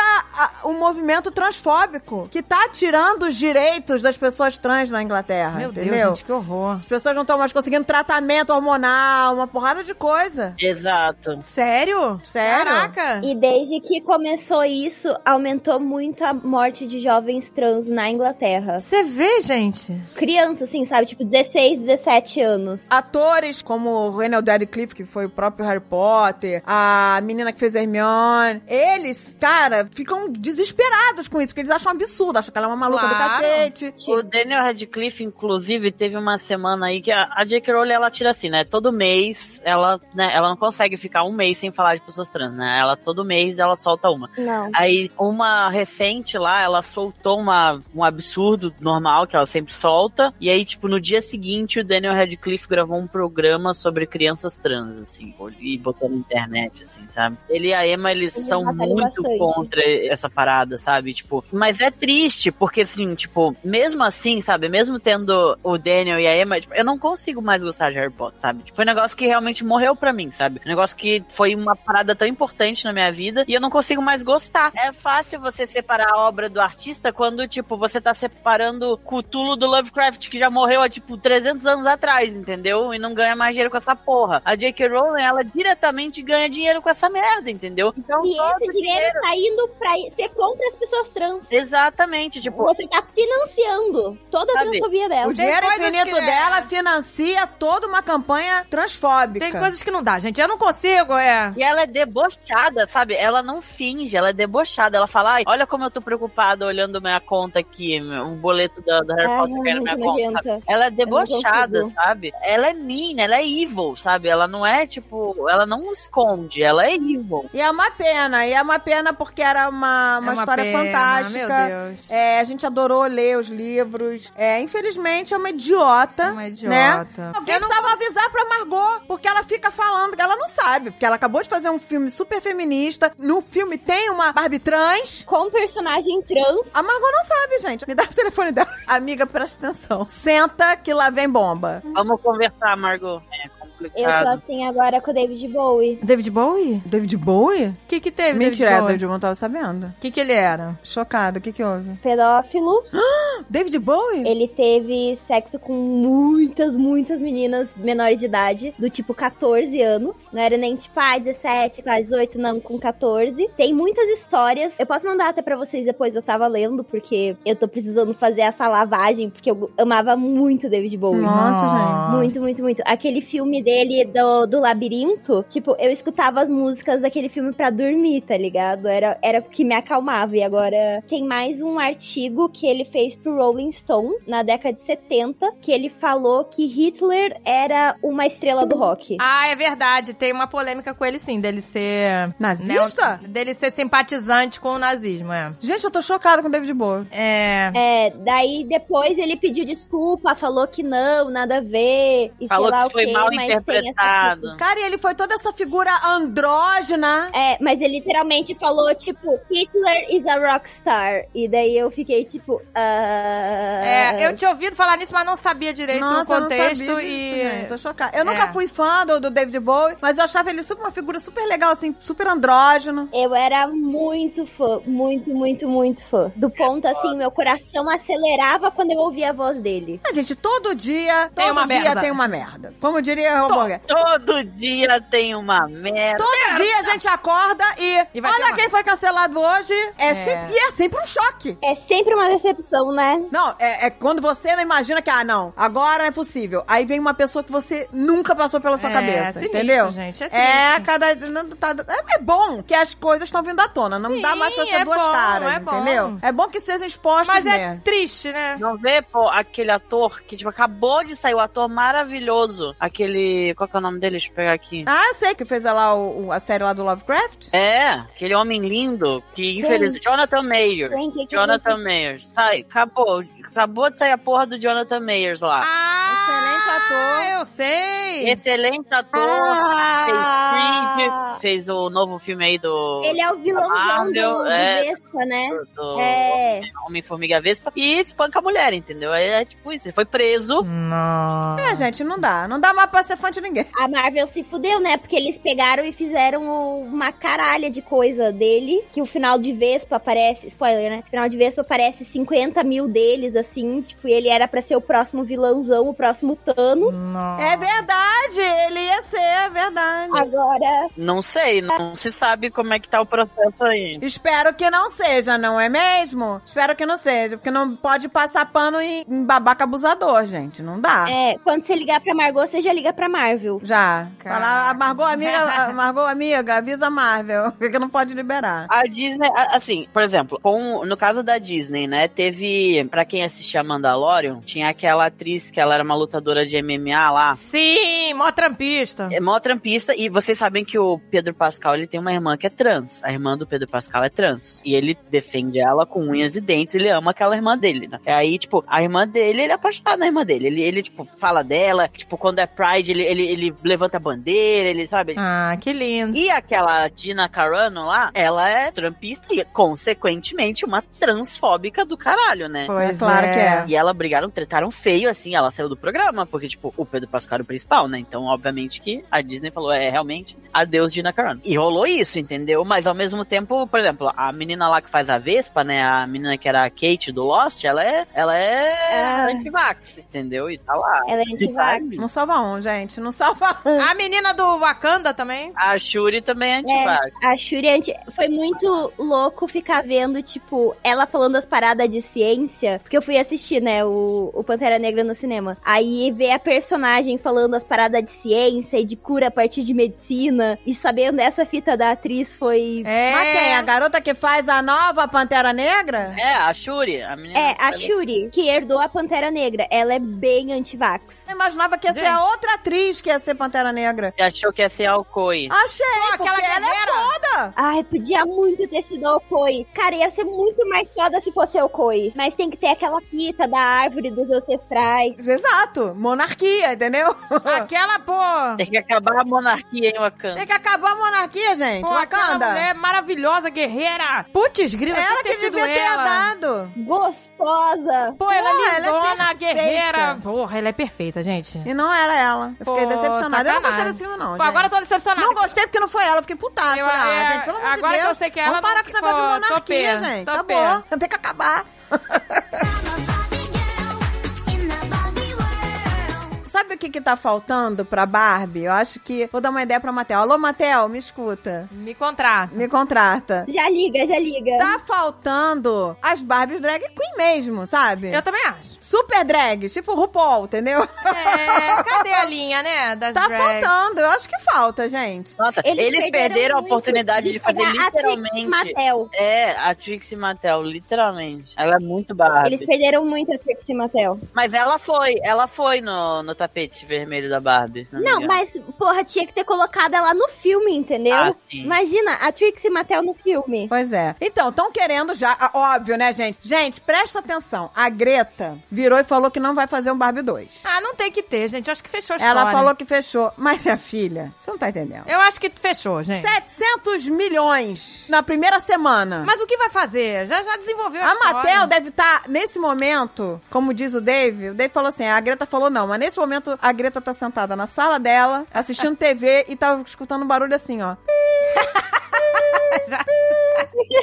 Speaker 2: o movimento transfóbico que tá tirando os direitos das pessoas trans na Inglaterra,
Speaker 1: Meu
Speaker 2: Ah, entendeu?
Speaker 1: Deus, gente, que horror.
Speaker 2: As pessoas não estão mais conseguindo tratamento hormonal, uma porrada de coisa.
Speaker 4: Exato.
Speaker 1: Sério?
Speaker 2: Sério?
Speaker 1: Caraca.
Speaker 3: E desde que começou isso, aumentou muito a morte de jovens trans na Inglaterra.
Speaker 1: Você vê, gente?
Speaker 3: Criança, assim, sabe? Tipo, 16, 17 anos.
Speaker 2: Atores como o Daniel Radcliffe, que foi o próprio próprio Harry Potter, a menina que fez a Hermione. Eles, cara, ficam desesperados com isso, porque eles acham um absurdo, acham que ela é uma maluca
Speaker 1: Claro.
Speaker 2: do cacete.
Speaker 4: O Daniel Radcliffe, inclusive, teve uma semana aí que a, a J.K. Rowling, ela tira assim, né? Todo mês, ela, né, ela não consegue ficar um mês sem falar de pessoas trans, né? Ela, todo mês, ela solta uma.
Speaker 3: Não.
Speaker 4: Aí, uma recente lá, ela soltou uma, um absurdo normal, que ela sempre solta. E aí, tipo, no dia seguinte, o Daniel Radcliffe gravou um programa sobre crianças trans, assim, e botou na internet, assim, sabe? Ele e a Emma, eles
Speaker 3: Eles
Speaker 4: são
Speaker 3: batalham
Speaker 4: muito
Speaker 3: bastante.
Speaker 4: contra essa parada, sabe? Tipo, mas é triste, porque, assim, tipo, mesmo assim, sabe? Mesmo tendo o Daniel e a Emma, tipo, eu não consigo mais gostar de Harry Potter, sabe? Tipo, é um negócio que realmente morreu pra mim, sabe? Um negócio que foi uma parada tão importante na minha vida e eu não consigo mais gostar. É fácil você separar a obra do artista quando, tipo, você tá separando Cthulhu do Lovecraft, que já morreu há, tipo, 300 anos atrás, entendeu? E não ganha mais dinheiro com essa porra. A J.K. Rowling, ela diretamente ganha dinheiro com essa merda, entendeu? Então,
Speaker 3: E
Speaker 4: todo
Speaker 3: esse dinheiro tá indo pra i- ser contra as pessoas trans.
Speaker 4: Exatamente, tipo,
Speaker 3: Você tá financiando toda a
Speaker 4: Sabe,
Speaker 3: transfobia dela.
Speaker 2: O dinheiro
Speaker 1: coisas
Speaker 2: infinito
Speaker 1: que é-
Speaker 2: dela financia toda uma campanha transfóbica.
Speaker 1: Tem coisas que não dá, gente. Eu não consigo, é.
Speaker 4: E ela é debochada, sabe? Ela não finge, ela é debochada. Ela fala, ai, olha como eu tô preocupada olhando minha conta aqui, meu- o boleto da, da Harry
Speaker 3: Ah,
Speaker 4: Potter caiu na minha
Speaker 3: muito
Speaker 4: conta,
Speaker 3: nojenta.
Speaker 4: sabe? Ela é debochada,
Speaker 3: consigo.
Speaker 4: sabe? Ela é mean, ela é evil, sabe? Ela não é, tipo, ela não esconde, ela é evil.
Speaker 2: E é uma pena, e é uma pena porque era uma, uma,
Speaker 1: É
Speaker 2: história
Speaker 1: pena,
Speaker 2: fantástica.
Speaker 1: Meu Deus.
Speaker 2: É, a gente adorou ler os livros. É, infelizmente é uma idiota.
Speaker 1: Uma idiota.
Speaker 2: Alguém precisava avisar pra Margot, porque ela fica falando que ela não sabe, porque ela acabou de fazer um filme super feminista. No filme tem uma Barbie trans.
Speaker 3: Com personagem trans,
Speaker 2: A Margot não sabe, gente. Me dá o telefone dela. Amiga, presta atenção. Senta que lá vem bomba.
Speaker 4: Vamos conversar, Margot. É
Speaker 3: eu tô
Speaker 4: complicado.
Speaker 3: assim agora com o David Bowie.
Speaker 1: David Bowie?
Speaker 2: David Bowie?
Speaker 1: O que que teve,
Speaker 2: Mentira, é
Speaker 1: David Bowie?
Speaker 2: David Bowie não tava sabendo.
Speaker 1: O que que ele era?
Speaker 2: Chocado, o que que houve?
Speaker 3: Pedófilo.
Speaker 2: David Bowie?
Speaker 3: Ele teve sexo com muitas, muitas meninas menores de idade, do tipo 14 anos. Não era nem tipo, ah, 17, quase 18, não, com 14. Tem muitas histórias. Eu posso mandar até pra vocês depois, eu tava lendo, porque eu tô precisando fazer essa lavagem, porque eu amava muito David Bowie.
Speaker 2: Nossa,
Speaker 3: Muito, muito, muito. Aquele filme dele do, do labirinto, tipo, eu escutava as músicas daquele filme pra dormir, tá ligado? Era, era o que me acalmava. E agora tem mais um artigo que ele fez pro Rolling Stone na década de 70, que ele falou que Hitler era uma estrela do rock.
Speaker 1: Ah, é verdade. Tem uma polêmica com ele sim, dele ser.
Speaker 2: Nazista?
Speaker 1: neo- Dele ser simpatizante com o nazismo, é.
Speaker 2: Gente, eu tô chocada com o David Bowie.
Speaker 1: É.
Speaker 3: É, daí depois ele pediu desculpa, falou que não, nada a ver. E
Speaker 4: Falou
Speaker 3: sei lá
Speaker 4: que
Speaker 3: o
Speaker 4: foi
Speaker 3: quê,
Speaker 4: mal
Speaker 3: mas tem essa
Speaker 4: interpretado.
Speaker 2: Cara, e ele foi toda essa figura andrógena.
Speaker 3: É, mas ele literalmente falou, tipo, Hitler is a rockstar. E daí eu fiquei, tipo, ah...
Speaker 1: É, eu tinha ouvido falar nisso, mas não sabia direito o
Speaker 2: Nossa, eu não
Speaker 1: um contexto
Speaker 2: sabia disso,
Speaker 1: e.
Speaker 2: gente. Tô chocada. Eu
Speaker 1: É.
Speaker 2: nunca fui fã do, do David Bowie, mas eu achava ele super, uma figura super legal, assim, super andrógeno.
Speaker 3: Eu era muito fã, muito, muito, muito fã. Do
Speaker 1: É,
Speaker 3: ponto, assim, meu coração acelerava quando eu ouvia a voz dele.
Speaker 2: Ah, gente, todo dia, todo
Speaker 1: Tem uma
Speaker 2: dia
Speaker 1: merda.
Speaker 2: tem uma merda. Como diria o Hambúrguer.
Speaker 4: Todo dia tem uma merda.
Speaker 2: Todo dia a gente acorda e,
Speaker 1: E vai ter
Speaker 2: olha
Speaker 1: mais.
Speaker 2: quem foi cancelado hoje. É
Speaker 1: É.
Speaker 2: sempre- e é sempre um choque.
Speaker 3: É sempre uma decepção, né?
Speaker 2: Não, é, é quando você não imagina que, ah, não, agora é possível. Aí vem uma pessoa que você nunca passou pela sua
Speaker 1: É,
Speaker 2: cabeça,
Speaker 1: sinistro,
Speaker 2: entendeu?
Speaker 1: gente, é
Speaker 2: É,
Speaker 1: triste.
Speaker 2: cada. não tá- é, é bom que as coisas estão vindo à tona. Não
Speaker 1: Sim,
Speaker 2: dá mais pra ser
Speaker 1: é
Speaker 2: duas
Speaker 1: bom,
Speaker 2: caras,
Speaker 1: é bom.
Speaker 2: entendeu? É bom que sejam expostos
Speaker 1: Mas é
Speaker 2: mesmo.
Speaker 1: triste, né?
Speaker 4: Não vê, pô, aquele ator que, tipo, acabou de sair, o ator maravilhoso. Aquele. Qual que é o nome dele? Deixa eu pegar aqui.
Speaker 2: Ah, eu sei que fez lá o- o- a série lá do Lovecraft.
Speaker 4: É, aquele homem lindo que, infelizmente. Jonathan Mayers.
Speaker 3: Quem, quem, quem,
Speaker 4: Jonathan Mayers. Sai, acabou. Acabou de sair a porra do Jonathan Mayers lá.
Speaker 1: Ah!
Speaker 2: Excelente ator.
Speaker 1: Eu sei!
Speaker 4: Excelente ator.
Speaker 3: Ah.
Speaker 2: Ah,
Speaker 4: Fez Creed, fez o novo filme aí do.
Speaker 3: Ele é o vilãozão do, do
Speaker 4: É.
Speaker 3: Vespa, né?
Speaker 4: do
Speaker 3: É.
Speaker 4: Homem-Formiga Vespa e espanca a mulher, entendeu? É, é tipo isso, ele foi preso.
Speaker 3: Hum.
Speaker 1: Não.
Speaker 2: É, gente, não dá. Não dá mais pra ser fã de ninguém.
Speaker 3: A Marvel se fudeu, né? Porque eles pegaram e fizeram o- uma caralha de coisa dele. Que o final de Vespa aparece. Spoiler, né? O final de Vespa aparece 50 mil perfil deles, assim, tipo, e ele era pra ser o próximo vilãozão, o próximo Thanos.
Speaker 1: Nossa.
Speaker 2: É verdade, ele ia ser, é verdade.
Speaker 1: Ah.
Speaker 3: Agora,
Speaker 4: Não sei, não se sabe como é que tá o processo aí.
Speaker 2: Espero que não seja, não é mesmo? Espero que não seja, porque não pode passar pano em, em babaca abusador, gente. Não dá.
Speaker 3: é, quando você ligar pra Margot, você já liga pra Marvel.
Speaker 2: Já.
Speaker 1: Caraca.
Speaker 2: Falar, "Ah, a Margot, amiga, a Margot, amiga, avisa a Marvel, que não pode liberar.
Speaker 4: A Disney, a- assim, por exemplo, com, no caso da Disney, né, teve, pra quem assistia Mandalorian, tinha aquela atriz que ela era uma lutadora de MMA lá,
Speaker 1: Sim, mó trampista.
Speaker 4: É mó trampista, e vocês sabem que o Pedro Pascal, ele tem uma irmã que é trans. A irmã do Pedro Pascal é trans. E ele defende ela com unhas e dentes, ele ama aquela irmã dele, né? E aí, tipo, a irmã dele, ele é apaixonado na irmã dele. Ele, ele tipo, fala dela, tipo, quando é Pride, ele, ele, ele levanta a bandeira, ele, sabe?
Speaker 1: Ah, que lindo.
Speaker 4: E aquela Gina Carano lá, ela é trampista e, consequentemente, uma transfóbica do caralho, né?
Speaker 1: Pois
Speaker 2: É claro que é.
Speaker 4: E ela brigaram, tretaram feio, assim, ela saiu do programa, porque, tipo, o Pedro Pascal era o principal, né? Então, obviamente que a Disney falou, é, realmente, adeus Gina Carano. E rolou isso, entendeu? Mas, ao mesmo tempo, por exemplo, a menina lá que faz a Vespa, né? A menina que era a Kate do Lost, ela é, ela é
Speaker 3: Ah.
Speaker 4: antivax, entendeu? E tá lá.
Speaker 3: Ela
Speaker 4: E
Speaker 3: é
Speaker 4: tá
Speaker 3: antivax.
Speaker 4: ali.
Speaker 2: Não salva um, gente. Não salva um.
Speaker 1: A menina do Wakanda também.
Speaker 4: A Shuri também é antivax.
Speaker 3: A Shuri anti- foi muito louco ficar vendo, tipo, ela falando as paradas de ciência. Porque eu fui assistir, né, o, o Pantera Negra no cinema. Aí ver a personagem falando as paradas de ciência e de cura a partir de medicina. E sabendo essa fita da atriz foi.
Speaker 1: É.
Speaker 2: Mas quem? A garota que faz a nova Pantera Negra?
Speaker 4: É, a Shuri, a menina.
Speaker 3: É,
Speaker 4: que
Speaker 3: a
Speaker 4: faz
Speaker 3: Shuri, que herdou a Pantera Negra. Ela é bem antivax.
Speaker 2: Eu imaginava que ia ser
Speaker 1: Gente.
Speaker 2: a outra atriz que ia ser Pantera Negra.
Speaker 4: Você achou que ia ser Alcoi.
Speaker 3: Ah.
Speaker 2: Achei, porque
Speaker 1: aquela
Speaker 2: ela é
Speaker 1: guerreira.
Speaker 2: foda.
Speaker 3: Ai, podia muito ter sido o Koi. Cara, ia ser muito mais foda se fosse o Koi. Mas tem que ter aquela fita da árvore dos ancestrais.
Speaker 2: Exato. Monarquia, entendeu?
Speaker 1: Aquela, pô.
Speaker 4: Tem que acabar a monarquia em Wakanda.
Speaker 2: Tem É que acabar a monarquia, gente.
Speaker 1: Pô, aquela
Speaker 2: Wakanda.
Speaker 1: mulher maravilhosa, guerreira. Putz, grila,
Speaker 2: Ela
Speaker 1: tem
Speaker 2: que
Speaker 1: ter sido
Speaker 2: devia ter
Speaker 1: ela.
Speaker 2: dado.
Speaker 3: Gostosa!
Speaker 1: Pô, ela
Speaker 2: Porra,
Speaker 1: é
Speaker 2: ela é
Speaker 1: lindona,
Speaker 2: perfeita.
Speaker 1: guerreira. Porra, ela é perfeita, gente.
Speaker 2: E não era ela. Eu fiquei
Speaker 1: Pô,
Speaker 2: decepcionada. Eu não
Speaker 1: sacanagem.
Speaker 2: gostei desse filme, não.
Speaker 1: Pô,
Speaker 2: gente.
Speaker 1: agora eu tô decepcionada.
Speaker 2: Não gostei porque não foi ela, fiquei putada.
Speaker 1: Eu-
Speaker 2: Falei, ah,
Speaker 1: é,
Speaker 2: gente, pelo amor de
Speaker 1: agora que
Speaker 2: Deus,
Speaker 1: eu sei que
Speaker 2: vamos
Speaker 1: ela
Speaker 2: parar
Speaker 1: não-
Speaker 2: com esse negócio de
Speaker 1: pô,
Speaker 2: monarquia,
Speaker 1: topê,
Speaker 2: gente.
Speaker 1: topê.
Speaker 2: Acabou. Tem que acabar.
Speaker 5: I'm a Barbie girl in the Barbie world.
Speaker 2: Sabe o que que tá faltando pra Barbie? Eu acho que... Vou dar uma ideia pra Matel. Alô, Matel, me escuta.
Speaker 1: Me contrata.
Speaker 2: Me contrata.
Speaker 3: Já liga, já liga.
Speaker 2: Tá faltando as Barbies drag queen mesmo, sabe?
Speaker 1: Eu também acho.
Speaker 2: Super drags, tipo RuPaul, entendeu?
Speaker 1: É, cadê a linha, né? Das
Speaker 2: Tá
Speaker 1: drags?
Speaker 2: faltando. Eu acho que falta, gente.
Speaker 4: Nossa, eles, perderam, a
Speaker 3: muito
Speaker 4: oportunidade de fazer
Speaker 3: pegar a Trixie
Speaker 4: literalmente.
Speaker 3: Mattel.
Speaker 4: É, a Trixie Mattel, literalmente. Ela é muito Barbie.
Speaker 3: Eles perderam muito a Trixie Mattel.
Speaker 4: Mas ela foi, ela foi no, no tapete vermelho da Barbie. se me
Speaker 3: Não,
Speaker 4: engano.
Speaker 3: mas, porra, tinha que ter colocado ela no filme, entendeu?
Speaker 4: Ah, sim.
Speaker 3: Imagina, a Trixie Mattel no filme.
Speaker 2: Pois é. Então, estão querendo já. ah, Óbvio, né, gente? Gente, presta atenção. A Greta virou e falou que não vai fazer um Barbie 2.
Speaker 1: Ah, não tem que ter, gente. Eu acho que fechou né? a história.
Speaker 2: Ela falou que fechou. Mas, minha filha, você não tá entendendo.
Speaker 1: Eu acho que fechou, gente.
Speaker 2: 700 milhões na primeira semana.
Speaker 1: Mas o que vai fazer? Já, já desenvolveu a,
Speaker 2: A
Speaker 1: história.
Speaker 2: Mattel deve estar, nesse momento, como diz o Dave, o Dave falou assim, a Greta falou não, mas nesse momento a Greta tá sentada na sala dela, assistindo TV e tá escutando um barulho assim, ó,
Speaker 1: Já-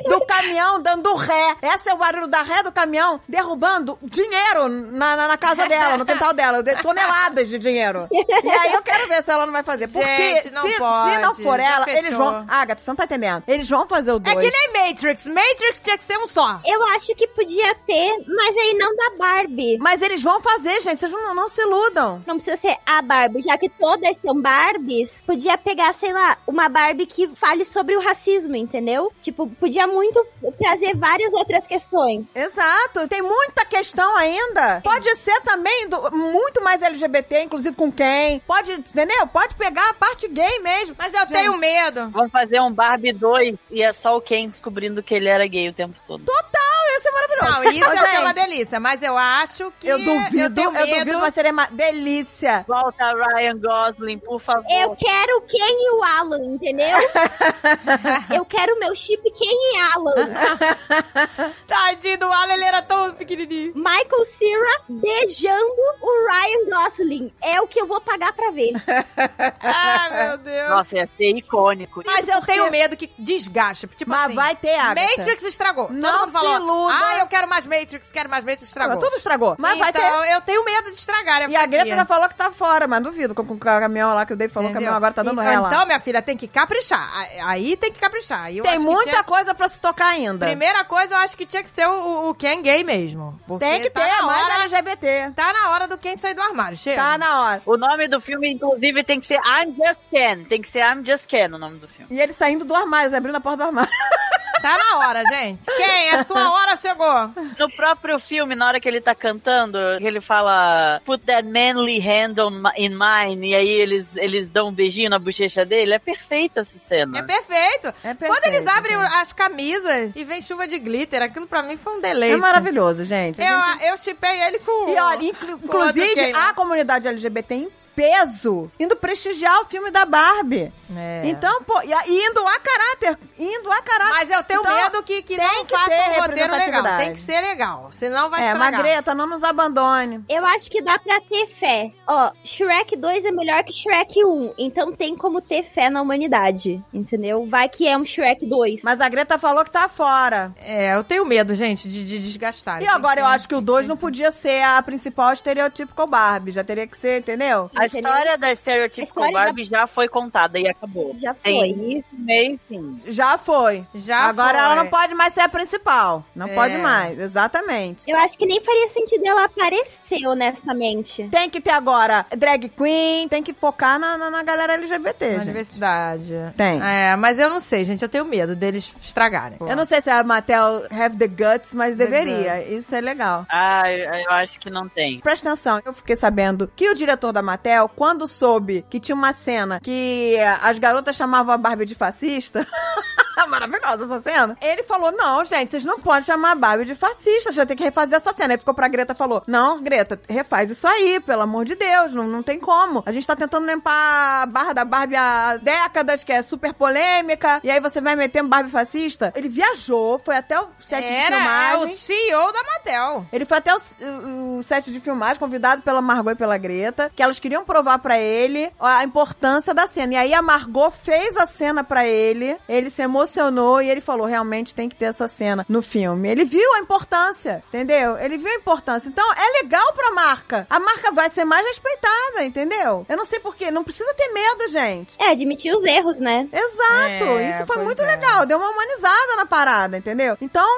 Speaker 2: do caminhão dando ré. Esse é o barulho da ré do caminhão derrubando dinheiro na, na, na casa dela, no quintal dela, de- toneladas de dinheiro. E aí eu quero ver se ela não vai fazer, porque
Speaker 1: Gente, não
Speaker 2: se, se
Speaker 1: pode,
Speaker 2: não for
Speaker 1: já
Speaker 2: ela,
Speaker 1: fechou.
Speaker 2: eles vão... Ah, Gata, você não tá entendendo. Eles vão fazer o
Speaker 1: É
Speaker 2: dois.
Speaker 1: que nem Matrix. Matrix tinha que ser um só.
Speaker 3: Eu acho que podia ter, mas aí não da Barbie.
Speaker 2: Mas eles vão fazer, gente, vocês não, não se iludam.
Speaker 3: Não precisa ser a Barbie, já que todas são Barbies. Podia pegar, sei lá, uma Barbie que fale sobre o racismo, entendeu? Tipo, podia muito trazer várias outras questões.
Speaker 2: Exato, tem muita questão ainda. Pode ser também do- muito mais LGBT, inclusive com quem. Pode, entendeu? Pode pegar a parte gay mesmo.
Speaker 1: Mas eu tenho medo.
Speaker 4: Vão fazer um Barbie 2 e é só o Ken descobrindo que ele era gay o tempo todo.
Speaker 2: Ia ser maravilhoso.
Speaker 1: Não, isso
Speaker 2: Ô,
Speaker 1: é
Speaker 2: gente,
Speaker 1: uma delícia. Mas eu acho que...
Speaker 2: Eu duvido, eu,
Speaker 1: Eu tenho medo.
Speaker 2: duvido, mas seria uma delícia.
Speaker 4: Volta Ryan Gosling, por favor.
Speaker 3: Eu quero o Ken e o Alan, entendeu? eu quero o meu chip Ken e Alan.
Speaker 1: Tadinho do Alan, ele era tão pequenininho.
Speaker 3: Michael Cera beijando o Ryan Gosling. É é o que eu vou pagar pra ver.
Speaker 1: Ah, meu Deus.
Speaker 4: Nossa, ia ser icônico.
Speaker 1: Mas eu tenho medo que desgaste. Tipo
Speaker 2: Mas
Speaker 1: assim,
Speaker 2: vai ter, Agatha.
Speaker 1: Matrix estragou. Todo
Speaker 2: Não
Speaker 1: mundo falou,
Speaker 2: se iluda.
Speaker 1: Ah, eu quero mais Matrix, quero mais Matrix, estragou.
Speaker 2: Tudo estragou. Mas vai ter.
Speaker 1: então, eu tenho medo de estragar.
Speaker 2: E a Greta já
Speaker 1: não
Speaker 2: falou que tá fora, mas duvido. Com com o caminhão lá que eu dei, falou que o caminhão agora tá dando
Speaker 1: então,
Speaker 2: ela.
Speaker 1: Então, minha filha, tem que caprichar. A- Aí tem que caprichar. E eu
Speaker 2: Tem
Speaker 1: acho que
Speaker 2: muita
Speaker 1: tinha-
Speaker 2: coisa pra se tocar ainda.
Speaker 1: Primeira coisa, eu acho que tinha que ser o, o Ken gay mesmo. Porque
Speaker 2: Tem que
Speaker 1: tá
Speaker 2: ter
Speaker 1: na
Speaker 2: mais
Speaker 1: hora,
Speaker 2: LGBT.
Speaker 1: Tá na hora do Ken sair do armário, chega.
Speaker 2: Tá na hora.
Speaker 4: O nome do filme, inclusive, tem que ser I'm Just Ken. Tem que ser I'm Just Ken o nome do filme.
Speaker 2: E ele saindo do armário, abrindo a porta do armário.
Speaker 1: Tá na hora, gente. Ken, a sua hora chegou.
Speaker 4: No próprio filme, na hora que ele tá cantando, ele fala Put that manly hand on my- in mine. E aí eles, eles dão um beijinho na bochecha dele. É perfeita essa cena.
Speaker 1: É perfeito.
Speaker 2: É perfeito,
Speaker 1: Quando eles abrem
Speaker 2: gente.
Speaker 1: as camisas e vem chuva de glitter, aquilo pra mim foi um deleite.
Speaker 2: É maravilhoso, gente. A gente-
Speaker 1: Eu, eu chipei ele com.
Speaker 2: E olha,
Speaker 1: com
Speaker 2: inclu-
Speaker 1: outro
Speaker 2: inclusive,
Speaker 1: Ken.
Speaker 2: a comunidade LGBT em peso indo prestigiar o filme da Barbie.
Speaker 1: É.
Speaker 2: Então, pô, e a- e indo a caráter. Indo a caráter.
Speaker 1: Mas eu tenho
Speaker 2: Então,
Speaker 1: medo que, que
Speaker 2: tem
Speaker 1: não
Speaker 2: que
Speaker 1: faça
Speaker 2: ter
Speaker 1: um roteiro legal.
Speaker 2: representatividade.
Speaker 1: Tem que ser legal, senão vai
Speaker 2: é, mas
Speaker 1: estragar.
Speaker 2: Greta, não nos abandone.
Speaker 3: Eu acho que dá pra ter fé. Ó, Shrek 2 é melhor que Shrek 1, então tem como ter fé na humanidade, entendeu? Vai que é um Shrek 2.
Speaker 2: Mas a Greta falou que tá fora.
Speaker 1: É, eu tenho medo, gente, de, de desgastar. então.
Speaker 2: E agora eu acho que o 2 não podia ser a principal estereotípica Barbie. Já teria que ser, entendeu?
Speaker 4: A
Speaker 3: Entendeu?
Speaker 4: história da
Speaker 3: A
Speaker 4: Stereotypical
Speaker 3: história
Speaker 4: Barbie já foi contada e acabou.
Speaker 3: Já foi.
Speaker 4: Tem isso, meio e fim.
Speaker 2: Já foi.
Speaker 1: Já
Speaker 2: Agora
Speaker 1: foi.
Speaker 2: ela não pode mais ser a principal. Não
Speaker 1: É.
Speaker 2: pode mais, exatamente.
Speaker 3: Eu acho que nem faria sentido ela aparecer, honestamente.
Speaker 2: Tem que ter agora drag queen, tem que focar na, na, na galera LGBT,
Speaker 1: Na
Speaker 2: gente.
Speaker 1: diversidade.
Speaker 2: Tem.
Speaker 1: É, mas eu não sei, gente. Eu tenho medo deles estragarem.
Speaker 2: Eu não sei se a Mattel have the guts, mas
Speaker 1: The
Speaker 2: deveria. Isso é legal.
Speaker 4: Ah, eu eu acho que não tem.
Speaker 2: Presta atenção, eu fiquei sabendo que o diretor da Mattel, quando soube que tinha uma cena que eh, as garotas chamavam a Barbie de fascista, maravilhosa essa cena, ele falou, não, gente, vocês não podem chamar a Barbie de fascista, já tem que refazer essa cena. Aí ficou pra Greta e falou, não, Greta, refaz isso aí, pelo amor de Deus, não, não tem como. A gente tá tentando limpar a barra da Barbie há décadas, que é super polêmica, e aí você vai metendo Barbie fascista? Ele viajou, foi até o set de
Speaker 1: Era é
Speaker 2: filmagem.
Speaker 1: o CEO da Mattel.
Speaker 2: Ele foi até o, o- o set de filmagem, convidado pela Margot e pela Greta, que elas queriam provar pra ele a importância da cena. E aí a Margot fez a cena pra ele, ele se emocionou e ele falou: realmente tem que ter essa cena no filme. Ele viu a importância, entendeu? Ele viu a importância. Então é legal pra marca. A marca vai ser mais respeitada, entendeu? Eu não sei porquê, não precisa ter medo, gente.
Speaker 3: É, admitir os erros, né?
Speaker 2: Exato,
Speaker 1: É,
Speaker 2: isso foi
Speaker 1: pois
Speaker 2: muito
Speaker 1: é.
Speaker 2: legal, deu uma humanizada na parada, entendeu? Então,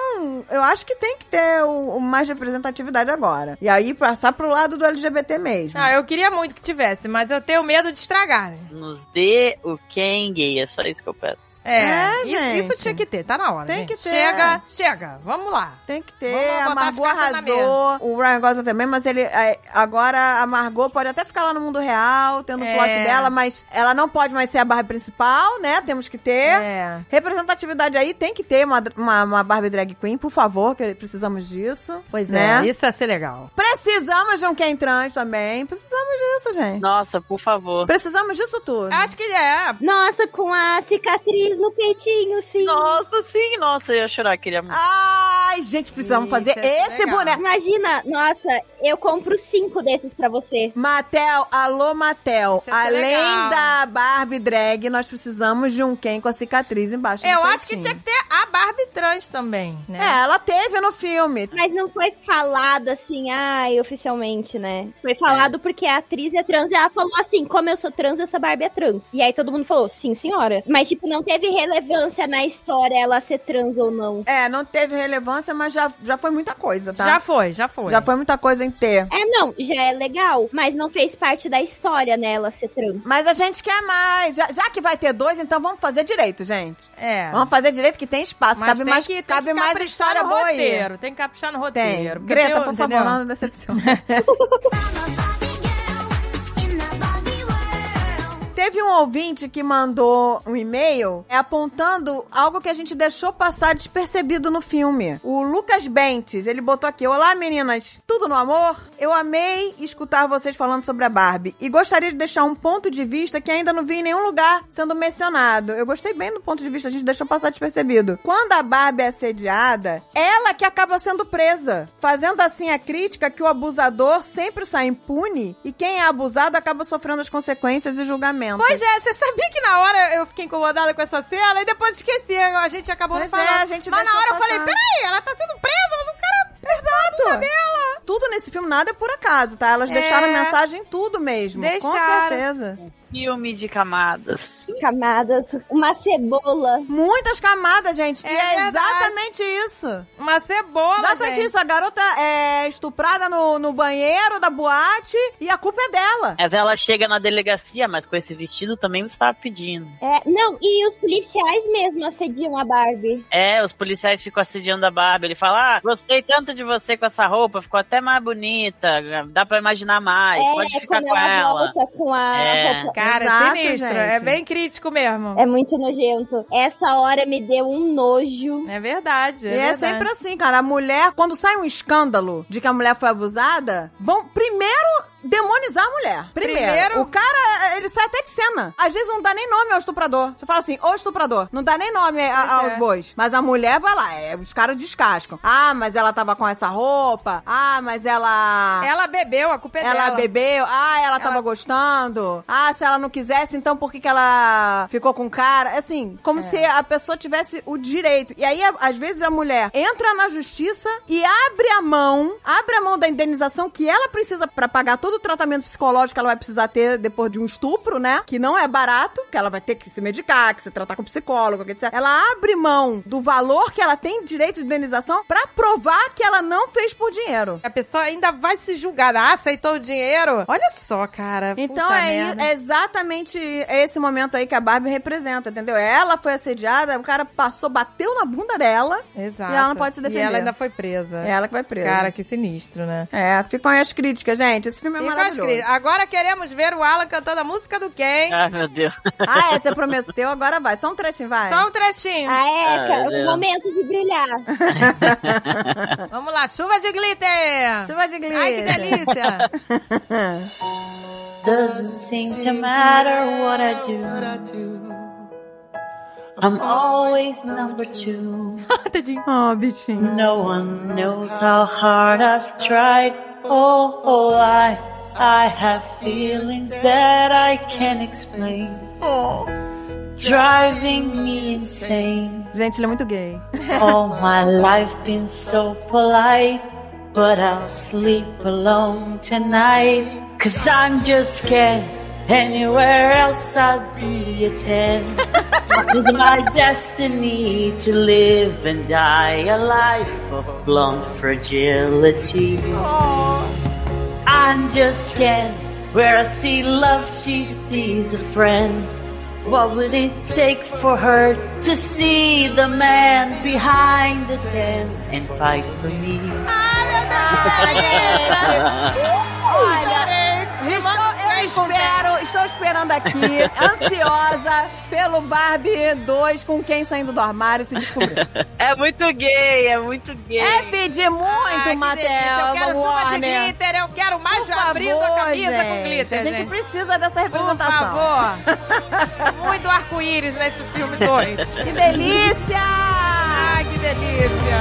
Speaker 2: eu acho que tem que ter o, o mais representatividade agora. E aí passar pro lado do LGBT mesmo.
Speaker 1: Ah, eu queria muito que tivesse, mas eu tenho medo de estragarem.
Speaker 4: Nos dê o Ken gay. É só isso que eu peço.
Speaker 1: É,
Speaker 2: É,
Speaker 1: isso,
Speaker 2: gente.
Speaker 1: isso tinha que ter, tá na hora.
Speaker 2: Tem
Speaker 1: gente.
Speaker 2: que ter.
Speaker 1: Chega, chega, vamos lá.
Speaker 2: Tem que ter,
Speaker 1: Vamos
Speaker 2: a
Speaker 1: botar as
Speaker 2: Margot
Speaker 1: cartas na
Speaker 2: arrasou, o Ryan Gosling também, mas ele é, agora a Margot pode até ficar lá no mundo real, tendo o plot
Speaker 1: É.
Speaker 2: dela, mas ela não pode mais ser a Barbie principal, né? Temos que ter.
Speaker 1: É.
Speaker 2: Representatividade aí tem que ter uma, uma, uma Barbie drag queen, por favor, que precisamos disso.
Speaker 1: Pois
Speaker 2: né?
Speaker 1: é, isso ia ser legal.
Speaker 2: Precisamos de um quem trans também. Precisamos disso, gente.
Speaker 4: Nossa, por favor.
Speaker 2: Precisamos disso tudo.
Speaker 1: Acho que é.
Speaker 3: Nossa, com a cicatriz no peitinho, sim.
Speaker 4: Nossa, sim, nossa, eu ia chorar, queria
Speaker 2: Ah.
Speaker 4: um muito.
Speaker 2: Ai, gente, precisamos
Speaker 1: Isso,
Speaker 2: fazer
Speaker 1: isso é
Speaker 2: esse
Speaker 1: legal.
Speaker 2: boneco.
Speaker 3: Imagina, nossa, eu compro cinco desses pra você.
Speaker 2: Matel, alô Matel.
Speaker 1: Isso é
Speaker 2: Além
Speaker 1: legal.
Speaker 2: da Barbie drag, nós precisamos de um Ken com a cicatriz embaixo. do
Speaker 1: Eu acho que tinha
Speaker 2: peitinho.
Speaker 1: que ter a Barbie trans também, né?
Speaker 2: É, ela teve no filme.
Speaker 3: Mas não foi falado assim, ai, oficialmente, né? Foi falado porque a atriz é trans e ela falou assim: como eu sou trans, essa Barbie é trans. E aí todo mundo falou, sim, senhora. Mas, tipo, não teve relevância na história ela ser trans ou não.
Speaker 2: É, não teve relevância, mas já, já foi muita coisa, tá?
Speaker 1: Já foi, já foi.
Speaker 2: Já foi muita coisa em ter.
Speaker 3: É, não, já é legal, mas não fez parte da história, né, ela ser trans.
Speaker 2: Mas a gente quer mais. Já, já que vai ter dois, então vamos fazer direito, gente.
Speaker 1: É.
Speaker 2: Vamos fazer direito que tem espaço.
Speaker 1: Mas
Speaker 2: cabe
Speaker 1: tem
Speaker 2: mais,
Speaker 1: que- tem
Speaker 2: cabe
Speaker 1: que
Speaker 2: mais
Speaker 1: caprichar
Speaker 2: história
Speaker 1: no
Speaker 2: boa aí.
Speaker 1: roteiro, Tem que caprichar no
Speaker 2: Tem.
Speaker 1: roteiro. porque
Speaker 2: Greta,
Speaker 1: tem-
Speaker 2: por
Speaker 1: entendeu?
Speaker 2: favor, não decepcione.
Speaker 5: I'm a Barbie girl in the Barbie world.
Speaker 2: Teve Teve um ouvinte que mandou um e-mail é, apontando algo que a gente deixou passar despercebido no filme. O Lucas Bentes, ele botou aqui: Olá meninas, tudo no amor? Eu amei escutar vocês falando sobre a Barbie e gostaria de deixar um ponto de vista que ainda não vi em nenhum lugar sendo mencionado. Eu gostei bem do ponto de vista, a gente deixou passar despercebido. Quando a Barbie é assediada, ela que acaba sendo presa, fazendo assim a crítica que o abusador sempre sai impune e quem é abusado acaba sofrendo as consequências e julgamentos.
Speaker 1: Pois é, você sabia que na hora eu fiquei incomodada com essa cena e depois esqueci, a gente acabou
Speaker 2: Pois
Speaker 1: falando.
Speaker 2: é, a gente
Speaker 1: mas na
Speaker 2: deixou
Speaker 1: hora eu
Speaker 2: passar.
Speaker 1: falei, peraí, ela tá sendo presa, mas o cara...
Speaker 2: Exato! Tudo nesse filme, nada é por acaso, tá? Elas
Speaker 1: É.
Speaker 2: deixaram mensagem em tudo mesmo.
Speaker 1: Deixaram.
Speaker 2: Com certeza.
Speaker 4: Filme de camadas.
Speaker 3: Camadas, uma cebola.
Speaker 2: Muitas camadas, gente.
Speaker 1: É
Speaker 2: e é
Speaker 1: verdade.
Speaker 2: exatamente isso.
Speaker 1: Uma
Speaker 2: é
Speaker 1: cebola,
Speaker 2: Exatamente
Speaker 1: gente.
Speaker 2: isso. A garota é estuprada no, no banheiro da boate e a culpa é dela.
Speaker 4: Mas ela chega na delegacia, mas com esse vestido também você tá pedindo.
Speaker 3: É, não, e os policiais mesmo assediam a Barbie.
Speaker 4: É, os policiais ficam assediando a Barbie. Ele fala: Ah, gostei tanto de você com essa roupa, ficou até mais bonita. Dá pra imaginar mais. Pode
Speaker 3: é,
Speaker 4: ficar
Speaker 3: quando
Speaker 4: com ela.
Speaker 3: volta com a
Speaker 4: É.
Speaker 3: roupa.
Speaker 1: Cara,
Speaker 2: Exato,
Speaker 1: sinistro.
Speaker 2: gente.
Speaker 1: É bem crítico mesmo.
Speaker 3: É muito nojento. Essa hora me deu um nojo.
Speaker 1: É, verdade.
Speaker 2: E
Speaker 1: É
Speaker 2: é
Speaker 1: verdade.
Speaker 2: sempre assim, cara. A mulher, quando sai um escândalo de que a mulher foi abusada, vão primeiro demonizar a mulher. Primeiro.
Speaker 1: Primeiro-
Speaker 2: O cara, ele sai até de cena. Às vezes não dá nem nome ao estuprador. Você fala assim, ô estuprador. Não dá nem nome a-
Speaker 1: Pois
Speaker 2: aos
Speaker 1: é.
Speaker 2: bois. Mas a mulher vai lá, é, os caras descascam. Ah, mas ela tava com essa roupa. Ah, mas ela...
Speaker 1: Ela bebeu, a culpa é
Speaker 2: assim. Ela
Speaker 1: dela.
Speaker 2: bebeu, ah, ela tava
Speaker 1: Ela-
Speaker 2: gostando. Ah, se ela não quisesse, então por que, que ela ficou com o cara? Assim, como se a pessoa tivesse o direito. E aí, a- às vezes, a mulher entra na justiça e abre a mão, abre a mão da indenização que ela precisa pra pagar todo o tratamento psicológico que ela vai precisar ter depois de um estupro, né? Que não é barato, que ela vai ter que se medicar, que se tratar com psicólogo, etc. Ela abre mão do valor que ela tem direito de indenização pra provar que ela não fez por dinheiro.
Speaker 1: A pessoa ainda vai se julgar. Ah, aceitou o dinheiro? Olha só, cara.
Speaker 2: Então
Speaker 1: Puta
Speaker 2: é, i-
Speaker 1: merda.
Speaker 2: é exatamente esse momento aí que a Barbie representa, entendeu? Ela foi assediada, o cara passou, bateu na bunda dela,
Speaker 1: Exato.
Speaker 2: e ela não pode se defender.
Speaker 1: E ela ainda foi presa.
Speaker 2: é ela que vai presa.
Speaker 1: Cara, que sinistro, né?
Speaker 2: É, ficam aí as críticas, gente. Esse filme
Speaker 1: E
Speaker 2: é maravilhoso.
Speaker 1: com as crianças. Agora queremos ver o Alan cantando a música do Ken.
Speaker 4: Ah, meu Deus.
Speaker 2: Ah, é, você prometeu, agora vai. Só um trechinho, vai.
Speaker 1: Só um trechinho.
Speaker 3: A
Speaker 4: Ah,
Speaker 3: Eca,
Speaker 4: é.
Speaker 3: o momento de brilhar.
Speaker 1: Vamos lá, chuva de glitter.
Speaker 2: Ah. Chuva de glitter.
Speaker 1: Ai, que delícia.
Speaker 4: Doesn't seem to matter what I do. I'm always number two.
Speaker 2: oh, bichinho.
Speaker 4: No one knows how hard I've tried. Oh, oh, I, I have feelings that I can't explain. Driving me insane.
Speaker 2: Gente, ele é muito gay.
Speaker 4: All my life been so polite, but I'll sleep alone tonight. Cause I'm just scared. Anywhere else I'd be a ten. It's my destiny to live and die a life of blunt fragility. I'm just scared. Where I see love, she sees a friend. What would it take for her to see the man behind the tent and fight for me?
Speaker 2: Olha, estou, eu espero, estou esperando aqui, ansiosa, pelo Barbie 2 com quem saindo do armário se descobrir.
Speaker 4: É muito gay, é muito gay.
Speaker 2: É pedir muito,
Speaker 1: Ai, Ah, que delícia.
Speaker 2: Matheus.
Speaker 1: Eu quero chuva de
Speaker 2: Warner.
Speaker 1: glitter. Eu quero mais
Speaker 2: Por favor,
Speaker 1: abrindo a camisa com
Speaker 2: gente.
Speaker 1: glitter,
Speaker 2: A gente,
Speaker 1: gente.
Speaker 2: precisa dessa
Speaker 1: Por
Speaker 2: representação.
Speaker 1: favor. Muito arco-íris nesse filme 2.
Speaker 2: Que delícia!
Speaker 1: Ai, que delícia.